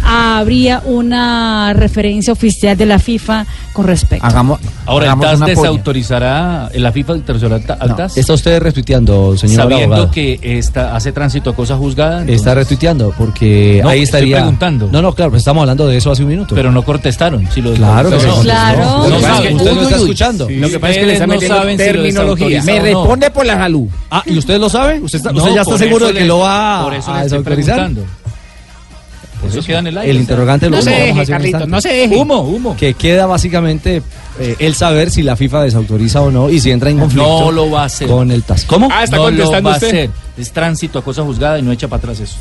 Speaker 12: habría una referencia oficial de la FIFA con respecto.
Speaker 19: Hagamos, Ahora,
Speaker 9: hagamos
Speaker 19: ¿el TAS
Speaker 9: una polla.
Speaker 19: desautorizará la FIFA autorizará al, ta- al TAS?
Speaker 9: Está usted retuiteando, señor
Speaker 19: Sabiendo
Speaker 9: abogado.
Speaker 19: que está, hace tránsito a cosa juzgada.
Speaker 9: Está
Speaker 19: entonces-
Speaker 9: retuiteando porque
Speaker 19: No,
Speaker 9: ahí
Speaker 19: estoy
Speaker 9: estaría.
Speaker 19: preguntando.
Speaker 9: No, no, claro, pues estamos hablando de eso hace un minuto.
Speaker 19: Pero no contestaron. Si lo
Speaker 9: Claro que
Speaker 19: no,
Speaker 9: sí. Claro.
Speaker 19: No,
Speaker 9: Lo que pasa
Speaker 19: saben.
Speaker 9: es que
Speaker 19: Usted
Speaker 9: uy,
Speaker 19: no
Speaker 9: uy,
Speaker 19: está
Speaker 9: uy.
Speaker 19: escuchando.
Speaker 9: Sí.
Speaker 19: Lo que pasa es que les
Speaker 9: Ustedes
Speaker 19: está
Speaker 9: no
Speaker 19: metiendo
Speaker 9: saben si lo
Speaker 19: terminología.
Speaker 9: desautoriza o no.
Speaker 19: por la jalú.
Speaker 9: Ah, ¿y usted lo sabe? ¿Usted, está-
Speaker 19: No,
Speaker 9: usted ya está
Speaker 19: por
Speaker 9: seguro
Speaker 19: eso
Speaker 9: de que
Speaker 19: le-
Speaker 9: lo va
Speaker 19: por eso
Speaker 9: a
Speaker 19: le estoy
Speaker 9: desautorizar?
Speaker 19: preguntando. Por eso queda en el aire.
Speaker 9: El interrogante lo
Speaker 19: No se
Speaker 9: vamos a
Speaker 19: deje,
Speaker 9: hacer un
Speaker 19: Carlitos,
Speaker 9: instante.
Speaker 19: no se deje. Humo, humo.
Speaker 9: Que queda básicamente eh, el saber si la FIFA desautoriza o no y si entra en conflicto
Speaker 19: No lo va a hacer.
Speaker 9: con el TAS. ¿Cómo?
Speaker 19: Ah, está contestando usted. Es tránsito a cosa juzgada y no echa para atrás eso.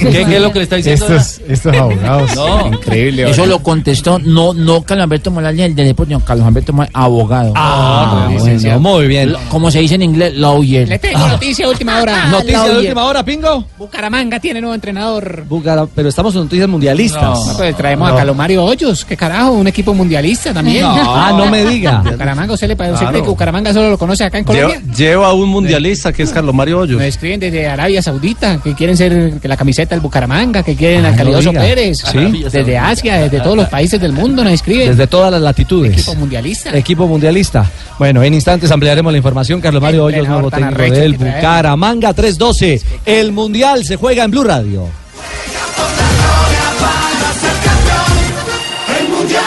Speaker 19: ¿Qué, qué es lo que le está diciendo?
Speaker 32: Estos, estos abogados.
Speaker 19: No.
Speaker 32: Increíble.
Speaker 11: Eso
Speaker 32: ahora.
Speaker 11: lo contestó no, no Carlos Alberto Morales, el de deporte, sino Carlos Alberto Morales, abogado.
Speaker 9: Ah, bueno, muy bien.
Speaker 11: Como se dice en inglés, Ah, lawyer.
Speaker 17: Este,
Speaker 3: Le tengo noticia de última hora.
Speaker 9: Ah. Noticia de
Speaker 11: Laudier.
Speaker 9: última hora, Pingo.
Speaker 3: Bucaramanga tiene nuevo entrenador.
Speaker 9: Bucara- pero estamos en noticias mundialistas.
Speaker 3: No, pues traemos a Calomario Hoyos, qué carajo, un equipo mundialista también.
Speaker 9: No. Ah, no me diga.
Speaker 3: Bucaramanga, usted le parece
Speaker 9: Claro.
Speaker 3: que Bucaramanga solo lo conoce acá en Colombia.
Speaker 19: Lleva un mundialista que es Carlos Mario Hoyos.
Speaker 3: Nos escriben desde Arabia Saudita que quieren ser que la camiseta del Bucaramanga, que quieren al
Speaker 9: Ah, no
Speaker 3: Calidoso
Speaker 9: diga.
Speaker 3: Pérez.
Speaker 9: Sí.
Speaker 3: Desde Asia, desde todos los países del mundo nos escriben.
Speaker 9: Desde todas las latitudes.
Speaker 3: Equipo mundialista.
Speaker 9: Equipo mundialista. Bueno, en instantes ampliaremos la información. Carlos Mario Hoyos, nuevo
Speaker 3: tan
Speaker 9: técnico
Speaker 3: arrecho
Speaker 9: del
Speaker 3: que traemos.
Speaker 9: Bucaramanga 312. El mundial se juega en Blue Radio.
Speaker 6: El mundial, el mundial,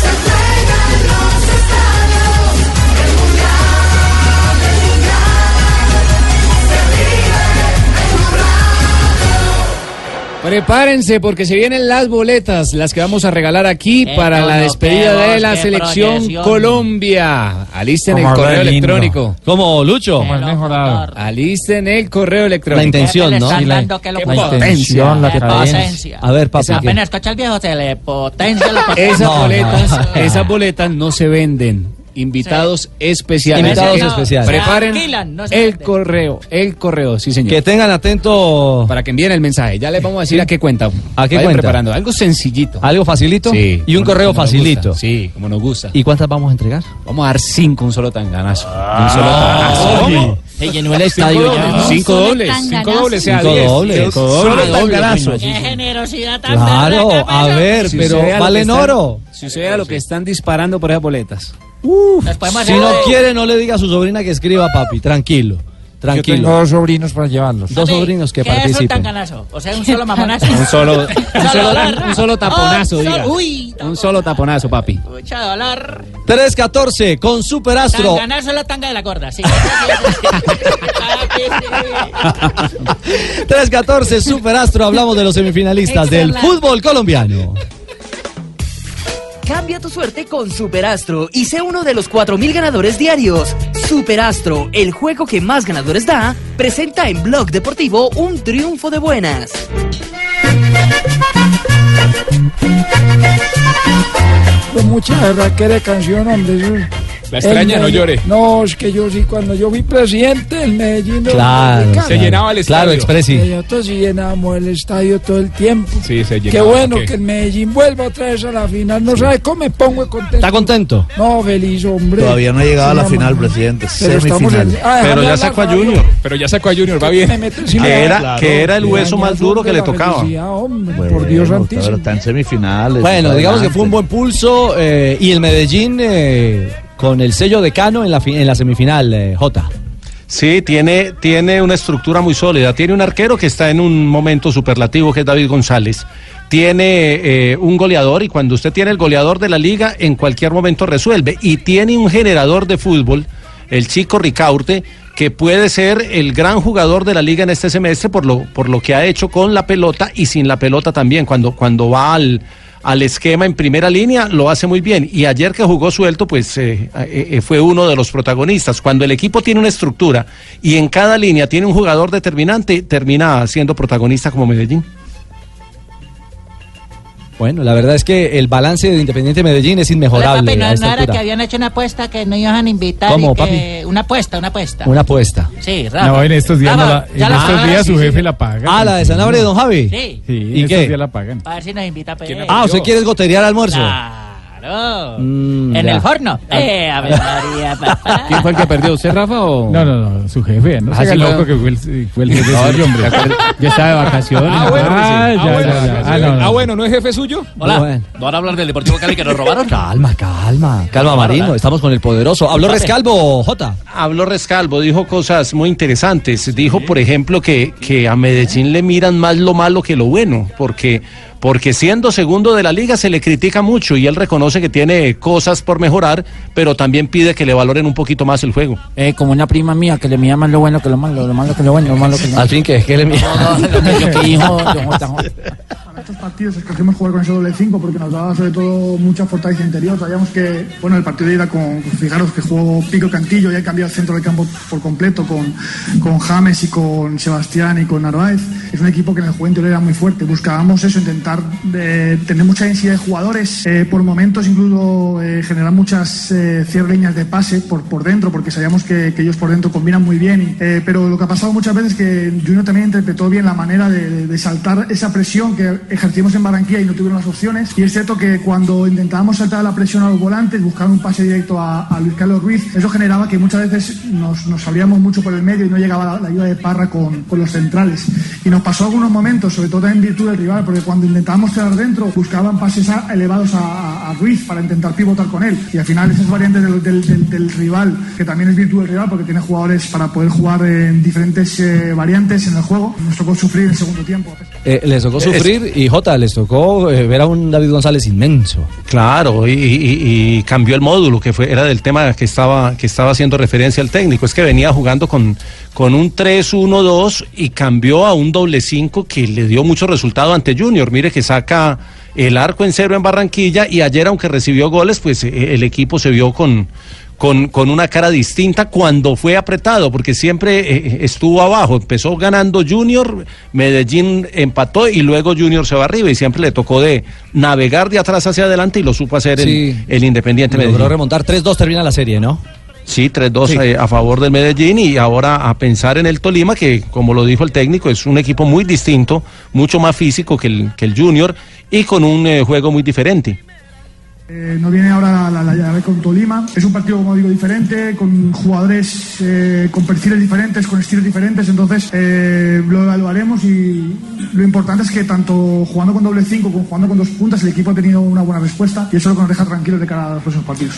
Speaker 6: se juega en los estadios. El mundial, el mundial, se vive en un
Speaker 17: Prepárense porque se vienen las boletas, las que vamos a regalar aquí para la despedida de la selección Colombia. Alisten el
Speaker 9: Como
Speaker 17: correo
Speaker 9: re lindo.
Speaker 17: electrónico.
Speaker 9: Como Oh, Lucho.
Speaker 17: Alisten el correo electrónico.
Speaker 9: La intención, ¿no?
Speaker 17: Sí, la- Qué potencia.
Speaker 9: la cadencia. A ver, papi.
Speaker 17: Esa-
Speaker 9: ¿qué?
Speaker 11: Apenas escucha el viejo, se le potencia la
Speaker 17: Esas
Speaker 9: No,
Speaker 17: boletas,
Speaker 9: no.
Speaker 17: esas boletas no se venden. Invitados especiales.
Speaker 9: Invitados
Speaker 17: Así que
Speaker 9: especiales.
Speaker 17: Preparen
Speaker 11: Tranquilan, no se
Speaker 17: el correo, el correo, sí señor.
Speaker 9: Que tengan atento
Speaker 17: para que envíen el mensaje. Ya les vamos a decir a qué cuenta.
Speaker 9: ¿A qué
Speaker 17: Vayan
Speaker 9: cuenta?
Speaker 17: preparando algo sencillito.
Speaker 9: ¿Algo facilito?
Speaker 17: Sí.
Speaker 9: Y un
Speaker 17: como-
Speaker 9: correo
Speaker 17: como nos gusta.
Speaker 9: facilito.
Speaker 17: Sí, como nos gusta.
Speaker 9: ¿Y cuántas vamos a entregar?
Speaker 17: Vamos a dar cinco, un solo tanganazo.
Speaker 9: Ah,
Speaker 17: un solo tanganazo. ¿Cómo?
Speaker 11: Se llenó el estadio
Speaker 17: dobles,
Speaker 11: ya. Ah,
Speaker 17: Cinco dobles, cinco dobles, o sea,
Speaker 9: Cinco
Speaker 17: diez.
Speaker 9: dobles.
Speaker 17: Solo
Speaker 9: Dobles,
Speaker 17: tanganazos.
Speaker 11: Qué generosidad tan
Speaker 9: Claro,
Speaker 11: berraca,
Speaker 9: a
Speaker 11: pero-
Speaker 9: ver,
Speaker 17: Si
Speaker 9: pero
Speaker 17: usted vea lo
Speaker 9: valen
Speaker 17: que están-
Speaker 9: oro.
Speaker 17: Si usted vea lo que están disparando por esas boletas.
Speaker 11: Nos podemos
Speaker 9: Si
Speaker 11: hacer
Speaker 9: no
Speaker 11: de-
Speaker 9: quiere, no le diga a su sobrina que escriba, papi. Tranquilo. Tranquilo.
Speaker 32: tengo dos sobrinos para llevarlos.
Speaker 9: Dos sobrinos que
Speaker 11: ¿Qué es un
Speaker 9: participen.
Speaker 11: tanganazo? O sea, un solo mamonazo.
Speaker 17: Un solo, un solo,
Speaker 11: dólar.
Speaker 17: un solo taponazo,
Speaker 11: Un solo-
Speaker 17: diga.
Speaker 11: Uy,
Speaker 17: Un solo taponazo, papi.
Speaker 11: mucho dólar.
Speaker 9: 314 con Superastro.
Speaker 11: Tanganazo es la tanga de la gorda, sí.
Speaker 9: 314 Superastro. Hablamos de los semifinalistas del fútbol colombiano.
Speaker 21: Cambia tu suerte con Superastro y sé uno de los 4.000 ganadores diarios. Superastro, el juego que más ganadores da, presenta en Blog Deportivo un triunfo de buenas.
Speaker 22: pues. Con mucha berraquera de canción, hombre. eso es-
Speaker 27: La extraña,
Speaker 22: El
Speaker 27: no
Speaker 22: Medellín-
Speaker 27: llore.
Speaker 22: No, es que yo sí, cuando yo fui presidente del Medellín.
Speaker 27: Claro,
Speaker 22: Dominicano,
Speaker 27: Se llenaba el claro, estadio. Expresi.
Speaker 22: Eh, Nosotros sí llenábamos el estadio todo el tiempo.
Speaker 27: Sí, se
Speaker 22: Qué
Speaker 27: llenaba,
Speaker 22: bueno
Speaker 27: ¿qué?
Speaker 22: que el Medellín vuelva otra vez a la final. No sabe cómo me pongo de contento.
Speaker 9: ¿Está contento?
Speaker 22: No, feliz, hombre.
Speaker 18: Todavía no ha llegado a la
Speaker 22: Sí,
Speaker 18: final,
Speaker 22: mamá.
Speaker 18: presidente.
Speaker 22: Pero estamos
Speaker 18: Semifinal.
Speaker 22: en- Ah, déjame hablar, Fabio.
Speaker 27: Pero ya sacó a Junior, va
Speaker 22: Me
Speaker 27: bien.
Speaker 22: meto encima de- Claro. Qué añazón de la felicidad, hombre, por Dios santísimo.
Speaker 18: Pero está en semifinales.
Speaker 9: Bueno,
Speaker 18: está
Speaker 9: digamos que
Speaker 18: adelante.
Speaker 9: fue un buen pulso eh, y el Medellín eh, con el sello de Cano en la, fi- en la semifinal, eh, J.
Speaker 14: Sí, tiene, tiene una estructura muy sólida. Tiene un arquero que está en un momento superlativo, que es David González. Tiene eh, un goleador y cuando usted tiene el goleador de la liga, en cualquier momento resuelve. Y tiene un generador de fútbol, el chico Ricaurte, que puede ser el gran jugador de la liga en este semestre por lo, por lo que ha hecho con la pelota y sin la pelota también. Cuando, cuando va al, al esquema en primera línea, lo hace muy bien. Y ayer que jugó suelto, pues eh, eh, eh, fue uno de los protagonistas. Cuando el equipo tiene una estructura y en cada línea tiene un jugador determinante, termina siendo protagonista como Medellín.
Speaker 9: Bueno, la verdad es que el balance de Independiente Medellín es
Speaker 11: Hola,
Speaker 9: inmejorable.
Speaker 11: papi,
Speaker 9: a
Speaker 11: no,
Speaker 9: esta
Speaker 11: no era que
Speaker 9: altura.
Speaker 11: habían hecho una apuesta que no iban a invitar.
Speaker 9: ¿Cómo,
Speaker 11: y que- Una apuesta, una apuesta.
Speaker 9: Una apuesta.
Speaker 11: Sí, Rafa.
Speaker 9: pues,
Speaker 32: No, en estos días, no la-
Speaker 11: Rafa, ya
Speaker 32: en
Speaker 11: la
Speaker 32: estos
Speaker 11: pagaron,
Speaker 32: días su
Speaker 11: sí,
Speaker 32: jefe
Speaker 11: sí.
Speaker 32: la paga.
Speaker 9: Ah, la de Sanabria de Don Javi.
Speaker 11: Sí.
Speaker 32: Sí,
Speaker 9: ¿Y
Speaker 32: en estos
Speaker 9: qué?
Speaker 32: días la pagan.
Speaker 21: pues.
Speaker 11: A ver si nos invita a
Speaker 9: Ah, ¿usted quiere goterear almuerzo? Mm.
Speaker 11: Claro.
Speaker 23: Claro. en el horno. Eh, Ave María, papá.
Speaker 32: ¿Quién fue
Speaker 17: Ah.
Speaker 32: el que perdió? ¿Usted, Rafa? O... No, no, no, su jefe. No
Speaker 14: Ah,
Speaker 32: se haga
Speaker 14: sí,
Speaker 32: loco
Speaker 14: claro.
Speaker 32: que fue el, fue el jefe
Speaker 14: No,
Speaker 32: suyo, hombre.
Speaker 14: yo estaba de vacaciones.
Speaker 10: Ah, bueno, sí.
Speaker 32: Ah,
Speaker 10: Ah,
Speaker 32: ya,
Speaker 10: bueno,
Speaker 32: ya, ya.
Speaker 10: sí,
Speaker 32: Ah,
Speaker 10: sí.
Speaker 32: no, no.
Speaker 10: Ah, bueno, ¿no es jefe suyo?
Speaker 11: Hola, ¿no van a hablar del Deportivo Cali que nos robaron?
Speaker 9: Calma, calma. Calma, Marino. Estamos con el poderoso. Habló Rescalvo, J.
Speaker 14: Habló Rescalvo, dijo cosas muy interesantes. Dijo, por ejemplo, que, que a Medellín le miran más lo malo que lo bueno, porque, porque siendo segundo de la liga se le critica mucho y él reconoce que tiene cosas por mejorar, pero también pide que le valoren un poquito más el juego.
Speaker 11: Eh, como una prima mía que le mira más lo bueno que lo malo, lo malo que lo bueno, lo malo que lo
Speaker 14: Ah,
Speaker 11: malo.
Speaker 9: Al fin que es que le mira.
Speaker 11: Yo que hijo, yo
Speaker 25: estos partidos escogimos jugar con ese doble 5 porque nos daba sobre todo mucha fortaleza interior. Sabíamos que, bueno, el partido de ida con, fijaros que jugó Pico Cantillo, ya cambiado el centro del campo por completo con, con James y con Sebastián y con Narváez. Es un equipo que en el juego interior era muy fuerte. Buscábamos eso, intentar eh, tener mucha densidad de jugadores, eh, por momentos incluso eh, generar muchas eh, ciertas líneas de pase por, por dentro, porque sabíamos que, que ellos por dentro combinan muy bien. y, eh, pero lo que ha pasado muchas veces es que Junior también interpretó bien la manera de, de- de saltar esa presión que ejercimos en Barranquilla y no tuvieron las opciones. Y es cierto que cuando intentábamos saltar la presión a los volantes, buscar un pase directo a, a Luis Carlos Ruiz, eso generaba que muchas veces nos, nos salíamos mucho por el medio y no llegaba la, la ayuda de Parra con, con los centrales. Y nos pasó algunos momentos, sobre todo en virtud del rival, porque cuando intentábamos quedar dentro, buscaban pases a- elevados a, a- a Ruiz para intentar pivotar con él. Y al final esas variantes del, del- del- del rival, que también es virtud del rival, porque tiene jugadores para poder jugar en diferentes eh, variantes en el juego, nos tocó sufrir el segundo tiempo.
Speaker 9: Eh, les tocó
Speaker 14: Es-
Speaker 9: sufrir y J, les tocó eh, ver a un David González inmenso.
Speaker 14: Claro, y, y- y cambió el módulo, que fue, era del tema que estaba, que estaba haciendo referencia el técnico. Es que venía jugando con, con un 3-1-2 y cambió a un doble 5 que le dio mucho resultado ante Junior. Mire que saca el arco en cero en Barranquilla y ayer, aunque recibió goles, pues eh, el equipo se vio con, con, con una cara distinta cuando fue apretado, porque siempre eh, estuvo abajo. Empezó ganando Junior, Medellín empató y luego Junior se va arriba y siempre le tocó de navegar de atrás hacia adelante y lo supo hacer el-
Speaker 9: Sí.
Speaker 14: el, Independiente Medellín.
Speaker 9: Logró remontar 3-2, termina la serie, ¿no?
Speaker 14: Sí, 3-2 eh, a favor del Medellín y ahora a pensar en el Tolima, que como lo dijo el técnico, es un equipo muy distinto, mucho más físico que el, que el Junior y con un eh, juego muy diferente.
Speaker 25: Eh, no viene ahora la, la llave con Tolima. Es un partido, como digo, diferente, con jugadores eh, con perfiles diferentes, con estilos diferentes. Entonces eh, lo evaluaremos y lo importante es que tanto jugando con doble 5 como jugando con dos puntas, el equipo ha tenido una buena respuesta y eso es lo que nos deja tranquilos de cara a los próximos partidos.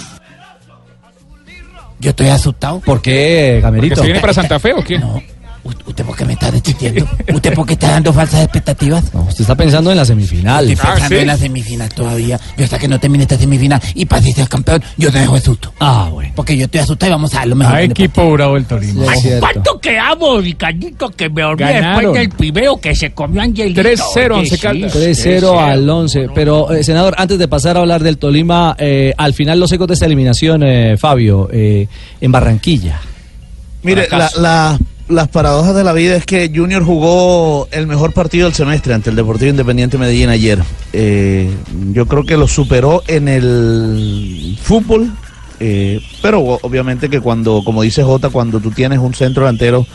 Speaker 11: Yo estoy asustado.
Speaker 9: ¿Por qué, Camerito?
Speaker 11: ¿Porque se viene para
Speaker 9: Santa Fe o qué? No. pues
Speaker 11: ¿Usted por qué me está despidiendo? ¿Usted por qué está dando falsas expectativas? No,
Speaker 9: usted está pensando en la semifinal.
Speaker 11: Estoy pensando en la semifinal todavía. Yo hasta que no termine este esta semifinal y pase ser campeón, yo te dejo de susto.
Speaker 9: Ah, bueno.
Speaker 11: Porque yo estoy asustado y vamos a lo mejor.
Speaker 32: Ah,
Speaker 11: del
Speaker 32: equipo bravo el Tolima.
Speaker 11: Ay,
Speaker 32: Cierto.
Speaker 23: ¿Cuánto quedamos, Ricardito, que me dormí
Speaker 32: Ganaron.
Speaker 23: después del primero que se comió Angelito?
Speaker 9: 3-0
Speaker 23: Oye,
Speaker 9: Once
Speaker 23: sí,
Speaker 9: Caldas. 3-0 al 11. Pero, eh, senador, antes de pasar a hablar del Tolima, eh, al final los ecos de esta eliminación, eh, Fabio, eh, en Barranquilla.
Speaker 18: Mire, la- la- las paradojas de la vida es que Junior jugó el mejor partido del semestre ante el Deportivo Independiente Medellín ayer. Eh, yo creo que lo superó en el fútbol, eh, pero o- obviamente que cuando, como dice Jota, cuando tú tienes un centro delantero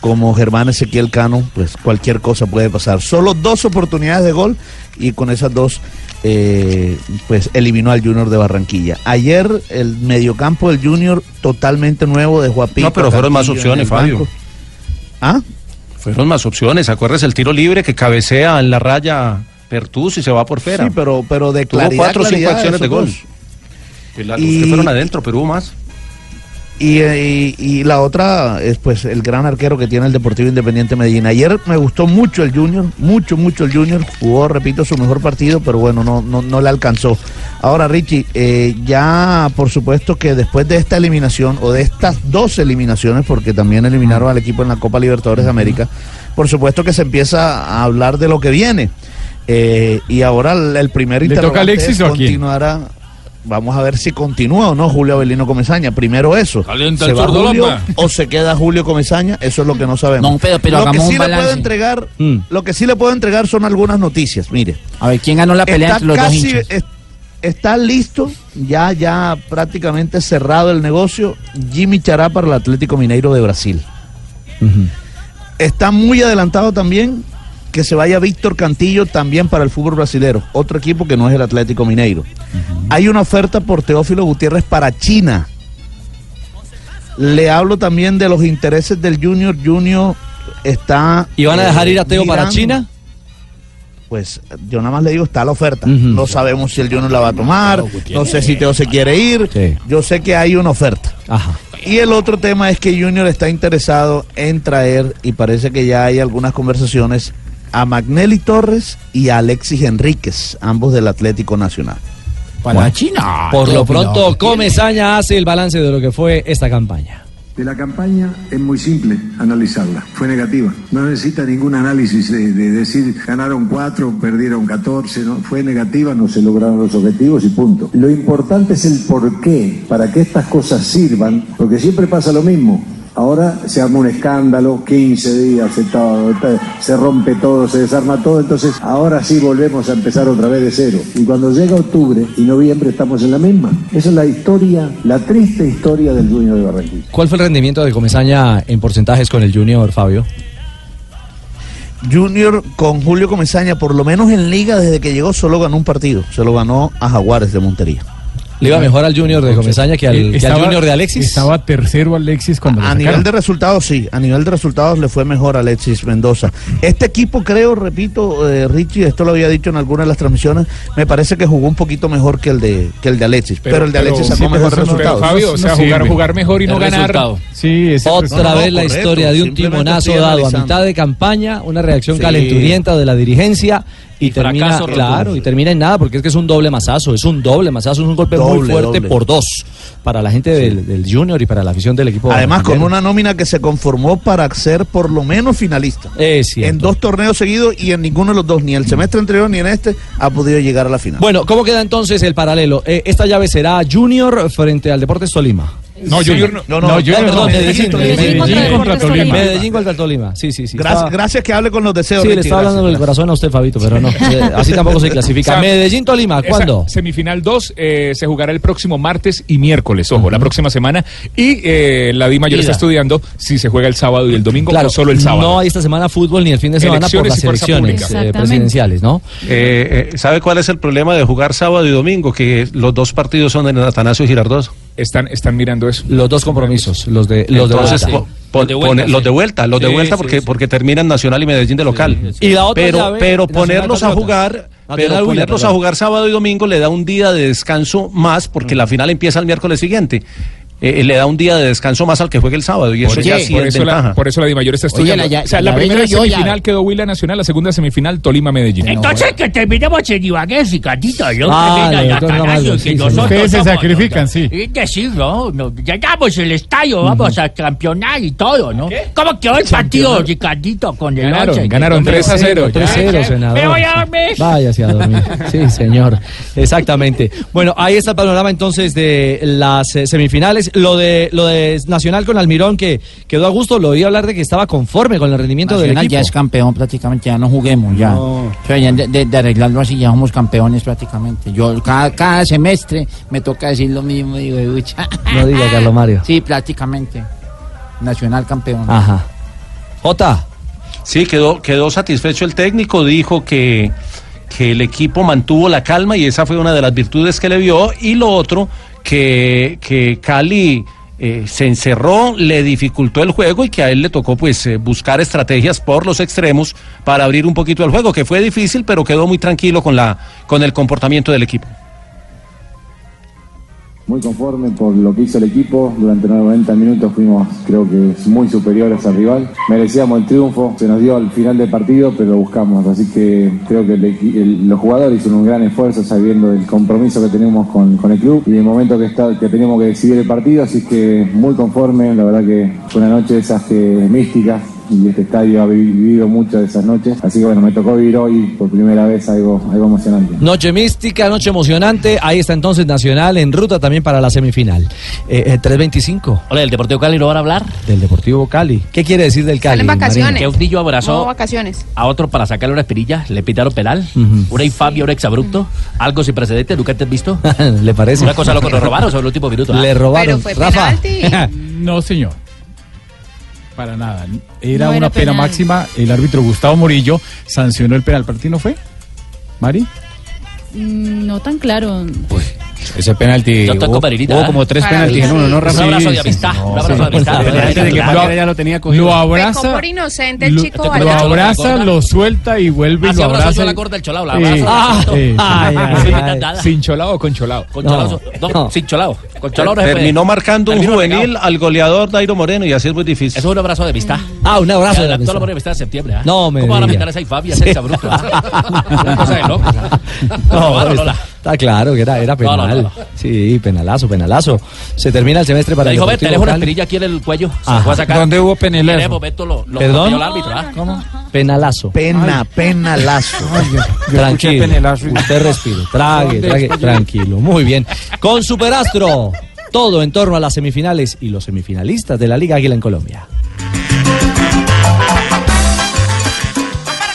Speaker 18: como Germán Ezequiel Cano, pues cualquier cosa puede pasar. Solo dos oportunidades de gol y con esas dos, eh, pues eliminó al Junior de Barranquilla. Ayer el mediocampo del Junior totalmente nuevo de Juapito.
Speaker 14: No, pero fueron más
Speaker 18: Cantillo en
Speaker 14: opciones,
Speaker 18: el
Speaker 14: Fabio.
Speaker 18: banco. ¿Ah?
Speaker 14: Fueron más opciones. Acuérdese el tiro libre que cabecea en la raya Pertus y se va por fuera.
Speaker 18: Sí, pero, pero de
Speaker 14: Tuvo
Speaker 18: claridad,
Speaker 14: cuatro o cinco
Speaker 18: claridad,
Speaker 14: acciones de
Speaker 18: esos
Speaker 14: gol.
Speaker 18: dos.
Speaker 14: Que la-
Speaker 18: Y-
Speaker 14: los que fueron adentro, pero hubo más.
Speaker 18: Y, eh, y- y la otra es pues el gran arquero que tiene el Deportivo Independiente Medellín. Ayer me gustó mucho el Junior, mucho, mucho el Junior. Jugó, repito, su mejor partido, pero bueno, no, no, no le alcanzó. Ahora, Richie, eh, ya por supuesto que después de esta eliminación, o de estas dos eliminaciones, porque también eliminaron al equipo en la Copa Libertadores de América, por supuesto que se empieza a hablar de lo que viene. Eh, y ahora el el primer
Speaker 32: ¿Le toca a
Speaker 18: interrogante
Speaker 32: Alexis
Speaker 18: es
Speaker 32: o a quién?
Speaker 18: continuará vamos a ver si continúa o no Julio Avelino Comesaña. Primero eso.
Speaker 11: Calienta
Speaker 18: ¿Se
Speaker 11: el
Speaker 18: va
Speaker 11: Sordolapa.
Speaker 18: Julio o se queda Julio Comesaña? Eso es lo que no sabemos.
Speaker 11: No, pero- pero
Speaker 18: lo que
Speaker 11: hagamos
Speaker 18: sí
Speaker 11: un
Speaker 18: le puedo
Speaker 11: balance.
Speaker 18: entregar,
Speaker 11: Mm.
Speaker 18: lo que sí le puedo entregar son algunas noticias. Mire,
Speaker 11: A ver, ¿quién ganó la pelea
Speaker 18: está
Speaker 11: entre los dos
Speaker 18: casi,
Speaker 11: hinchas?
Speaker 18: es- está listo, ya, ya prácticamente cerrado el negocio. Jimmy Chará para el Atlético Mineiro de Brasil. Está muy adelantado también que se vaya Víctor Cantillo también para el fútbol brasilero, otro equipo que no es el Atlético Mineiro. Hay una oferta por Teófilo Gutiérrez para China. Le hablo también de los intereses del Junior. Junior está.
Speaker 9: ¿Y van a
Speaker 18: eh,
Speaker 9: dejar ir a Teo para
Speaker 18: mirando-
Speaker 9: China?
Speaker 18: Pues yo nada más le digo, está la oferta. No sabemos si el Junior la va a tomar, no sé si Teo se quiere ir. Yo sé que hay una oferta. Y el otro tema es que Junior está interesado en traer, y parece que ya hay algunas conversaciones, a Magnelli Torres y a Alexis Enríquez, ambos del Atlético Nacional.
Speaker 9: Para
Speaker 18: China.
Speaker 9: Por lo pronto, Comezaña hace el balance de lo que fue esta campaña.
Speaker 7: De la campaña es muy simple analizarla. Fue negativa. No necesita ningún análisis de, de decir ganaron 4, perdieron 14. ¿no? Fue negativa, no se lograron los objetivos y punto. Lo importante es el por qué, para que estas cosas sirvan, porque siempre pasa lo mismo. Ahora se arma un escándalo, 15 días, se, to- te- se rompe todo, se desarma todo, entonces ahora sí volvemos a empezar otra vez de cero. Y cuando llega octubre y noviembre estamos en la misma. Esa es la historia, la triste historia del dueño de Barranquilla.
Speaker 9: ¿Cuál fue el rendimiento de Comezaña en porcentajes con el Junior, Fabio?
Speaker 18: Junior con Julio Comesaña, por lo menos en liga desde que llegó, solo ganó un partido. Se lo ganó a Jaguares de Montería.
Speaker 9: ¿Le iba mejor al Junior de Comesaña que al, que al
Speaker 18: Eh, Estaba-
Speaker 9: Junior de Alexis?
Speaker 18: estaba
Speaker 9: tercero Alexis cuando
Speaker 18: A nivel de resultados, sí. A nivel de resultados le fue mejor a Alexis Mendoza. Este equipo, creo, repito, eh, Richie, esto lo había dicho en alguna de las transmisiones, me parece que jugó un poquito mejor que el de, que el de Alexis. Pero, el de Alexis sacó mejor resultados.
Speaker 27: Fabio, o sea, jugar, jugar mejor y no ganar.
Speaker 18: Sí,
Speaker 9: Otra vez la historia de un timonazo dado a mitad de campaña, una reacción
Speaker 18: Sí.
Speaker 9: calenturienta de la dirigencia y, termina,
Speaker 18: fracaso rotundo.
Speaker 9: claro, y termina en nada porque es que es un doble masazo, es un doble masazo, es un golpe muy
Speaker 18: Doble,
Speaker 9: fuerte
Speaker 18: doble.
Speaker 9: por dos para la gente del, del Junior y para la afición del equipo.
Speaker 18: Además, con
Speaker 9: barranquillero.
Speaker 18: una nómina que se conformó para ser por lo menos finalista. En dos torneos seguidos y en ninguno de los dos, ni el semestre anterior ni en este, ha podido llegar a la final.
Speaker 9: Bueno, ¿cómo queda entonces el paralelo? Eh, esta llave será Junior frente al Deportes Tolima.
Speaker 18: No, Sí. Junior no. No, no, Junior
Speaker 9: perdón,
Speaker 18: no. Medellín
Speaker 9: Medellín,
Speaker 18: contra
Speaker 9: Medellín,
Speaker 18: Deportes
Speaker 9: Medellín
Speaker 18: Tolima.
Speaker 9: contra Tolima.
Speaker 18: Gracias.
Speaker 9: Medellín contra el Tolima, sí, sí, sí.
Speaker 18: Gracias,
Speaker 9: estaba-
Speaker 18: gracias que hable con los deseos.
Speaker 9: Sí, le
Speaker 18: Richie,
Speaker 9: estaba
Speaker 18: gracias.
Speaker 9: hablando del corazón a usted, Fabito, pero no. Eh, así tampoco se clasifica.
Speaker 27: O sea,
Speaker 9: Medellín-Tolima,
Speaker 27: esa
Speaker 9: ¿cuándo?
Speaker 27: Semifinal 2 eh, se jugará el próximo martes y miércoles, ojo, la próxima semana. Y eh, la Di Mayor
Speaker 9: Ida.
Speaker 27: está estudiando si se juega el sábado y el domingo
Speaker 9: Claro,
Speaker 27: o solo el sábado.
Speaker 9: No hay esta semana fútbol ni el fin de semana por
Speaker 27: Elecciones
Speaker 9: las
Speaker 27: y fuerza
Speaker 9: elecciones
Speaker 27: pública.
Speaker 9: eh,
Speaker 27: Exactamente.
Speaker 9: presidenciales, ¿no?
Speaker 14: Eh, eh, ¿Sabe cuál es el problema de jugar sábado y domingo? Que los dos partidos son en Atanasio Girardot.
Speaker 27: Están, están mirando eso.
Speaker 9: Los dos compromisos, los de, los
Speaker 14: Entonces,
Speaker 9: de
Speaker 14: po-
Speaker 9: vuelta.
Speaker 14: po- pone- los, de vuelta, los de vuelta,
Speaker 9: Sí, sí,
Speaker 14: porque, porque terminan Nacional y Medellín de local. Y la otra pero, llave, pero Nacional ponerlos a Patriotas. jugar, pero Nacional Huila, ponerlos a perdón. jugar sábado y domingo le da un día de descanso más porque la final empieza el miércoles siguiente. Eh, eh, le da un día de descanso más al que juegue el sábado y eso
Speaker 27: Por
Speaker 14: ya
Speaker 27: eso-
Speaker 14: sí
Speaker 27: por
Speaker 14: es
Speaker 27: eso la-
Speaker 14: ventaja.
Speaker 27: por eso la Di Mayor está
Speaker 14: Oye, la
Speaker 27: estudiando.
Speaker 14: ya-
Speaker 27: o sea,
Speaker 14: la
Speaker 27: la,
Speaker 14: ya
Speaker 27: primera
Speaker 14: veo yo, ya.
Speaker 27: semifinal quedó Huila Nacional, la segunda semifinal Tolima Medellín.
Speaker 16: Entonces que terminemos en Ibagué, Cicatito, yo
Speaker 27: Ah,
Speaker 16: que
Speaker 27: lo de
Speaker 16: venga
Speaker 27: Don Ramaldo,
Speaker 16: Atanasio,
Speaker 27: sí,
Speaker 16: que
Speaker 27: sí, sí.
Speaker 16: nosotros
Speaker 27: Ustedes se
Speaker 16: somos-
Speaker 27: sacrifican, sí.
Speaker 16: Es decir, no, no, llegamos al estadio, vamos a campeonar y todo, ¿no? ¿Cómo quedó el partido, Ricardito, con el
Speaker 27: Ganaron,
Speaker 16: once?
Speaker 27: ganaron
Speaker 16: Yo me-
Speaker 27: 3 a 0.
Speaker 9: 3-0, senador.
Speaker 16: Me voy a dormir.
Speaker 9: Váyase a dormir. Sí, señor. Exactamente. Bueno, ahí está el panorama entonces de las eh, semifinales. Lo de, lo de Nacional con Almirón, que quedó a gusto, lo oí hablar de que estaba conforme con el rendimiento del
Speaker 11: Nacional
Speaker 9: equipo.
Speaker 11: ya es campeón prácticamente, ya no juguemos, ya. O sea, ya de, de- de arreglarlo así, ya somos campeones prácticamente. Yo cada, cada semestre me toca decir lo mismo, digo, "Ucha".
Speaker 9: No diga, Carlos Mario.
Speaker 11: Sí, prácticamente. Nacional campeón.
Speaker 9: Ajá. Jota.
Speaker 14: Sí, quedó, quedó satisfecho el técnico, dijo que, que el equipo mantuvo la calma y esa fue una de las virtudes que le vio. Y lo otro, que, que Cali eh, se encerró, le dificultó el juego y que a él le tocó pues eh, buscar estrategias por los extremos para abrir un poquito el juego, que fue difícil, pero quedó muy tranquilo con, la, con el comportamiento del equipo.
Speaker 7: Muy conforme por lo que hizo el equipo. Durante 90 minutos fuimos, creo que, muy superiores al rival. Merecíamos el triunfo. Se nos dio al final del partido, pero lo buscamos. Así que creo que el equi- el- los jugadores hicieron un gran esfuerzo sabiendo el compromiso que tenemos con, con el club y el momento que, está, que tenemos que decidir el partido. Así que muy conforme. La verdad que fue una noche de esas que, místicas. Y este estadio ha vivido muchas de esas noches. Así que bueno, me tocó vivir hoy por primera vez algo, algo emocionante.
Speaker 9: Noche mística, noche emocionante. Ahí está entonces Nacional en ruta también para la semifinal. Eh, eh, 3.25.
Speaker 19: Hola, ¿del Deportivo Cali no van a hablar?
Speaker 9: Del Deportivo Cali. ¿Qué quiere decir del Cali?
Speaker 8: Salen vacaciones.
Speaker 19: Que un niño abrazó
Speaker 8: No, vacaciones.
Speaker 19: a otro para sacarle una espirilla, le pitaron penal, una infamia, un exabrupto, algo sin precedente, nunca te has visto.
Speaker 9: Marín? ¿Le parece?
Speaker 19: Una cosa loco, lo robaron sobre el último minuto.
Speaker 16: Ah.
Speaker 9: Le robaron.
Speaker 8: Pero fue
Speaker 9: Rafa.
Speaker 8: penalti.
Speaker 32: no, señor.
Speaker 10: Para nada. Era, no era una pena penal. máxima. El árbitro Gustavo Murillo sancionó el penal. ¿Para ti no fue? ¿Mari?
Speaker 3: Mm, no tan claro.
Speaker 10: Pues. Ese penalti.
Speaker 19: Hubo,
Speaker 10: hubo, como tres Para penaltis en uno, ¿no, Rafa?
Speaker 19: Un abrazo de amistad. Sí, sí, no, un abrazo sí, de amistad.
Speaker 10: Antes de que Pantera ya lo tenía cogido. Lo abraza.
Speaker 22: Pecó por inocente el chico
Speaker 10: Lo, lo abraza, lo suelta y vuelve
Speaker 19: Así
Speaker 10: y lo abraza.
Speaker 19: la corta el cholao, la abrazo. Ah, ay,
Speaker 10: ay, ay, ¿Sin cholao o con cholao?
Speaker 19: Con cholao. No, no, sin cholao. Con cholao no
Speaker 23: Terminó marcando un juvenil al goleador Dairo Moreno y así es muy difícil.
Speaker 19: Eso es un abrazo de amistad.
Speaker 9: Ah, un abrazo de
Speaker 19: amistad. la amistad de septiembre. ¿ah?
Speaker 9: No, me
Speaker 19: ¿Cómo van a meter a esa infamia, esa exabrupta? Una cosa de locos.
Speaker 9: este
Speaker 19: No,
Speaker 9: Está claro que era, era penal. No, no, no. Sí, penalazo, penalazo. Se termina el semestre este para
Speaker 19: Le dijo, el dejo una estrella aquí en el cuello.
Speaker 10: Ajá. Se fue a sacar. ¿Dónde hubo penalazo?
Speaker 9: ¿Perdón? El árbitro, ¿ah? ¿Cómo? Penalazo.
Speaker 33: Pena, Ay. penalazo. Ay,
Speaker 9: yo, yo tranquilo. Penalazo y... Usted respire. Trague, trague. Tranquilo. Muy bien. Con Superastro. Todo en torno a las semifinales y los semifinalistas de la Liga Águila en Colombia.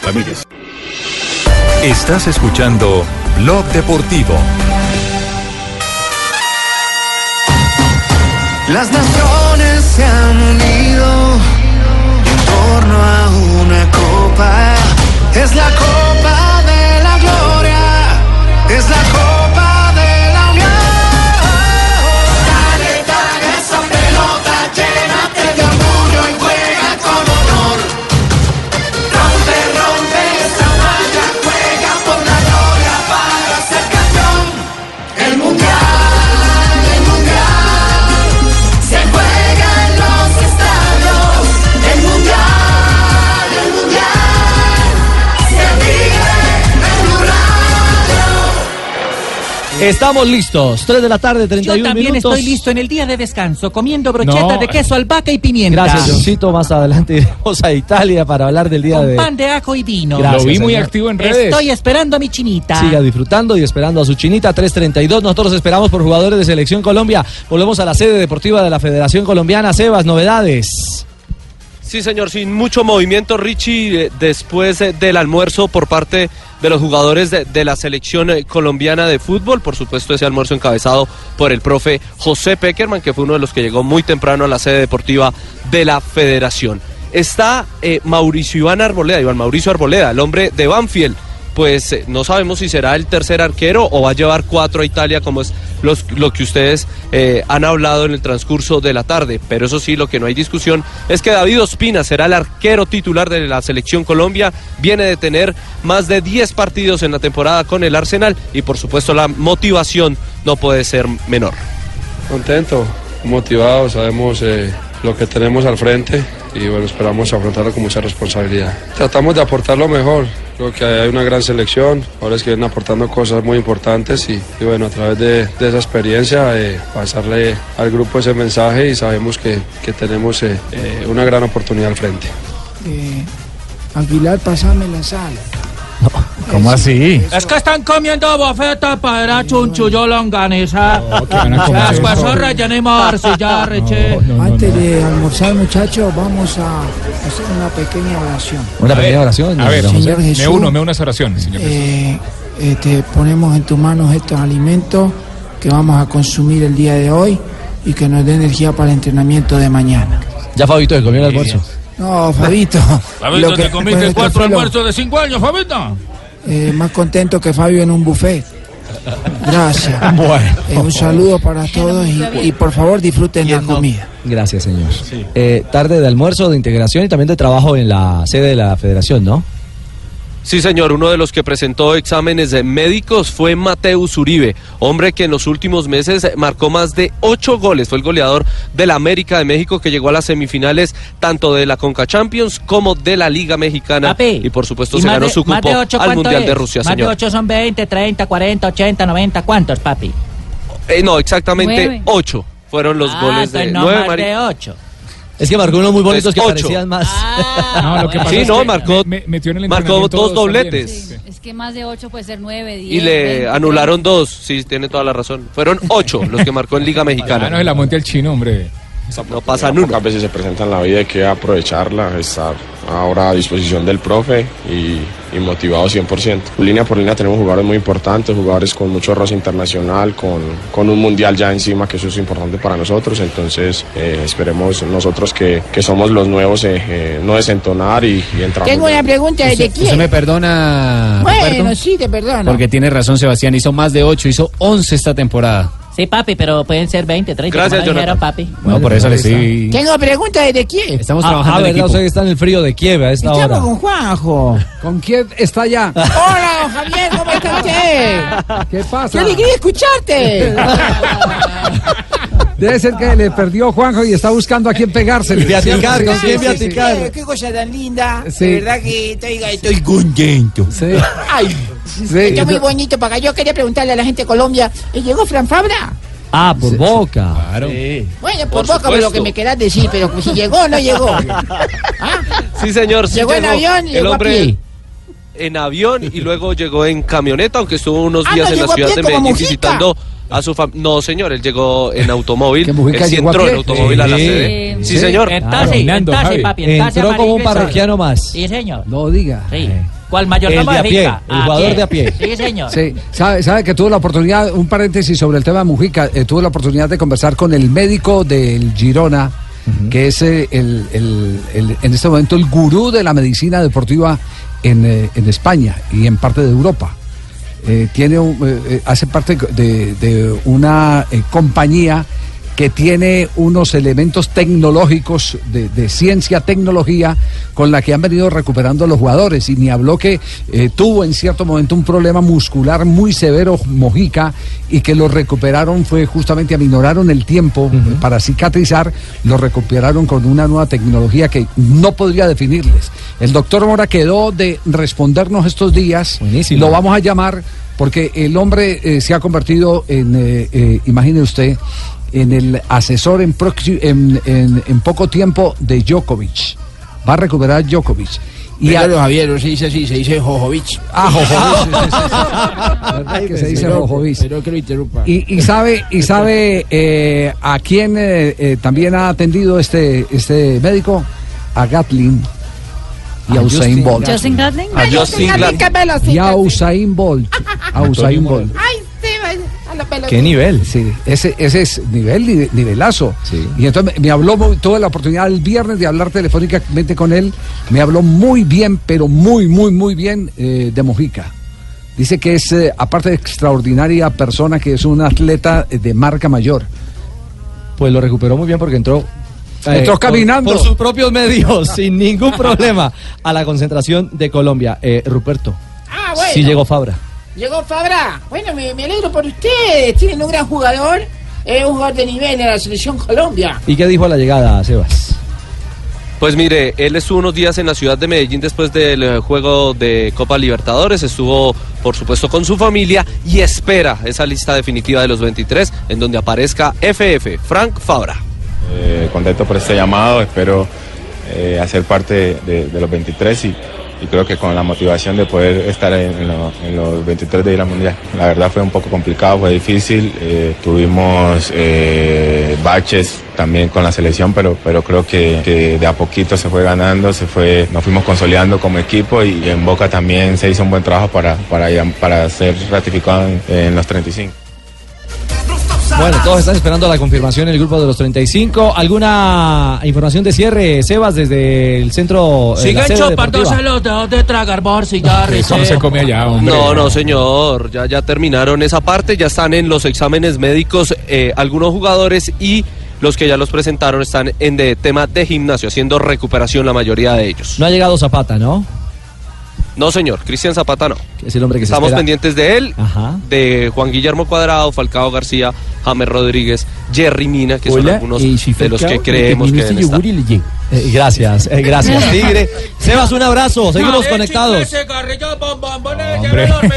Speaker 26: Ramírez. Estás escuchando Blog Deportivo.
Speaker 16: Las naciones se han unido en torno a una copa. Es la copa de la gloria. Es la copa de la unión. Dale, dale esa pelota, llénate de orgullo y juega con honor. Rompe, rompe esa malla, juega por la gloria para ser campeón. El mundial, el mundial, se juega en los estadios. El mundial, el mundial, se vive en Blue Radio.
Speaker 9: Estamos listos. 3 de la tarde, 31
Speaker 21: Yo también
Speaker 9: minutos.
Speaker 21: estoy listo en el día de descanso, comiendo brochetas
Speaker 9: No.
Speaker 21: de queso, albahaca y pimienta.
Speaker 9: Gracias, Johncito. Más adelante iremos a Italia para hablar del día
Speaker 21: Con
Speaker 9: de.
Speaker 21: pan de ajo y vino.
Speaker 9: Gracias, Lo vi muy señor.
Speaker 21: activo en redes. Estoy esperando a mi chinita.
Speaker 9: Siga disfrutando y esperando a su chinita 332. Nosotros esperamos por jugadores de Selección Colombia. Volvemos a la sede deportiva de la Federación Colombiana. Sebas, novedades.
Speaker 23: Sí, señor, sin mucho movimiento, Richie, eh, después eh, del almuerzo por parte de los jugadores de, de la selección eh, colombiana de fútbol. Por supuesto, ese almuerzo encabezado por el profe José Peckerman, que fue uno de los que llegó muy temprano a la sede deportiva de la federación. Está eh, Mauricio Iván Arboleda, Iván Mauricio Arboleda, el hombre de Banfield. Pues eh, no sabemos si será el tercer arquero o va a llevar cuatro a Italia, como es los- lo que ustedes eh, han hablado en el transcurso de la tarde. Pero eso sí, lo que no hay discusión es que David Ospina será el arquero titular de la selección Colombia. Viene de tener más de 10 partidos en la temporada con el Arsenal y por supuesto la motivación no puede ser menor.
Speaker 5: Contento, motivado, sabemos eh, lo que tenemos al frente y bueno, esperamos afrontarlo con mucha responsabilidad. Tratamos de aportar lo mejor, creo que hay una gran selección, ahora es que vienen aportando cosas muy importantes y, y bueno, a través de, de esa experiencia eh, pasarle al grupo ese mensaje y sabemos que, que tenemos eh, eh, una gran oportunidad al frente.
Speaker 13: Eh, Aguilar, pasame la sal.
Speaker 10: ¿Cómo así?
Speaker 21: Es que están comiendo bofeta, para chunchu, yo longaniza.
Speaker 3: Oh,
Speaker 10: van a comer
Speaker 21: Las
Speaker 10: eso.
Speaker 21: guasos relleno y morcilla, reche.
Speaker 27: Oh,
Speaker 13: Antes de almorzar, muchachos, vamos a hacer una pequeña oración.
Speaker 9: Una pequeña oración.
Speaker 27: A ver,
Speaker 13: Señor
Speaker 27: José, me
Speaker 13: Jesús.
Speaker 27: uno, me uno a esa oración, señor.
Speaker 13: Eh, eh, te ponemos en tus manos estos alimentos que vamos a consumir el día de hoy y que nos dé energía para el entrenamiento de mañana.
Speaker 9: Ya Fabito se comió el almuerzo.
Speaker 13: No, Fabito. lo que- pues, esto fue lo-
Speaker 21: de cinco años, Fabito?
Speaker 13: eh, más contento que Fabio en un buffet. Gracias. Eh, un saludo para todos y, y por favor disfruten la comida.
Speaker 9: Gracias, señor. Eh, tarde de almuerzo, de integración y también de trabajo en la sede de la Federación, ¿no?
Speaker 23: Sí, señor, uno de los que presentó exámenes eh, médicos fue Mateus Uribe, hombre que en los últimos meses eh, marcó más de ocho goles. Fue el goleador de la América de México que llegó a las semifinales tanto de la Conca Champions como de la Liga Mexicana. y por supuesto se
Speaker 21: más
Speaker 23: ganó
Speaker 21: de-
Speaker 23: su
Speaker 21: más de
Speaker 23: cupo
Speaker 21: ocho,
Speaker 23: al
Speaker 21: ¿cuánto
Speaker 23: Mundial
Speaker 21: es?
Speaker 23: de Rusia,
Speaker 21: Más de
Speaker 23: señor.
Speaker 21: 8 son 20, 30, 40, 80, 90. ¿Cuántos, papi?
Speaker 23: Eh, no, exactamente
Speaker 21: Nueve.
Speaker 23: ocho fueron los
Speaker 21: Ah,
Speaker 23: goles de
Speaker 21: entonces no
Speaker 23: nueve,
Speaker 21: más
Speaker 23: Mari.
Speaker 21: de 8.
Speaker 9: Es que marcó unos muy bonitos
Speaker 23: Entonces,
Speaker 9: que
Speaker 23: Pues,
Speaker 9: parecían
Speaker 23: ocho.
Speaker 9: más.
Speaker 17: Ah,
Speaker 27: No, lo
Speaker 21: Ah,
Speaker 27: que pasa
Speaker 23: sí,
Speaker 27: es
Speaker 23: no,
Speaker 27: que
Speaker 23: marcó,
Speaker 27: me- metió en el
Speaker 23: marcó
Speaker 27: entrenamiento
Speaker 23: dos
Speaker 27: también.
Speaker 23: dobletes.
Speaker 3: Es que más de 8 puede ser 9, 10.
Speaker 23: Y le anularon dos, sí, tiene toda la razón. Fueron ocho los que marcó en Liga Mexicana.
Speaker 27: Ah, no se la monte al chino, hombre.
Speaker 34: no pasa nunca.
Speaker 35: Pocas veces se presenta en la vida, hay que aprovecharla, estar ahora a disposición del profe y, y motivado 100%. Línea por línea tenemos jugadores muy importantes, jugadores con mucho roce internacional, con, con un mundial ya encima, que eso es importante para nosotros. Entonces eh, esperemos nosotros que, que somos los nuevos, eh, eh, no desentonar y, y entrar.
Speaker 32: Tengo una pregunta de quién.
Speaker 17: ¿Usted me perdona?
Speaker 32: Bueno,
Speaker 17: Roberto?
Speaker 32: sí, te perdono.
Speaker 17: Porque tiene razón Sebastián, hizo más de 8, hizo 11 esta temporada.
Speaker 21: Sí, papi, pero pueden ser 20, 30.
Speaker 17: Gracias,
Speaker 21: como dijeron,
Speaker 17: Jonathan.
Speaker 21: papi.
Speaker 17: No, por eso le sí.
Speaker 32: Tengo pregunta desde Kiev.
Speaker 17: Estamos
Speaker 9: Ah,
Speaker 17: trabajando
Speaker 9: ah,
Speaker 17: en
Speaker 9: verdad,
Speaker 17: equipo.
Speaker 9: usted está en el frío de Kiev a esta
Speaker 32: Estamos
Speaker 9: hora.
Speaker 32: con Juanjo.
Speaker 9: ¿Con quién está allá?
Speaker 32: Hola, don Javier, ¿cómo está usted?
Speaker 36: ¿Qué
Speaker 32: ¡Qué
Speaker 36: pasa?
Speaker 32: alegría escucharte!
Speaker 36: Debe ser que le perdió Juanjo y está buscando a quién pegarse.
Speaker 9: Viaticar, ¿con quién
Speaker 32: Qué- Qué cosa tan linda.
Speaker 36: Sí.
Speaker 32: De verdad que estoy, estoy
Speaker 36: contento. Sí.
Speaker 32: Ay, está muy bonito para acá. Yo quería preguntarle a la gente de Colombia, ¿eh, ¿llegó Fran Fabra?
Speaker 9: Ah, por boca. Claro.
Speaker 32: Bueno,
Speaker 9: Por
Speaker 32: por, poco pero lo
Speaker 9: supuesto.
Speaker 32: que me querás decir, pero si llegó o no llegó.
Speaker 23: Sí, señor. sí
Speaker 32: Llegó en avión y
Speaker 23: el
Speaker 32: llegó a
Speaker 23: hombre
Speaker 32: pie.
Speaker 23: en avión y luego llegó en camioneta, aunque estuvo unos
Speaker 32: Ah,
Speaker 23: días
Speaker 32: no,
Speaker 23: en la
Speaker 32: llegó a
Speaker 23: ciudad
Speaker 32: pie
Speaker 23: de
Speaker 32: como
Speaker 23: Medellín
Speaker 32: Mujica.
Speaker 23: visitando a su familia. No, señor, él llegó en automóvil.
Speaker 9: Mujica
Speaker 23: él sí
Speaker 9: llegó a
Speaker 23: entró en
Speaker 9: pie.
Speaker 23: automóvil a la
Speaker 9: Sí.
Speaker 23: sede. Sí,
Speaker 9: Sí.
Speaker 23: señor.
Speaker 9: En
Speaker 21: Taxi, en taxi, papi, en taxi
Speaker 9: Entró como un
Speaker 21: amarillo y
Speaker 9: parroquiano
Speaker 21: soy.
Speaker 9: más.
Speaker 21: Sí, señor.
Speaker 36: No diga.
Speaker 21: Sí.
Speaker 17: Eh.
Speaker 21: ¿Cuál mayor
Speaker 9: El de a pie,
Speaker 21: Fifa?
Speaker 9: el jugador de a pie.
Speaker 21: Sí, señor.
Speaker 36: Ah, Sí, Eh, sabe, sabe que tuvo la oportunidad, un paréntesis sobre el tema de Mujica, eh, tuvo la oportunidad de conversar con el médico del Girona, que es eh, el, el- el- en este momento el gurú de la medicina deportiva en, eh, en España y en parte de Europa. Eh, tiene, un- eh, eh, hace parte de, de una eh, compañía que tiene unos elementos tecnológicos de, de ciencia, tecnología, con la que han venido recuperando a los jugadores. Y ni habló que eh, tuvo en cierto momento un problema muscular muy severo, Mojica, y que lo recuperaron, fue justamente aminoraron el tiempo eh, para cicatrizar, lo recuperaron con una nueva tecnología que no podría definirles. El doctor Mora quedó de respondernos estos días, lo vamos a llamar, porque el hombre eh, se ha convertido en, eh, eh, imagine usted, en el asesor en, proxi- en, en- en poco tiempo de Djokovic. Va a recuperar Djokovic. Y a,
Speaker 32: Claro, Javier, no se dice así, se dice Jojovic.
Speaker 36: Ah, Jojovic, que se dice Jojovic.
Speaker 32: Pero que lo interrumpa.
Speaker 36: y, y sabe, y sabe eh, a quién eh, eh, también ha atendido este, este médico, a Gatlin y a
Speaker 12: A
Speaker 36: Usain
Speaker 12: Justin
Speaker 36: Bolt.
Speaker 12: Justin Gatlin.
Speaker 36: A Justin Gatlin. Y a Usain Bolt. A Ah, Usain Bolt.
Speaker 32: Ay, sí, a la pelota.
Speaker 36: nivel? Sí, ese, ese es nivel, nive- nivelazo. Y entonces me, me habló, muy- tuve la oportunidad el viernes de hablar telefónicamente con él. Me habló muy bien, pero muy, muy, muy bien eh, de Mojica. Dice que es, eh, aparte de extraordinaria persona, que es un atleta eh, de marca mayor.
Speaker 9: Pues lo recuperó muy bien porque entró. eh,
Speaker 36: Entró
Speaker 9: por-
Speaker 36: caminando.
Speaker 9: Por, sus propios medios, sin ningún problema, a la concentración de Colombia. Eh, Ruperto,
Speaker 32: Ah, bueno.
Speaker 9: sí llegó Fabra.
Speaker 32: Llegó Fabra. Bueno, me, me alegro por ustedes. Tienen un gran jugador. Es un jugador de nivel en la selección Colombia.
Speaker 9: ¿Y qué dijo a la llegada, Sebas?
Speaker 23: Pues mire, él estuvo unos días en la ciudad de Medellín después del eh, juego de Copa Libertadores, estuvo por supuesto con su familia y espera esa lista definitiva de los 23 en donde aparezca FF, Frank Fabra.
Speaker 37: Eh, contento por este llamado, espero eh, hacer parte de, de los 23 y, y creo que con la motivación de poder estar en, en lo- en los 23 de ir al Mundial. La verdad fue un poco complicado, fue difícil, eh, tuvimos eh, baches también con la selección, pero, pero creo que, que de a poquito se fue ganando, se fue, nos fuimos consolidando como equipo y en Boca también se hizo un buen trabajo para, para, para ser ratificado en- en los 35.
Speaker 9: Bueno, todos están esperando la confirmación en el grupo de los 35. ¿Alguna información de cierre, Sebas, desde el centro? eh, la sede
Speaker 38: Sigan
Speaker 9: deportiva?
Speaker 38: dos a los dos de tragar morcilla,
Speaker 9: ¿cómo se come allá, hombre?
Speaker 23: No, no, señor. Ya, ya terminaron esa parte, ya están en los exámenes médicos eh, algunos jugadores y los que ya los presentaron están en de, tema de gimnasio, haciendo recuperación la mayoría de ellos.
Speaker 9: No ha llegado Zapata, ¿no?
Speaker 23: No, señor, Cristian Zapata no.
Speaker 9: Es el hombre que se
Speaker 23: Estamos
Speaker 9: espera.
Speaker 23: pendientes de él, de Juan Guillermo Cuadrado, Falcao García, James Rodríguez, Jerry Mina, que son
Speaker 9: Hola,
Speaker 23: algunos
Speaker 9: eh, soy
Speaker 23: de los que
Speaker 9: Falcao,
Speaker 23: creemos
Speaker 9: y
Speaker 23: que
Speaker 9: termino
Speaker 23: deben
Speaker 9: este
Speaker 23: estar.
Speaker 9: yogur Eh, gracias, eh, gracias, Tigre. Sebas, un abrazo. Seguimos conectados.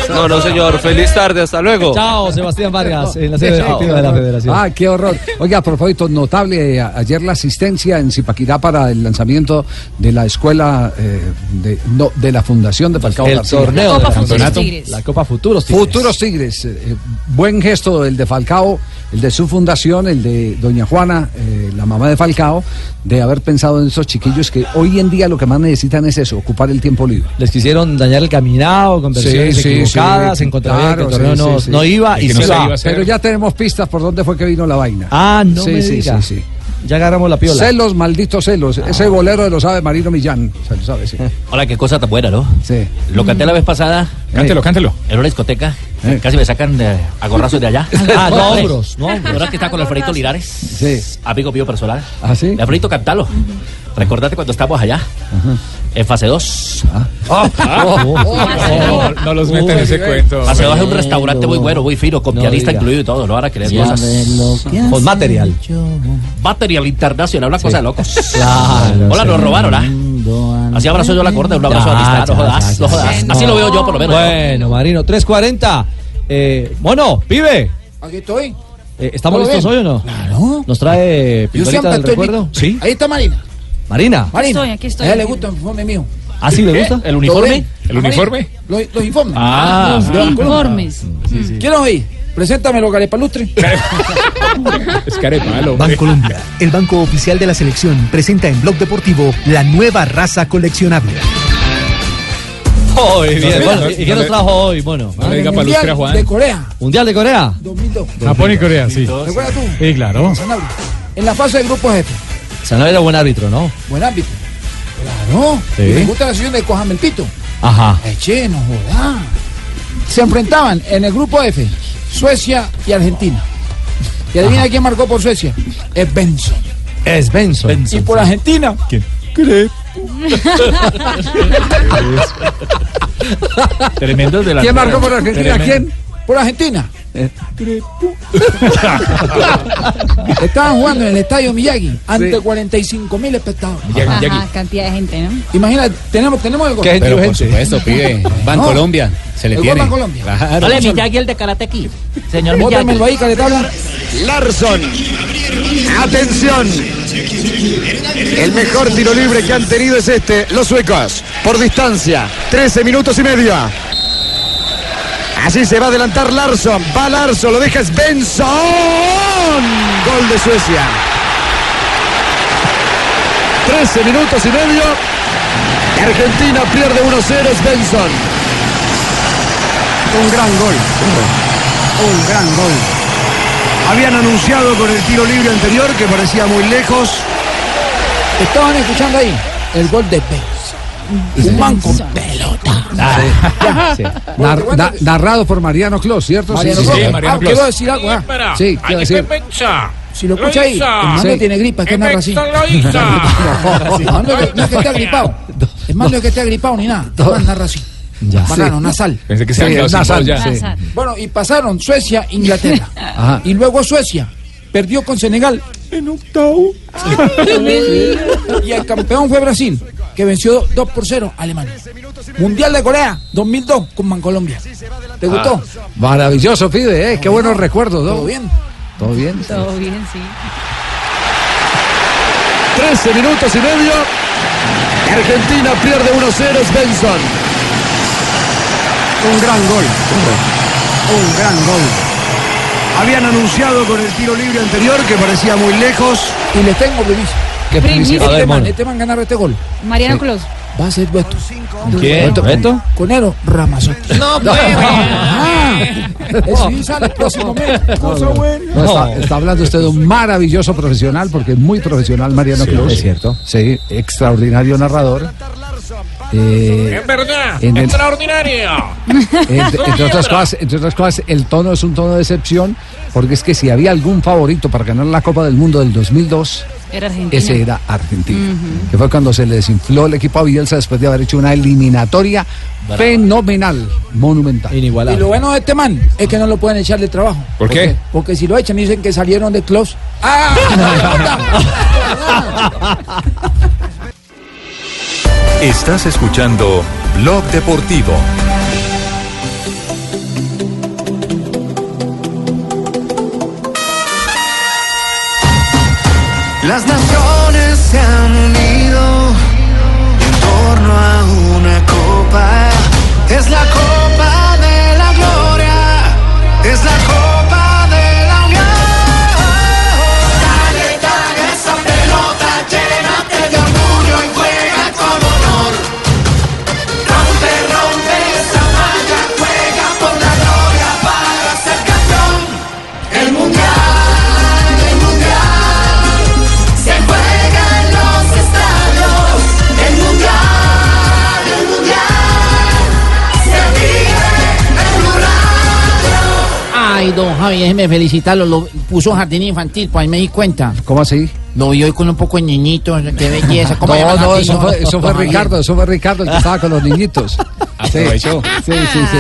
Speaker 23: No, no, señor. Feliz tarde. Hasta luego.
Speaker 9: Chao, Sebastián Vargas, en la sede deportiva de la Federación.
Speaker 36: Ah, qué horror. Oiga, a propósito, notable eh, a- ayer la asistencia en Zipaquirá para el lanzamiento de la escuela eh, de, no, de la Fundación de Falcao
Speaker 9: El
Speaker 36: García.
Speaker 9: torneo de la Fundación
Speaker 36: campeonato.
Speaker 9: Tigres. La Copa Futuros
Speaker 36: Tigres. Futuros Tigres. eh, buen gesto el de Falcao, el de su fundación, el de Doña Juana, eh, la mamá de Falcao, de haber pensado en esos chiquillos que hoy en día lo que más necesitan es eso, ocupar el tiempo libre.
Speaker 9: Les quisieron dañar el caminado, conversaciones equivocadas, en contravía que el torneo no, no iba y, sí va.
Speaker 36: Pero ya tenemos pistas por dónde fue que vino la vaina.
Speaker 9: Ah, no
Speaker 36: Sí,
Speaker 9: me
Speaker 36: sí,
Speaker 9: diga.
Speaker 36: sí, sí.
Speaker 9: Ya agarramos la piola. Ah.
Speaker 36: Celos, malditos celos. Ese bolero lo sabe Marino Millán. Se lo sabe, sí.
Speaker 19: Ahora, qué cosa tan buena, ¿no?
Speaker 36: Sí.
Speaker 19: Lo canté la vez pasada. Eh,
Speaker 36: Cántelo,
Speaker 19: cántelo. En una discoteca.
Speaker 36: Eh.
Speaker 19: Casi me sacan de, a gorrazos de allá.
Speaker 36: Ah, no,
Speaker 19: hombre.
Speaker 36: hombros, no, hombros.
Speaker 19: Ahora que está con Alfredito Lirares. Amigo mío personal.
Speaker 36: ¿Ah, sí?
Speaker 19: Alfredito, cantalo. Recordate cuando estábamos allá. En fase Ah. 2.
Speaker 24: Ah. Oh.
Speaker 27: No los meten en ese cuento.
Speaker 19: Oh. Fase 2 es un restaurante muy bueno, muy fino, con
Speaker 27: No
Speaker 19: pianista
Speaker 27: diga.
Speaker 19: incluido y todo, ¿no? Ahora querés
Speaker 27: Ya
Speaker 19: cosas.
Speaker 27: ves lo que Con hace
Speaker 9: material.
Speaker 19: Material internacional, una cosa de locos.
Speaker 9: Claro,
Speaker 19: Hola, nos
Speaker 9: sí.
Speaker 19: robaron, ¿ah? Así abrazo yo la corte, un
Speaker 9: Ah,
Speaker 19: abrazo de amistad, no jodas, no jodas. Así lo veo yo, por lo menos.
Speaker 9: Bueno, Marino, 3.40. Eh, bueno, pibe,
Speaker 3: Aquí estoy.
Speaker 9: eh, ¿estamos
Speaker 3: ¿Todo
Speaker 9: listos hoy
Speaker 3: bien?
Speaker 9: o no? Claro. ¿Nos trae pistolita del
Speaker 3: estoy
Speaker 9: Eh, recuerdo?
Speaker 3: listo. Ahí está Marina.
Speaker 9: Marina.
Speaker 3: Marina.
Speaker 12: estoy, aquí estoy.
Speaker 3: A ella le gusta el informe mío.
Speaker 9: ¿Ah, sí, le gusta?
Speaker 19: ¿El
Speaker 3: uniforme?
Speaker 27: ¿El uniforme?
Speaker 3: Los, los informes.
Speaker 27: Ah. Los
Speaker 3: Los
Speaker 12: informes.
Speaker 3: ¿Quién oír? Preséntame los carepalustres.
Speaker 27: Es carepalo.
Speaker 24: Bancolombia, el banco oficial de la selección, presenta en Blog Deportivo la nueva raza coleccionable.
Speaker 9: Muy bien.
Speaker 24: le-
Speaker 9: bueno,
Speaker 24: no-
Speaker 9: ¿Y
Speaker 24: no
Speaker 9: qué nos
Speaker 24: le-
Speaker 9: trajo hoy, mono?
Speaker 24: no le diga
Speaker 9: Mundial
Speaker 24: palustre a Juan.
Speaker 3: De Corea,
Speaker 9: ¿Mundial de Corea?
Speaker 3: 2002.
Speaker 32: Japón y Corea, sí.
Speaker 3: ¿Recuerdas tú?
Speaker 32: Sí, claro.
Speaker 3: Sanabria. En la fase de grupos F.
Speaker 9: Sanabria era buen árbitro, ¿no?
Speaker 3: Buen ámbito. Claro.
Speaker 9: Sí.
Speaker 3: Y me gusta la sesión de Cójame el pito.
Speaker 9: Ajá.
Speaker 3: Eh, Che, no jodas. Se enfrentaban en el grupo F, Suecia y Argentina. Y adivina quién marcó por Suecia. Es Benson.
Speaker 9: Es Benson.
Speaker 3: Y por Argentina. ¿Quién?
Speaker 27: Tremendo el delantero.
Speaker 3: ¿Quién marcó por Argentina?
Speaker 27: Tremendo.
Speaker 3: ¿Quién? Por Argentina.
Speaker 9: Eh.
Speaker 3: Estaban jugando en el estadio Miyagi ante 45 mil espectadores.
Speaker 12: Ajá, cantidad de gente, ¿no?
Speaker 3: Imagina, tenemos, tenemos el gol.
Speaker 17: Pero por supuesto, pibe. Van
Speaker 3: No.
Speaker 17: Colombia. Se le
Speaker 3: El gol
Speaker 17: tiene.
Speaker 3: Van Colombia.
Speaker 17: Claro.
Speaker 16: Dale, Miyagi, el de Karate Kid. Señor Miyagi.
Speaker 3: Bótamelo ahí, caretabla.
Speaker 25: Larson. Atención. El mejor tiro libre que han tenido es este. Los suecos. Por distancia. 13 minutos y medio. Así se va a adelantar Larson. Va Larson. Lo deja Svensson. Gol de Suecia. 13 minutos y medio. Argentina pierde 1-0 Svensson. Un gran gol. Un gran gol. Habían anunciado con el tiro libre anterior que parecía muy lejos.
Speaker 3: Estaban escuchando ahí el gol de Benson. Un man con pelota.
Speaker 36: Ah, Sí. Nar- na- narrado por Mariano Clos, ¿cierto?
Speaker 3: Mariano Clos. Ah, quiero decir algo. ah.
Speaker 36: Sí, quiero decir.
Speaker 3: Si lo escucha ahí, el
Speaker 36: hizo.
Speaker 3: mando
Speaker 36: Sí.
Speaker 3: tiene gripa, que narra así.
Speaker 36: Benson lo hizo.
Speaker 3: No, el mando que- no es que esté agripado. El mando es que esté agripado ni nada. El man narra así. Bacano, nasal.
Speaker 27: Pensé que
Speaker 3: Sí,
Speaker 27: se había
Speaker 3: es
Speaker 27: quedado sin
Speaker 3: nasal,
Speaker 27: voz ya.
Speaker 3: sí. Bueno, y pasaron Suecia, Inglaterra. Y luego Suecia perdió con Senegal en octavo. y el campeón fue Brasil, que venció 2 por 0 a Alemania. Mundial de Corea 2002 con Mancolombia. ¿Te gustó?
Speaker 36: Ah, Maravilloso, pibe, ¿eh? Qué buenos recuerdos, ¿no?
Speaker 3: Ah. Todo bien.
Speaker 36: Todo bien.
Speaker 12: Todo bien, sí.
Speaker 25: 13 minutos y medio. Argentina pierde 1-0 Svensson. Un gran gol. Un gran gol. Habían anunciado con el tiro libre anterior que parecía muy lejos.
Speaker 3: Y les tengo primicia.
Speaker 25: ¿Qué
Speaker 12: primicia? A ver,
Speaker 3: Este man,
Speaker 12: mono.
Speaker 3: este man ganará este gol.
Speaker 12: Mariano
Speaker 3: Sí.
Speaker 12: Clos.
Speaker 3: Va a ser Beto.
Speaker 9: ¿Quién? ¿Beto?
Speaker 3: Con Ero Ramazotti. No,
Speaker 12: pues.
Speaker 3: Eso ya sale el próximo mes. Cosa buena.
Speaker 36: No, Está, está hablando usted de un maravilloso profesional, porque es muy profesional Mariano Sí, Clos. es cierto. Sí, extraordinario narrador. Eh,
Speaker 27: verdad,
Speaker 36: En el-
Speaker 27: extraordinario.
Speaker 36: entre, entre otras cosas, entre otras cosas, el tono es un tono de excepción, porque es que si había algún favorito para ganar la Copa del Mundo del 2002,
Speaker 12: Era argentino.
Speaker 36: ese era Argentina, que fue cuando se le desinfló el equipo a Bielsa después de haber hecho una eliminatoria
Speaker 3: Brava.
Speaker 36: fenomenal, monumental.
Speaker 3: Y lo bueno de este man es que no lo pueden echar de trabajo.
Speaker 36: ¿Por qué?
Speaker 3: Porque si lo echan, dicen que salieron de Close. ¡Ah!
Speaker 26: Estás escuchando Blog Deportivo.
Speaker 6: Las naciones se han unido en torno a una copa. Es la copa
Speaker 7: Javi, déjeme felicitarlo. Lo puso en jardín infantil, pues ahí me di cuenta.
Speaker 36: ¿Cómo así?
Speaker 7: Lo vi hoy con un poco de niñitos, qué belleza. ¿Cómo llama
Speaker 36: no,
Speaker 7: el
Speaker 36: no,
Speaker 7: jardín?
Speaker 36: eso fue, eso fue
Speaker 7: Javier.
Speaker 36: Ricardo, eso fue Ricardo el que estaba con los niñitos. Aprovechó. Sí, sí, sí.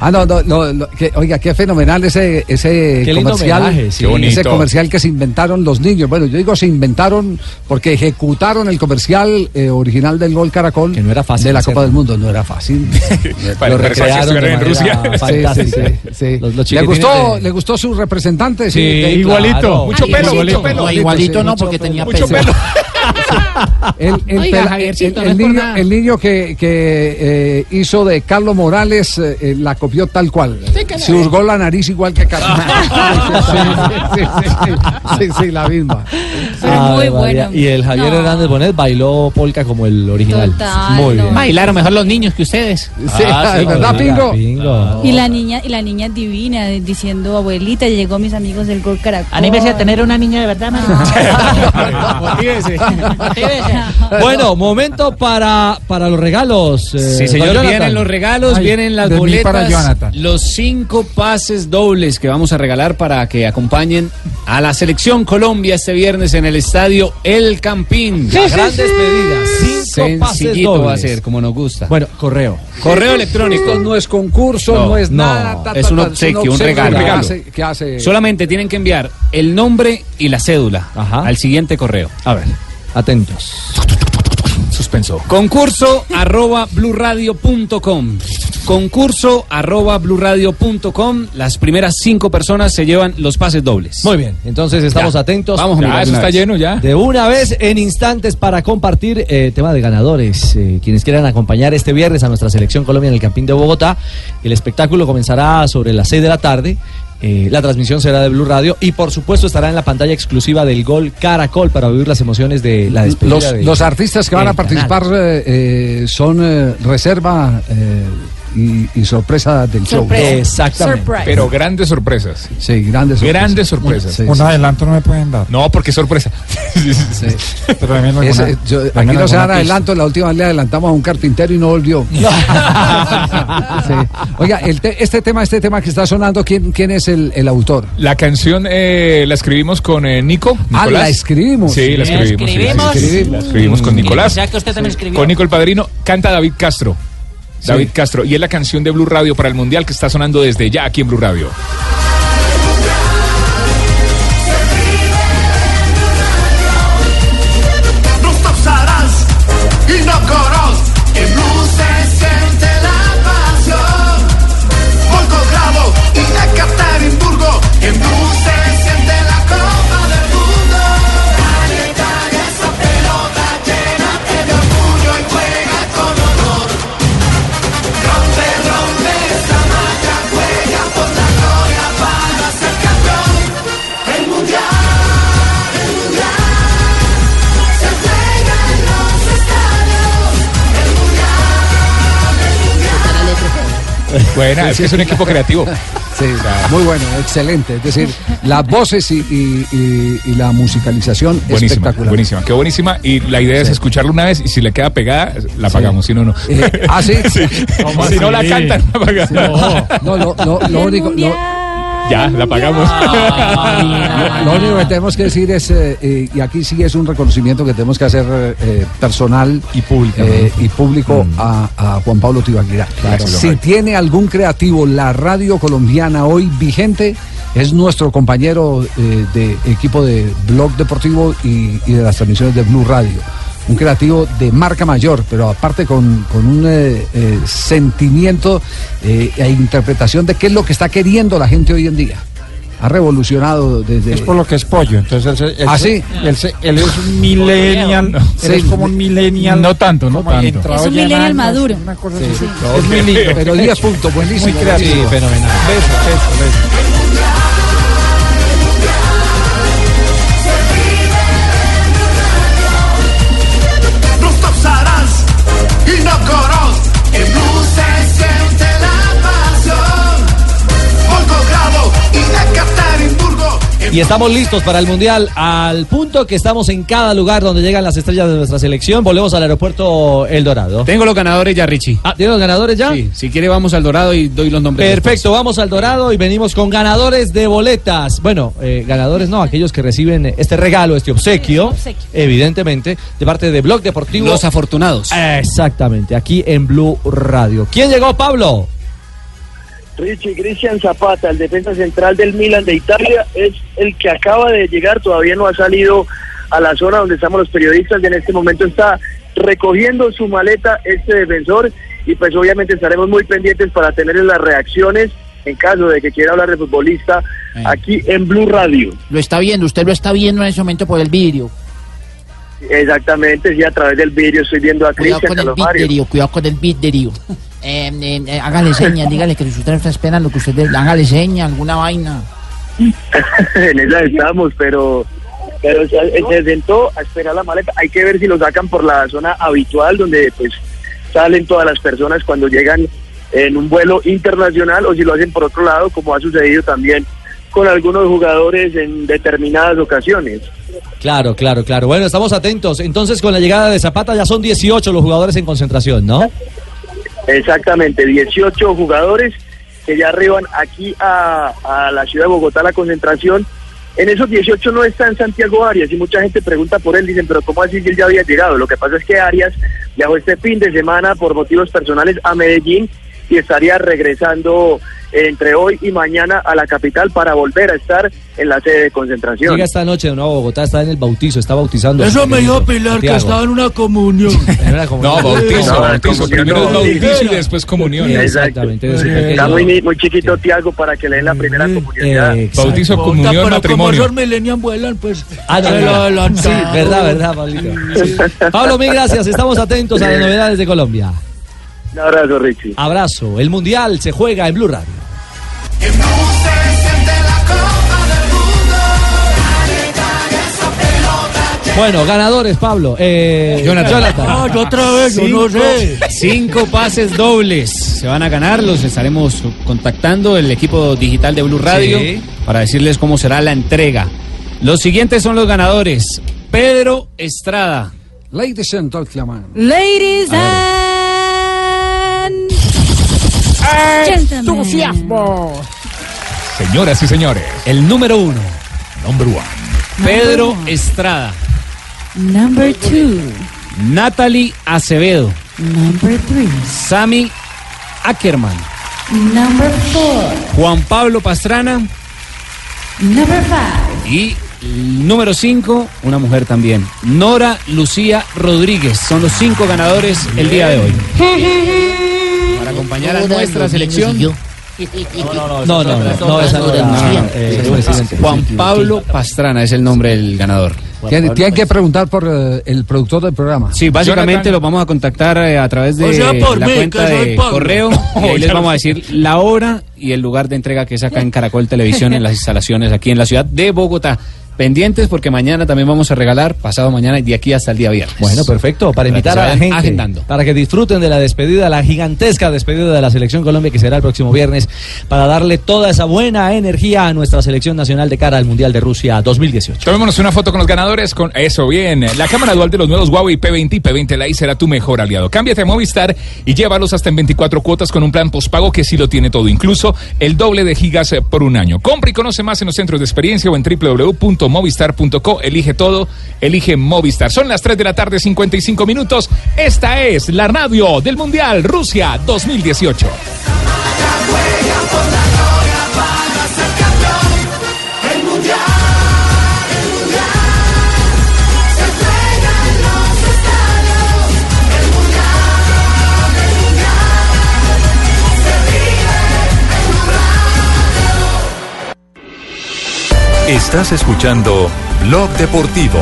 Speaker 36: Ah, no, no, no, lo- que- oiga, qué fenomenal ese, ese
Speaker 10: Qué lindo
Speaker 36: comercial.
Speaker 10: homenaje, sí. Qué
Speaker 36: ese
Speaker 10: bonito.
Speaker 36: comercial que se inventaron los niños. Bueno, yo digo se inventaron porque ejecutaron el comercial eh, original del gol Caracol. Que no era fácil. De la Copa del Mundo, no era fácil. Lo recrearon de de
Speaker 24: Ah,
Speaker 36: manera manera fantástica. fantástica. ¿Le gustó, ¿Le gustó su representante? Sí, igualito. Mucho pelo,
Speaker 7: igualito.
Speaker 36: mucho pelo.
Speaker 7: No, igualito no, porque tenía
Speaker 36: Mucho
Speaker 7: pelo.
Speaker 36: El, el
Speaker 7: Oiga,
Speaker 36: pela-
Speaker 7: Javiercito,
Speaker 36: el-
Speaker 7: no
Speaker 36: el
Speaker 7: es por
Speaker 36: niño,
Speaker 7: nada.
Speaker 36: el niño que, que, eh, hizo de Carlos Morales eh, eh, la copió tal cual. Se hurgó la nariz igual que Carlos. Sí, sí, sí, sí, sí, la misma.
Speaker 9: Ay, Ah, María. Y el Javier Hernández Bonet bailó polka como el original.
Speaker 12: Total,
Speaker 9: Muy
Speaker 12: no.
Speaker 9: bien.
Speaker 16: Bailaron mejor los niños que ustedes.
Speaker 9: Ah, sí,
Speaker 36: ¿verdad,
Speaker 9: oiga,
Speaker 36: Pingo?
Speaker 12: Y la niña, y la niña divina, eh, diciendo abuelita, llegó mis amigos del Gol Caracol. Ah,
Speaker 23: Anímese a tener
Speaker 12: una niña de verdad,
Speaker 9: Bueno, momento para, para los regalos. eh,
Speaker 17: Sí, señor,
Speaker 9: don Jonathan.
Speaker 17: vienen los regalos,
Speaker 9: Ay,
Speaker 17: vienen las
Speaker 9: de mí
Speaker 17: boletas,
Speaker 9: para Jonathan.
Speaker 17: los cinco pases dobles que vamos a regalar para que acompañen a la selección Colombia este viernes en el estadio El Campín.
Speaker 9: La gran despedida. Cinco pases
Speaker 17: Sencillito va a
Speaker 9: dobles.
Speaker 17: ser, como nos gusta.
Speaker 9: Bueno, correo.
Speaker 17: Correo electrónico.
Speaker 36: Esto no es concurso, no,
Speaker 17: No,
Speaker 36: es
Speaker 17: no,
Speaker 36: nada.
Speaker 17: es un obsequio, un regalo.
Speaker 36: que
Speaker 17: Regalo.
Speaker 36: hace- que hace-
Speaker 17: Solamente tienen que enviar el nombre y la cédula al siguiente correo.
Speaker 9: A ver, atentos.
Speaker 17: Suspenso. Concurso arroba bluradio.com. Concurso arroba bluradio.com. Las primeras cinco personas se llevan los pases dobles.
Speaker 9: Muy bien, entonces estamos atentos.
Speaker 17: Vamos a
Speaker 9: Ya,
Speaker 17: mirar
Speaker 9: eso
Speaker 17: de una
Speaker 9: está
Speaker 17: vez.
Speaker 9: lleno De una vez en instantes para compartir eh, tema de ganadores. Eh, quienes quieran acompañar este viernes a nuestra selección Colombia en el Campín de Bogotá, el espectáculo comenzará sobre las 6 de la tarde. Eh, la transmisión será de Blue Radio y por supuesto estará en la pantalla exclusiva del gol Caracol para vivir las emociones de la despedida.
Speaker 36: Los,
Speaker 9: de-
Speaker 36: los artistas que van a
Speaker 9: del canal.
Speaker 36: participar eh, eh, son eh, reserva eh, y, y sorpresa del show.
Speaker 27: Exactamente. Pero grandes sorpresas.
Speaker 36: Sí, grandes sorpresas.
Speaker 27: Grandes sorpresas.
Speaker 36: Sí,
Speaker 27: Un
Speaker 36: sí.
Speaker 27: adelanto no me pueden dar. No, porque sorpresa. Pero también alguna-
Speaker 36: Ese, yo-
Speaker 27: también
Speaker 36: aquí no se
Speaker 27: alguna
Speaker 36: dan
Speaker 27: pista.
Speaker 36: adelanto, la última vez le adelantamos a un carpintero y no volvió. Sí. Oiga, el te- este tema, este tema que está sonando, ¿quién, quién es el, el autor?
Speaker 27: La canción eh, la escribimos con eh, Nico.
Speaker 36: Ah,
Speaker 27: Nicolás.
Speaker 36: la escribimos.
Speaker 27: Sí, la escribimos.
Speaker 36: La
Speaker 27: sí, sí,
Speaker 36: escribimos.
Speaker 27: sí, sí, La escribimos con Nicolás.
Speaker 36: Exacto, usted también
Speaker 27: Sí.
Speaker 36: escribió.
Speaker 27: Con Nico el Padrino. Canta David Castro. David Castro. Y es la canción de Blue Radio para el Mundial que está sonando desde ya aquí en Blue Radio.
Speaker 6: No pasarás y no corros. En Blue se siente la pasión. Volgogrado y de Caterimburgo. En Blue se siente la copa del mundo. Dale, dale esa pelota, llénate de orgullo y juega con honor. Rompe, rompe esa malla, juega por la gloria para ser campeón. El mundial, el mundial. Se juega en los estadios El mundial, el mundial
Speaker 27: Buena, es que es un equipo creativo.
Speaker 36: Sí, muy bueno, excelente. Es decir, las voces y, y- y- y la musicalización
Speaker 27: Buenísima,
Speaker 36: espectacular.
Speaker 27: buenísima, qué buenísima. Y la idea es escucharla una vez y si le queda pegada, la apagamos, si no, no.
Speaker 36: Eh, ¿ah, sí? ¿Cómo
Speaker 27: Si no la
Speaker 36: así?
Speaker 27: cantan, la apagamos.
Speaker 36: No, lo, lo- lo único, lo-
Speaker 27: Ya, la apagamos.
Speaker 36: Lo único que tenemos que decir es, eh, eh, y aquí sí es un reconocimiento que tenemos que hacer eh, eh, personal y público, Mm. y público a, a Juan Pablo Tibaquirá.
Speaker 27: Claro.
Speaker 36: Si tiene algún creativo, la radio colombiana hoy vigente es nuestro compañero eh, de equipo de Blog Deportivo y, y de las transmisiones de Blue Radio. Un creativo de marca mayor, pero aparte con, con un eh, eh, sentimiento eh, e interpretación de qué es lo que está queriendo la gente hoy en día. Ha revolucionado desde...
Speaker 10: Es por lo que es pollo. Entonces él, se- él
Speaker 36: ¿Ah,
Speaker 10: se-
Speaker 36: sí?
Speaker 10: él se- él es un millennial. Él
Speaker 36: Sí.
Speaker 10: es como un millennial.
Speaker 36: No tanto, no
Speaker 10: como
Speaker 36: tanto.
Speaker 10: entrado
Speaker 12: Es un
Speaker 10: ya en
Speaker 12: millennial
Speaker 10: años,
Speaker 12: maduro.
Speaker 10: una cosa
Speaker 12: Sí.
Speaker 10: así.
Speaker 36: Es muy lindo, pero 10 puntos,
Speaker 10: pues,
Speaker 36: buenísimo.
Speaker 10: Muy creativo.
Speaker 36: buenísimo.
Speaker 10: Beso, beso, beso.
Speaker 6: No tosarás y no corros. En Blue se siente la pasión. Volgogrado y de Caterimburgo. En
Speaker 9: Y estamos listos para el Mundial al punto que estamos en cada lugar donde llegan las estrellas de nuestra selección. Volvemos al aeropuerto El Dorado.
Speaker 17: Tengo los ganadores ya, Richie.
Speaker 9: Ah, ¿tiene los ganadores ya?
Speaker 17: Sí, si quiere vamos al Dorado y doy los nombres.
Speaker 9: Perfecto, vamos al Dorado y venimos con ganadores de boletas. Bueno, eh, ganadores no, aquellos que reciben eh, este regalo, este obsequio, evidentemente, de parte de Blog Deportivo.
Speaker 17: Los afortunados.
Speaker 9: Exactamente, aquí en Blue Radio. ¿Quién llegó, Pablo?
Speaker 8: Richie Cristian Zapata, el defensa central del Milan de Italia, es el que acaba de llegar, todavía no ha salido a la zona donde estamos los periodistas, y en este momento está recogiendo su maleta este defensor y pues obviamente estaremos muy pendientes para tener las reacciones en caso de que quiera hablar de futbolista aquí en Blue Radio.
Speaker 7: Lo está viendo, usted lo está viendo en ese momento por el vidrio.
Speaker 8: Exactamente, sí, a través del vídeo estoy viendo a
Speaker 7: Cuidado
Speaker 8: Cristian
Speaker 7: con el
Speaker 8: Calomario.
Speaker 7: vidrio, cuidado con el vidrio. Eh, eh, eh, hágale señas, dígale que usted está esperando, que usted le- hágale señas, alguna vaina.
Speaker 8: en esa estamos, pero pero se, eh, se sentó a esperar la maleta. Hay que ver si lo sacan por la zona habitual donde pues salen todas las personas cuando llegan en un vuelo internacional o si lo hacen por otro lado, como ha sucedido también con algunos jugadores en determinadas ocasiones.
Speaker 9: Claro, claro, claro. Bueno, estamos atentos. Entonces, con la llegada de Zapata ya son 18 los jugadores en concentración, ¿no?
Speaker 8: Exactamente, 18 jugadores que ya arriban aquí a, a la ciudad de Bogotá la concentración. En esos 18 no está en Santiago Arias y mucha gente pregunta por él, dicen, pero ¿cómo así que él ya había llegado? Lo que pasa es que Arias viajó este fin de semana por motivos personales a Medellín y estaría regresando entre hoy y mañana a la capital para volver a estar en la sede de concentración.
Speaker 9: Llega esta noche de nuevo a Bogotá, está en el bautizo, está bautizando.
Speaker 8: Eso
Speaker 9: me dijo
Speaker 8: Pilar, que estaba
Speaker 9: en una comunión.
Speaker 27: No, bautizo, bautizo. Primero es bautizo y después comunión.
Speaker 8: Exactamente. Está muy, muy chiquito Tiago para que le
Speaker 9: Mm,
Speaker 8: den la primera
Speaker 9: eh,
Speaker 8: comunidad.
Speaker 27: Bautizo, comunión,
Speaker 8: pero como
Speaker 27: matrimonio.
Speaker 8: son millennium, vuelan, pues.
Speaker 9: Ah, no,
Speaker 8: se lo
Speaker 9: verdad.
Speaker 8: adelantaron.
Speaker 9: Sí, verdad, verdad, Pablito. Pablo, mil gracias. Estamos atentos a las novedades de Colombia.
Speaker 8: Un abrazo, Richie.
Speaker 9: Abrazo. El Mundial se juega en Blue Radio. Bueno, ganadores, Pablo. Eh,
Speaker 17: Jonathan. Ah,
Speaker 9: Jonathan.
Speaker 17: yo otra vez, yo no sé. Cinco pases dobles se van a ganar, los estaremos contactando el equipo digital de Blue Radio
Speaker 9: Sí.
Speaker 17: para decirles cómo será la entrega. Los siguientes son los ganadores. Pedro Estrada.
Speaker 36: Ladies and gentlemen.
Speaker 12: Ladies and gentlemen.
Speaker 7: ¡Entusiasmo!
Speaker 27: Señoras y señores.
Speaker 17: El número uno.
Speaker 27: Number one.
Speaker 17: Pedro Estrada.
Speaker 12: Number two.
Speaker 17: Natalie Acevedo.
Speaker 12: Number three.
Speaker 17: Sami Ackerman.
Speaker 12: Number four.
Speaker 17: Juan Pablo Pastrana.
Speaker 12: Number five.
Speaker 17: Y el número 5, una mujer también. Nora Lucía Rodríguez. Son los cinco ganadores el día de hoy. Para acompañar a
Speaker 7: Todas
Speaker 17: nuestra
Speaker 7: los
Speaker 17: selección.
Speaker 7: niños
Speaker 17: No, no,
Speaker 9: no, no, esa no era, eh, presidente.
Speaker 17: Juan Pablo Pastrana es el nombre del ganador.
Speaker 36: Tienen, tienen que preguntar por eh, el productor del programa.
Speaker 17: Sí, básicamente los vamos a contactar eh, a través de
Speaker 36: O sea, por
Speaker 17: la
Speaker 36: mí,
Speaker 17: cuenta
Speaker 36: que soy
Speaker 17: de
Speaker 36: Pablo.
Speaker 17: correo y
Speaker 36: Ya
Speaker 17: ahí les
Speaker 36: lo
Speaker 17: vamos a
Speaker 36: sé.
Speaker 17: decir la hora y el lugar de entrega que es acá en Caracol Televisión en las instalaciones aquí en la ciudad de Bogotá. Pendientes porque mañana también vamos a regalar, pasado mañana y de aquí hasta el día viernes.
Speaker 9: Bueno, perfecto. Para invitar
Speaker 17: que se
Speaker 9: a la
Speaker 17: vayan
Speaker 9: gente.
Speaker 17: agendando.
Speaker 9: Para que disfruten de la despedida, la gigantesca despedida de la Selección Colombia que será el próximo viernes. Para darle toda esa buena energía a nuestra selección nacional de cara al Mundial de Rusia 2018.
Speaker 27: Tomémonos una foto con los ganadores. Con eso, bien. La cámara dual de los nuevos Huawei P20 y P20 Lite será tu mejor aliado. Cámbiate a Movistar y llévalos hasta en 24 cuotas con un plan postpago que sí lo tiene todo, incluso el doble de gigas eh, por un año. Compra y conoce más en los centros de experiencia o en www.movistar.co. Elige todo, elige Movistar. Son las 3 de la tarde, 55 minutos. Esta es la radio del Mundial Rusia 2018.
Speaker 6: El mundial, el mundial, se juegan los estadios. El mundial, el mundial, se vive en Blue Radio.
Speaker 26: Estás escuchando Blog Deportivo.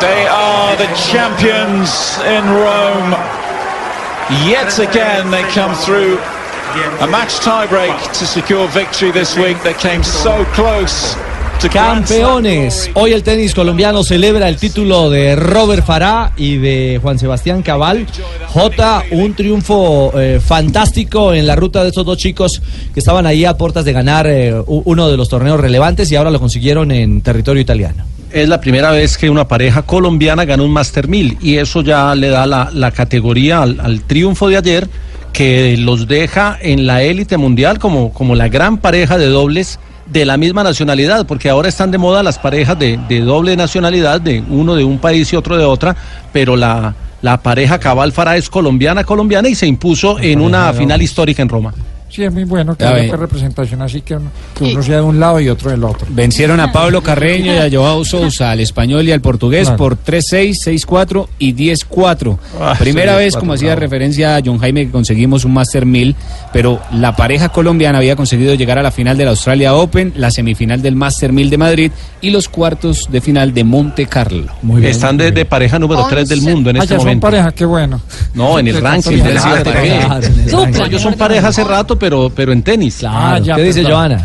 Speaker 13: They are the champions in Rome. Yet again, they come through a match tiebreak to secure victory this week. They came so close
Speaker 9: Campeones. Hoy el tenis colombiano celebra el título de Robert Farah y de Juan Sebastián Cabal. J, un triunfo eh, fantástico en la ruta de estos dos chicos que estaban ahí a puertas de ganar eh, u- uno de los torneos relevantes y ahora lo consiguieron en territorio italiano.
Speaker 14: Es la primera vez que una pareja colombiana gana un Master 1000 y eso ya le da la, la categoría al, al triunfo de ayer que los deja en la élite mundial como, como la gran pareja de dobles de la misma nacionalidad, porque ahora están de moda las parejas de, de doble nacionalidad, de uno de un país y otro de otra, pero la, la pareja Cabal Farah es colombiana, colombiana y se impuso en una final histórica en Roma.
Speaker 3: Sí, es muy bueno que
Speaker 14: A
Speaker 3: haya
Speaker 14: ver.
Speaker 3: pues, representación así que uno, que uno sea de un lado y otro del otro.
Speaker 17: Vencieron a Pablo Carreño y a Joao Sousa, al español y al portugués,
Speaker 3: Claro.
Speaker 17: por 3-6, 6-4 y 10-4.
Speaker 3: Ah,
Speaker 17: Primera
Speaker 3: sí,
Speaker 17: vez,
Speaker 3: 10-4,
Speaker 17: como hacía
Speaker 3: bravo.
Speaker 17: referencia a John Jaime, que conseguimos un Master 1000, pero la pareja colombiana había conseguido llegar a la final de la Australia Open, la semifinal del Master 1000 de Madrid y los cuartos de final de Monte Carlo.
Speaker 14: Están de, de pareja número 3 del mundo en
Speaker 3: Ah,
Speaker 14: este
Speaker 3: ya son
Speaker 14: momento.
Speaker 3: pareja, qué bueno.
Speaker 14: No, en el
Speaker 3: Entre
Speaker 14: ranking
Speaker 3: tanto,
Speaker 14: del
Speaker 3: claro,
Speaker 14: CATV.
Speaker 3: claro, en el
Speaker 14: No,
Speaker 3: ranking.
Speaker 14: ellos son pareja hace rato, pero, pero en tenis. pues,
Speaker 3: Ah, ya, ¿Qué dice perdón. Johanna?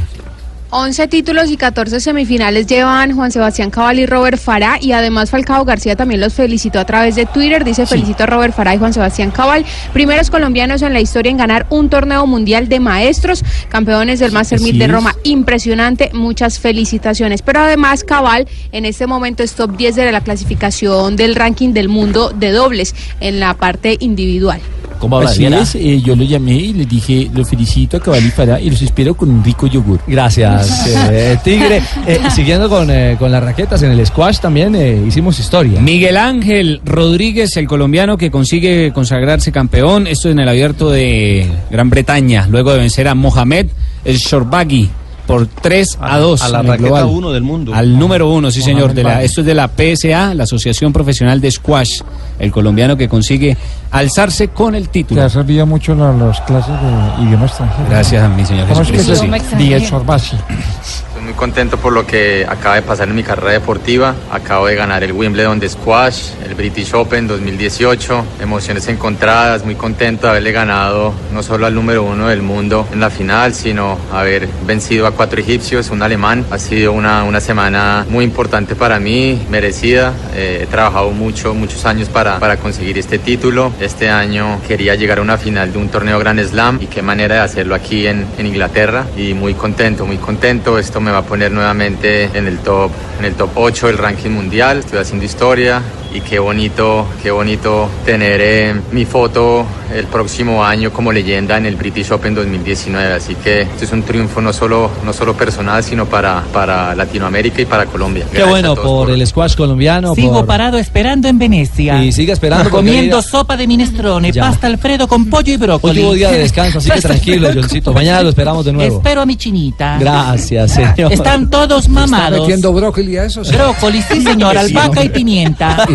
Speaker 22: 11 títulos y 14 semifinales llevan Juan Sebastián Cabal y Robert Farah y además Falcao García también los felicitó a través de Twitter, dice felicito a Robert Farah y Juan Sebastián Cabal, primeros colombianos en la historia en ganar un torneo mundial de maestros, campeones del Master
Speaker 6: así
Speaker 22: 1000 de
Speaker 6: es.
Speaker 22: Roma, impresionante, muchas felicitaciones, pero además Cabal en este momento es top 10 de la clasificación del ranking del mundo de dobles en la parte individual.
Speaker 10: ¿Cómo habla,
Speaker 6: Así
Speaker 10: Diana?
Speaker 6: es, eh, yo lo llamé y le dije, lo felicito a Cabal y Farah y los espero con un rico yogur.
Speaker 9: Gracias, eh, Tigre. Eh, siguiendo con, eh, con las raquetas en el squash también eh, hicimos historia.
Speaker 17: Miguel Ángel Rodríguez, el colombiano que consigue consagrarse campeón, esto en el abierto de Gran Bretaña, luego de vencer a Mohamed el Shorbagi por 3 a 2.
Speaker 14: a la
Speaker 17: en el
Speaker 14: raqueta
Speaker 17: global.
Speaker 14: uno del mundo.
Speaker 17: Al número uno, sí señor.
Speaker 14: Mohamed
Speaker 17: de la-
Speaker 14: Bani.
Speaker 17: esto es de la PSA, la Asociación Profesional de Squash, el colombiano que consigue alzarse con el
Speaker 3: Te
Speaker 17: título.
Speaker 3: ha servido mucho la- las clases de idioma extranjero.
Speaker 17: Gracias a mi señor
Speaker 3: ¿Cómo es que
Speaker 17: Jesucristo,
Speaker 3: se-
Speaker 17: sí.
Speaker 3: Díaz Sorbasi.
Speaker 39: Estoy muy contento por lo que acaba de pasar en mi carrera deportiva. Acabo de ganar el Wimbledon de Squash, el British Open 2018. Emociones encontradas, muy contento de haberle ganado no solo al número uno del mundo en la final, sino haber vencido a cuatro egipcios, un alemán. Ha sido una, una semana muy importante para mí, merecida. Eh, he trabajado mucho, muchos años para, para conseguir este título. Este año quería llegar a una final de un torneo Grand Slam y qué manera de hacerlo aquí en, en Inglaterra. Y muy contento, muy contento. Esto me va a poner nuevamente en el top, en el top 8 del ranking mundial. Estoy haciendo historia y qué bonito, qué bonito tener eh, mi foto el próximo año como leyenda en el British Open 2019. Así que esto es un triunfo no solo, no solo personal, sino para, para Latinoamérica y para Colombia.
Speaker 9: Qué
Speaker 39: Gracias
Speaker 9: bueno
Speaker 39: a todos
Speaker 9: por el squash colombiano.
Speaker 39: Sigo
Speaker 9: por-
Speaker 39: parado
Speaker 21: esperando en Venecia.
Speaker 9: Y sigue esperando porque
Speaker 21: Comiendo
Speaker 9: mira-
Speaker 21: sopa de minestrone,
Speaker 9: Ya.
Speaker 21: pasta Alfredo con pollo y brócoli.
Speaker 9: Último día de descanso, así que
Speaker 21: Pasta
Speaker 9: tranquilo,
Speaker 21: Alfredo con-
Speaker 9: Johncito. Mañana lo esperamos de nuevo.
Speaker 21: Espero a mi chinita.
Speaker 9: Gracias, señor.
Speaker 21: Están todos
Speaker 36: ¿Está
Speaker 21: mamados.
Speaker 36: metiendo brócoli a eso? sí?
Speaker 21: Brócoli, sí, señor,
Speaker 36: Sí,
Speaker 21: albahaca
Speaker 36: hombre.
Speaker 21: y pimienta.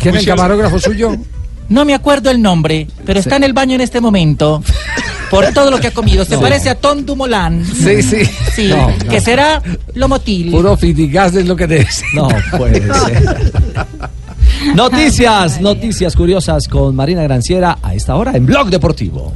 Speaker 36: ¿Quién es el camarógrafo suyo?
Speaker 21: No me acuerdo el nombre, pero está en el baño en este momento. Por todo lo que ha comido. Se
Speaker 36: No.
Speaker 21: parece a Tom Dumoulin.
Speaker 36: Sí, sí.
Speaker 21: Sí,
Speaker 36: No,
Speaker 21: que
Speaker 36: no.
Speaker 21: será Lomotil.
Speaker 36: Puro fidigas es lo que te
Speaker 9: No, puede ser. Noticias, noticias curiosas con Marina Granciera a esta hora en Blog Deportivo.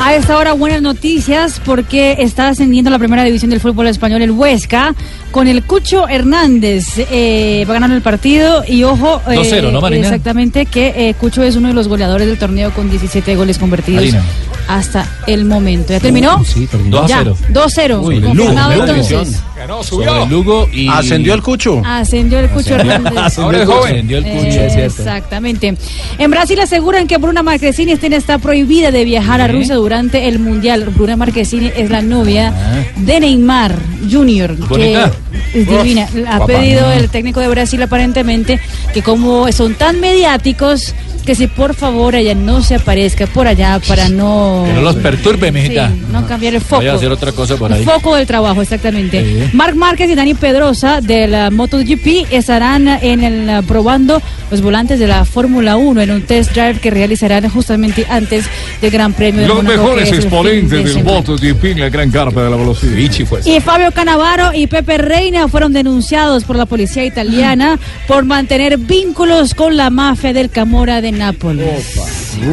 Speaker 12: A esta hora buenas noticias porque está ascendiendo a la primera división del fútbol español el Huesca con el Cucho Hernández. eh, va ganando el partido y ojo, eh,
Speaker 39: 2-0, ¿no, Marina?
Speaker 12: exactamente que eh, Cucho es uno de los goleadores del torneo con 17 goles convertidos
Speaker 39: Marina.
Speaker 12: hasta el momento. ¿Ya terminó?
Speaker 39: sí, terminó. 2 a
Speaker 12: Ya,
Speaker 39: 0.
Speaker 12: 2-0.
Speaker 39: Uy, el Lugo,
Speaker 12: Confirmado
Speaker 39: Lugo.
Speaker 12: entonces.
Speaker 39: Sobre Lugo y... Ascendió el cucho.
Speaker 12: Ascendió el Cucho
Speaker 39: Ascendió.
Speaker 12: Hernández. Eh,
Speaker 39: Ahora es joven. Ascendió el Cucho, es cierto.
Speaker 12: Exactamente. En Brasil aseguran que Bruna Marquezine Estén está prohibida de viajar a
Speaker 6: ¿Eh?
Speaker 12: Rusia durante el Mundial. Bruna Marquezine es la novia de Neymar Jr.
Speaker 6: Bonita.
Speaker 12: que es divina.
Speaker 6: Uf,
Speaker 12: ha
Speaker 6: papá.
Speaker 12: pedido el técnico de Brasil aparentemente que como son tan mediáticos que si por favor ella no se aparezca por allá para no
Speaker 10: Que no los perturbe, mijita.
Speaker 12: Sí, no cambiar el
Speaker 10: No Vaya a
Speaker 12: foco.
Speaker 10: hacer otra cosa por
Speaker 12: El
Speaker 10: ahí.
Speaker 12: foco del trabajo, exactamente.
Speaker 10: Sí.
Speaker 12: uh, Marc Márquez y Dani Pedrosa de la MotoGP estarán en el, uh, probando los volantes de la Fórmula 1 en un test drive que realizarán justamente antes del Gran Premio de
Speaker 3: Los
Speaker 12: Mónaco,
Speaker 3: mejores
Speaker 12: que es el fin de
Speaker 3: exponentes del
Speaker 12: semana.
Speaker 3: voto de Pin, la gran carpa de la velocidad.
Speaker 10: pues.
Speaker 12: Y Fabio Canavaro y Pepe Reina fueron denunciados por la policía italiana por mantener vínculos con la mafia del Camorra de Nápoles.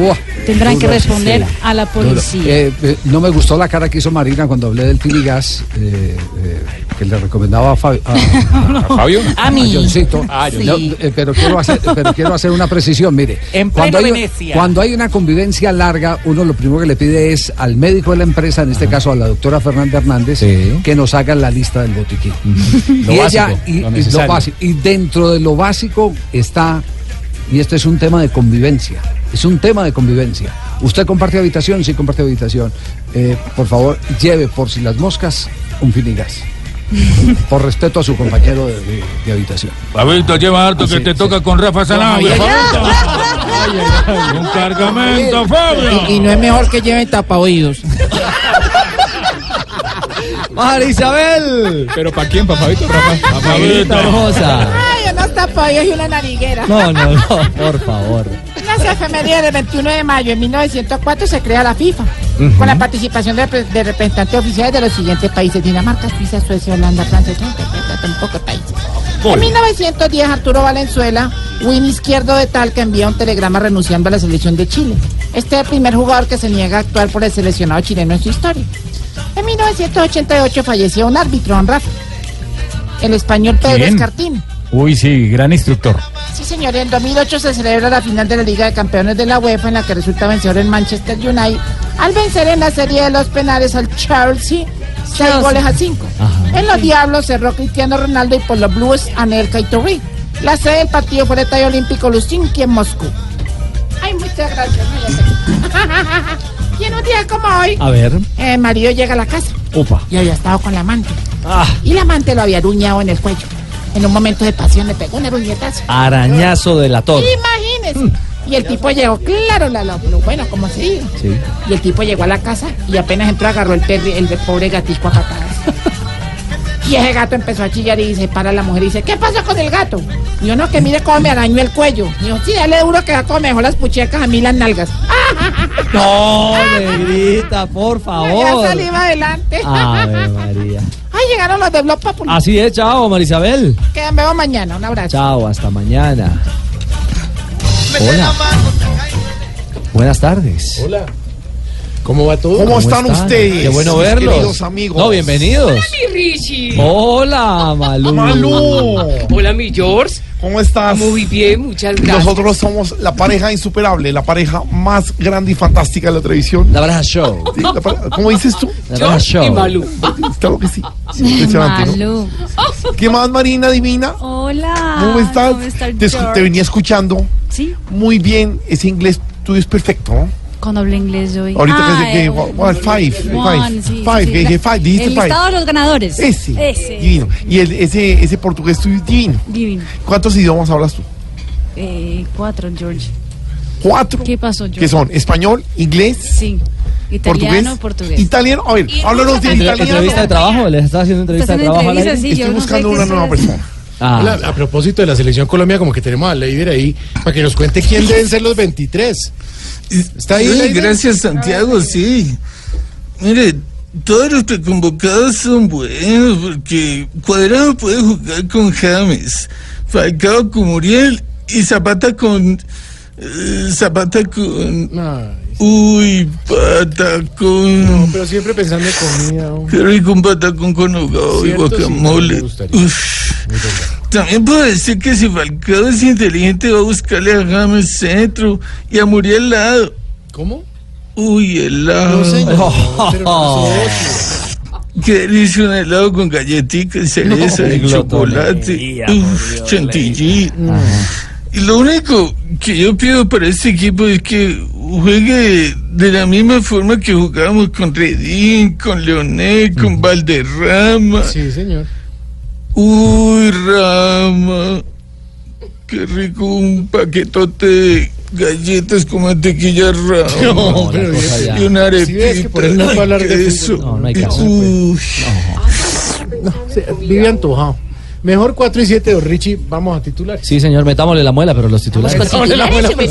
Speaker 12: Tendrán que responder a la
Speaker 36: Duro.
Speaker 12: policía.
Speaker 36: Eh, eh, no me gustó la cara que hizo Marina cuando hablé del Pirigas, eh, eh, que le recomendaba a, Fabi- a-
Speaker 5: ¿A Fabio? A mí.
Speaker 36: Johncito.
Speaker 5: Ah, yo-
Speaker 36: No,
Speaker 5: sí.
Speaker 36: eh, pero, quiero hacer, pero quiero hacer una precisión, mire.
Speaker 5: En
Speaker 36: cuando,
Speaker 5: pleno
Speaker 36: hay,
Speaker 5: Venecia.
Speaker 36: cuando hay una convivencia larga, uno lo primero que le pide es al médico de la empresa, en este caso a la doctora Fernanda Hernández, que nos haga la lista del botiquín.
Speaker 24: Lo
Speaker 36: y
Speaker 24: básico,
Speaker 36: ella, y,
Speaker 24: lo
Speaker 36: y lo
Speaker 24: necesario.
Speaker 36: básico. Y dentro de lo básico está, y esto es un tema de convivencia, es un tema de convivencia. Usted comparte habitación, sí comparte habitación. Eh, por favor, lleve por si las moscas un finigas. por respeto a su compañero de, de- de habitación.
Speaker 3: Fabito, lleva harto que te toca con Rafa Sanabria. Fabito. Un cargamento, Fabio.
Speaker 11: Y, y no es mejor que lleven tapaoídos.
Speaker 40: María Isabel. ¿Pero para quién? ¿Para Fabito? Para Fabito.
Speaker 32: Ay, unos tapados y una nariguera.
Speaker 9: No, no, no, por favor.
Speaker 32: Las efemerías del 21 de mayo de 1904 se crea la FIFA,
Speaker 9: Ujú.
Speaker 32: con la participación de, repre- de representantes oficiales de los siguientes países, Dinamarca, Suiza, Suecia, Holanda, Francia, Francia, Francia, tan pocos países. En 1910, Arturo Valenzuela, win izquierdo de Talca, envía un telegrama renunciando a la selección de Chile. Este es el primer jugador que se niega a actuar por el seleccionado chileno en su historia. En 1988 falleció un árbitro, en Rafa, el español Pedro
Speaker 10: ¿Quién?
Speaker 32: Escartín.
Speaker 10: Uy, sí, gran instructor.
Speaker 32: Sí, señor, en 2008 se celebra la final de la Liga de Campeones de la UEFA en la que resulta vencedor el Manchester United al vencer en la serie de los penales al Chelsea 6 goles a 5.
Speaker 6: 啊
Speaker 32: En los Diablos cerró Cristiano Ronaldo y por los Blues Anelka y Torri. La sede del partido fue el Estadio Olímpico Lusinki en Moscú. Ay, muchas gracias. no, ya sé. y en un día como hoy,
Speaker 9: A ver.
Speaker 32: el marido llega a la casa
Speaker 9: Opa.
Speaker 32: y había estado con la amante.
Speaker 9: Ah.
Speaker 32: Y la amante lo había aruñado en el cuello. En un momento de pasión le pegó un aruñetazo.
Speaker 9: Arañazo delator.
Speaker 32: Imagínese. Y el tipo llegó, claro, la, la- lo bueno, como se diga.
Speaker 9: Sí.
Speaker 32: Y el tipo llegó a la casa y apenas entró agarró el, perri- el pobre gatico a patadas. Y ese gato empezó a chillar y dice, para la mujer y dice, ¿qué pasó con el gato? Y yo no, que mire cómo me arañó el cuello. Y yo, sí, dale duro que como mejor las puchecas a mí las nalgas.
Speaker 9: No, negrita, por
Speaker 32: Ya
Speaker 9: favor.
Speaker 32: saliva adelante.
Speaker 9: Ave María.
Speaker 32: Ay, llegaron los de Blog Popular.
Speaker 9: Así es, chao, Marisabel.
Speaker 32: Que me veo mañana. Un abrazo.
Speaker 9: Chao, hasta mañana. Hola. Buenas tardes. Hola.
Speaker 41: ¿Cómo va todo?
Speaker 9: ¿Cómo
Speaker 41: están ustedes,
Speaker 9: Qué bueno
Speaker 41: mis
Speaker 9: verlos.
Speaker 41: queridos amigos?
Speaker 9: No, bienvenidos.
Speaker 41: mi Richie.
Speaker 9: Hola, Malú.
Speaker 41: Malú. Hola, mi George. ¿Cómo estás? Muy bien, muchas gracias. Nosotros somos la pareja insuperable, la pareja más grande y fantástica de la televisión. La pareja show. ¿Cómo dices tú?
Speaker 9: La pareja George show. y Malú.
Speaker 41: Claro que sí. Impresionante, ¿no?
Speaker 12: Malú. Ah,
Speaker 41: ¿Qué más, Marina Divina?
Speaker 12: Hola.
Speaker 41: ¿Cómo estás? Te, escu-
Speaker 12: George?
Speaker 41: te venía escuchando.
Speaker 12: Sí.
Speaker 41: Muy bien, ese inglés tuyo es perfecto, ¿no?
Speaker 12: Cuando hablé inglés yo.
Speaker 41: Ahorita que
Speaker 12: Ah,
Speaker 41: dije que
Speaker 12: eh,
Speaker 41: what- what, five,
Speaker 12: Juan,
Speaker 41: five,
Speaker 12: sí,
Speaker 41: five,
Speaker 12: sí,
Speaker 41: que
Speaker 12: la-
Speaker 41: dije five, dijiste
Speaker 12: El
Speaker 41: five.
Speaker 12: listado de los ganadores.
Speaker 41: Ese.
Speaker 12: Ese.
Speaker 41: Divino. Y el- ese, ese portugués tuyo es divino.
Speaker 12: Divino.
Speaker 41: ¿Cuántos idiomas hablas tú?
Speaker 12: Eh, cuatro, George.
Speaker 41: Cuatro.
Speaker 12: ¿Qué pasó, George?
Speaker 41: Que son español, inglés,
Speaker 12: Sí. Italiano,
Speaker 41: portugués,
Speaker 12: portugués.
Speaker 41: italiano. A ver, háblanos de italiano.
Speaker 9: ¿Entrevista de trabajo? ¿Les está haciendo entrevista de
Speaker 41: Está haciendo
Speaker 9: trabajo? al aire?
Speaker 41: entrevistas, sí, Estoy yo no sé buscando qué una es nueva eso. persona.
Speaker 9: Ah,
Speaker 41: Hola. a propósito de la selección Colombia, como que tenemos a Leider ahí para que nos cuente quién deben ser los 23. ¿Está ahí?
Speaker 42: Sí,
Speaker 41: Leider?
Speaker 42: gracias Santiago, sí. Mire, todos los preconvocados son buenos porque Cuadrado puede jugar con James, Falcao con Uriel y Zapata con... eh, Zapata con... Uy, patacón. No, pero siempre pensando en comida. Qué rico un patacón con hogado y
Speaker 41: Cierto, sí,
Speaker 42: guacamole.
Speaker 41: me gustaría.
Speaker 42: Uf. También puedo decir que si Falcao es inteligente va a buscarle a James centro y a Muriel lado. ¿Cómo? Uy, helado.
Speaker 41: No, señor, pero no
Speaker 42: Qué delicia un helado con galletitas, cereza, No, de chocolate, glotonería, uf, por Dios, chantilly. Y lo único que yo pido para este equipo es que juegue de la misma forma que jugábamos con Redín, con Leonel, con Valderrama.
Speaker 41: Sí, señor.
Speaker 42: Uy, Rama, qué rico un paquetote de galletas con mantequilla Rama.
Speaker 41: No, pero
Speaker 42: Y
Speaker 41: bien.
Speaker 42: y una arepita.
Speaker 41: Si ves que por él no puedo
Speaker 42: Ay,
Speaker 41: hablar de
Speaker 42: queso.
Speaker 9: pues.
Speaker 41: fútbol. No, no hay
Speaker 42: Y-
Speaker 41: caso,
Speaker 42: Uy.
Speaker 41: se- vive antojado.
Speaker 9: Mejor 4 y 7, don Richie. Vamos a titular.
Speaker 41: Sí, señor, metámosle la muela, pero los titulares.
Speaker 9: Metámosle la muela, pero-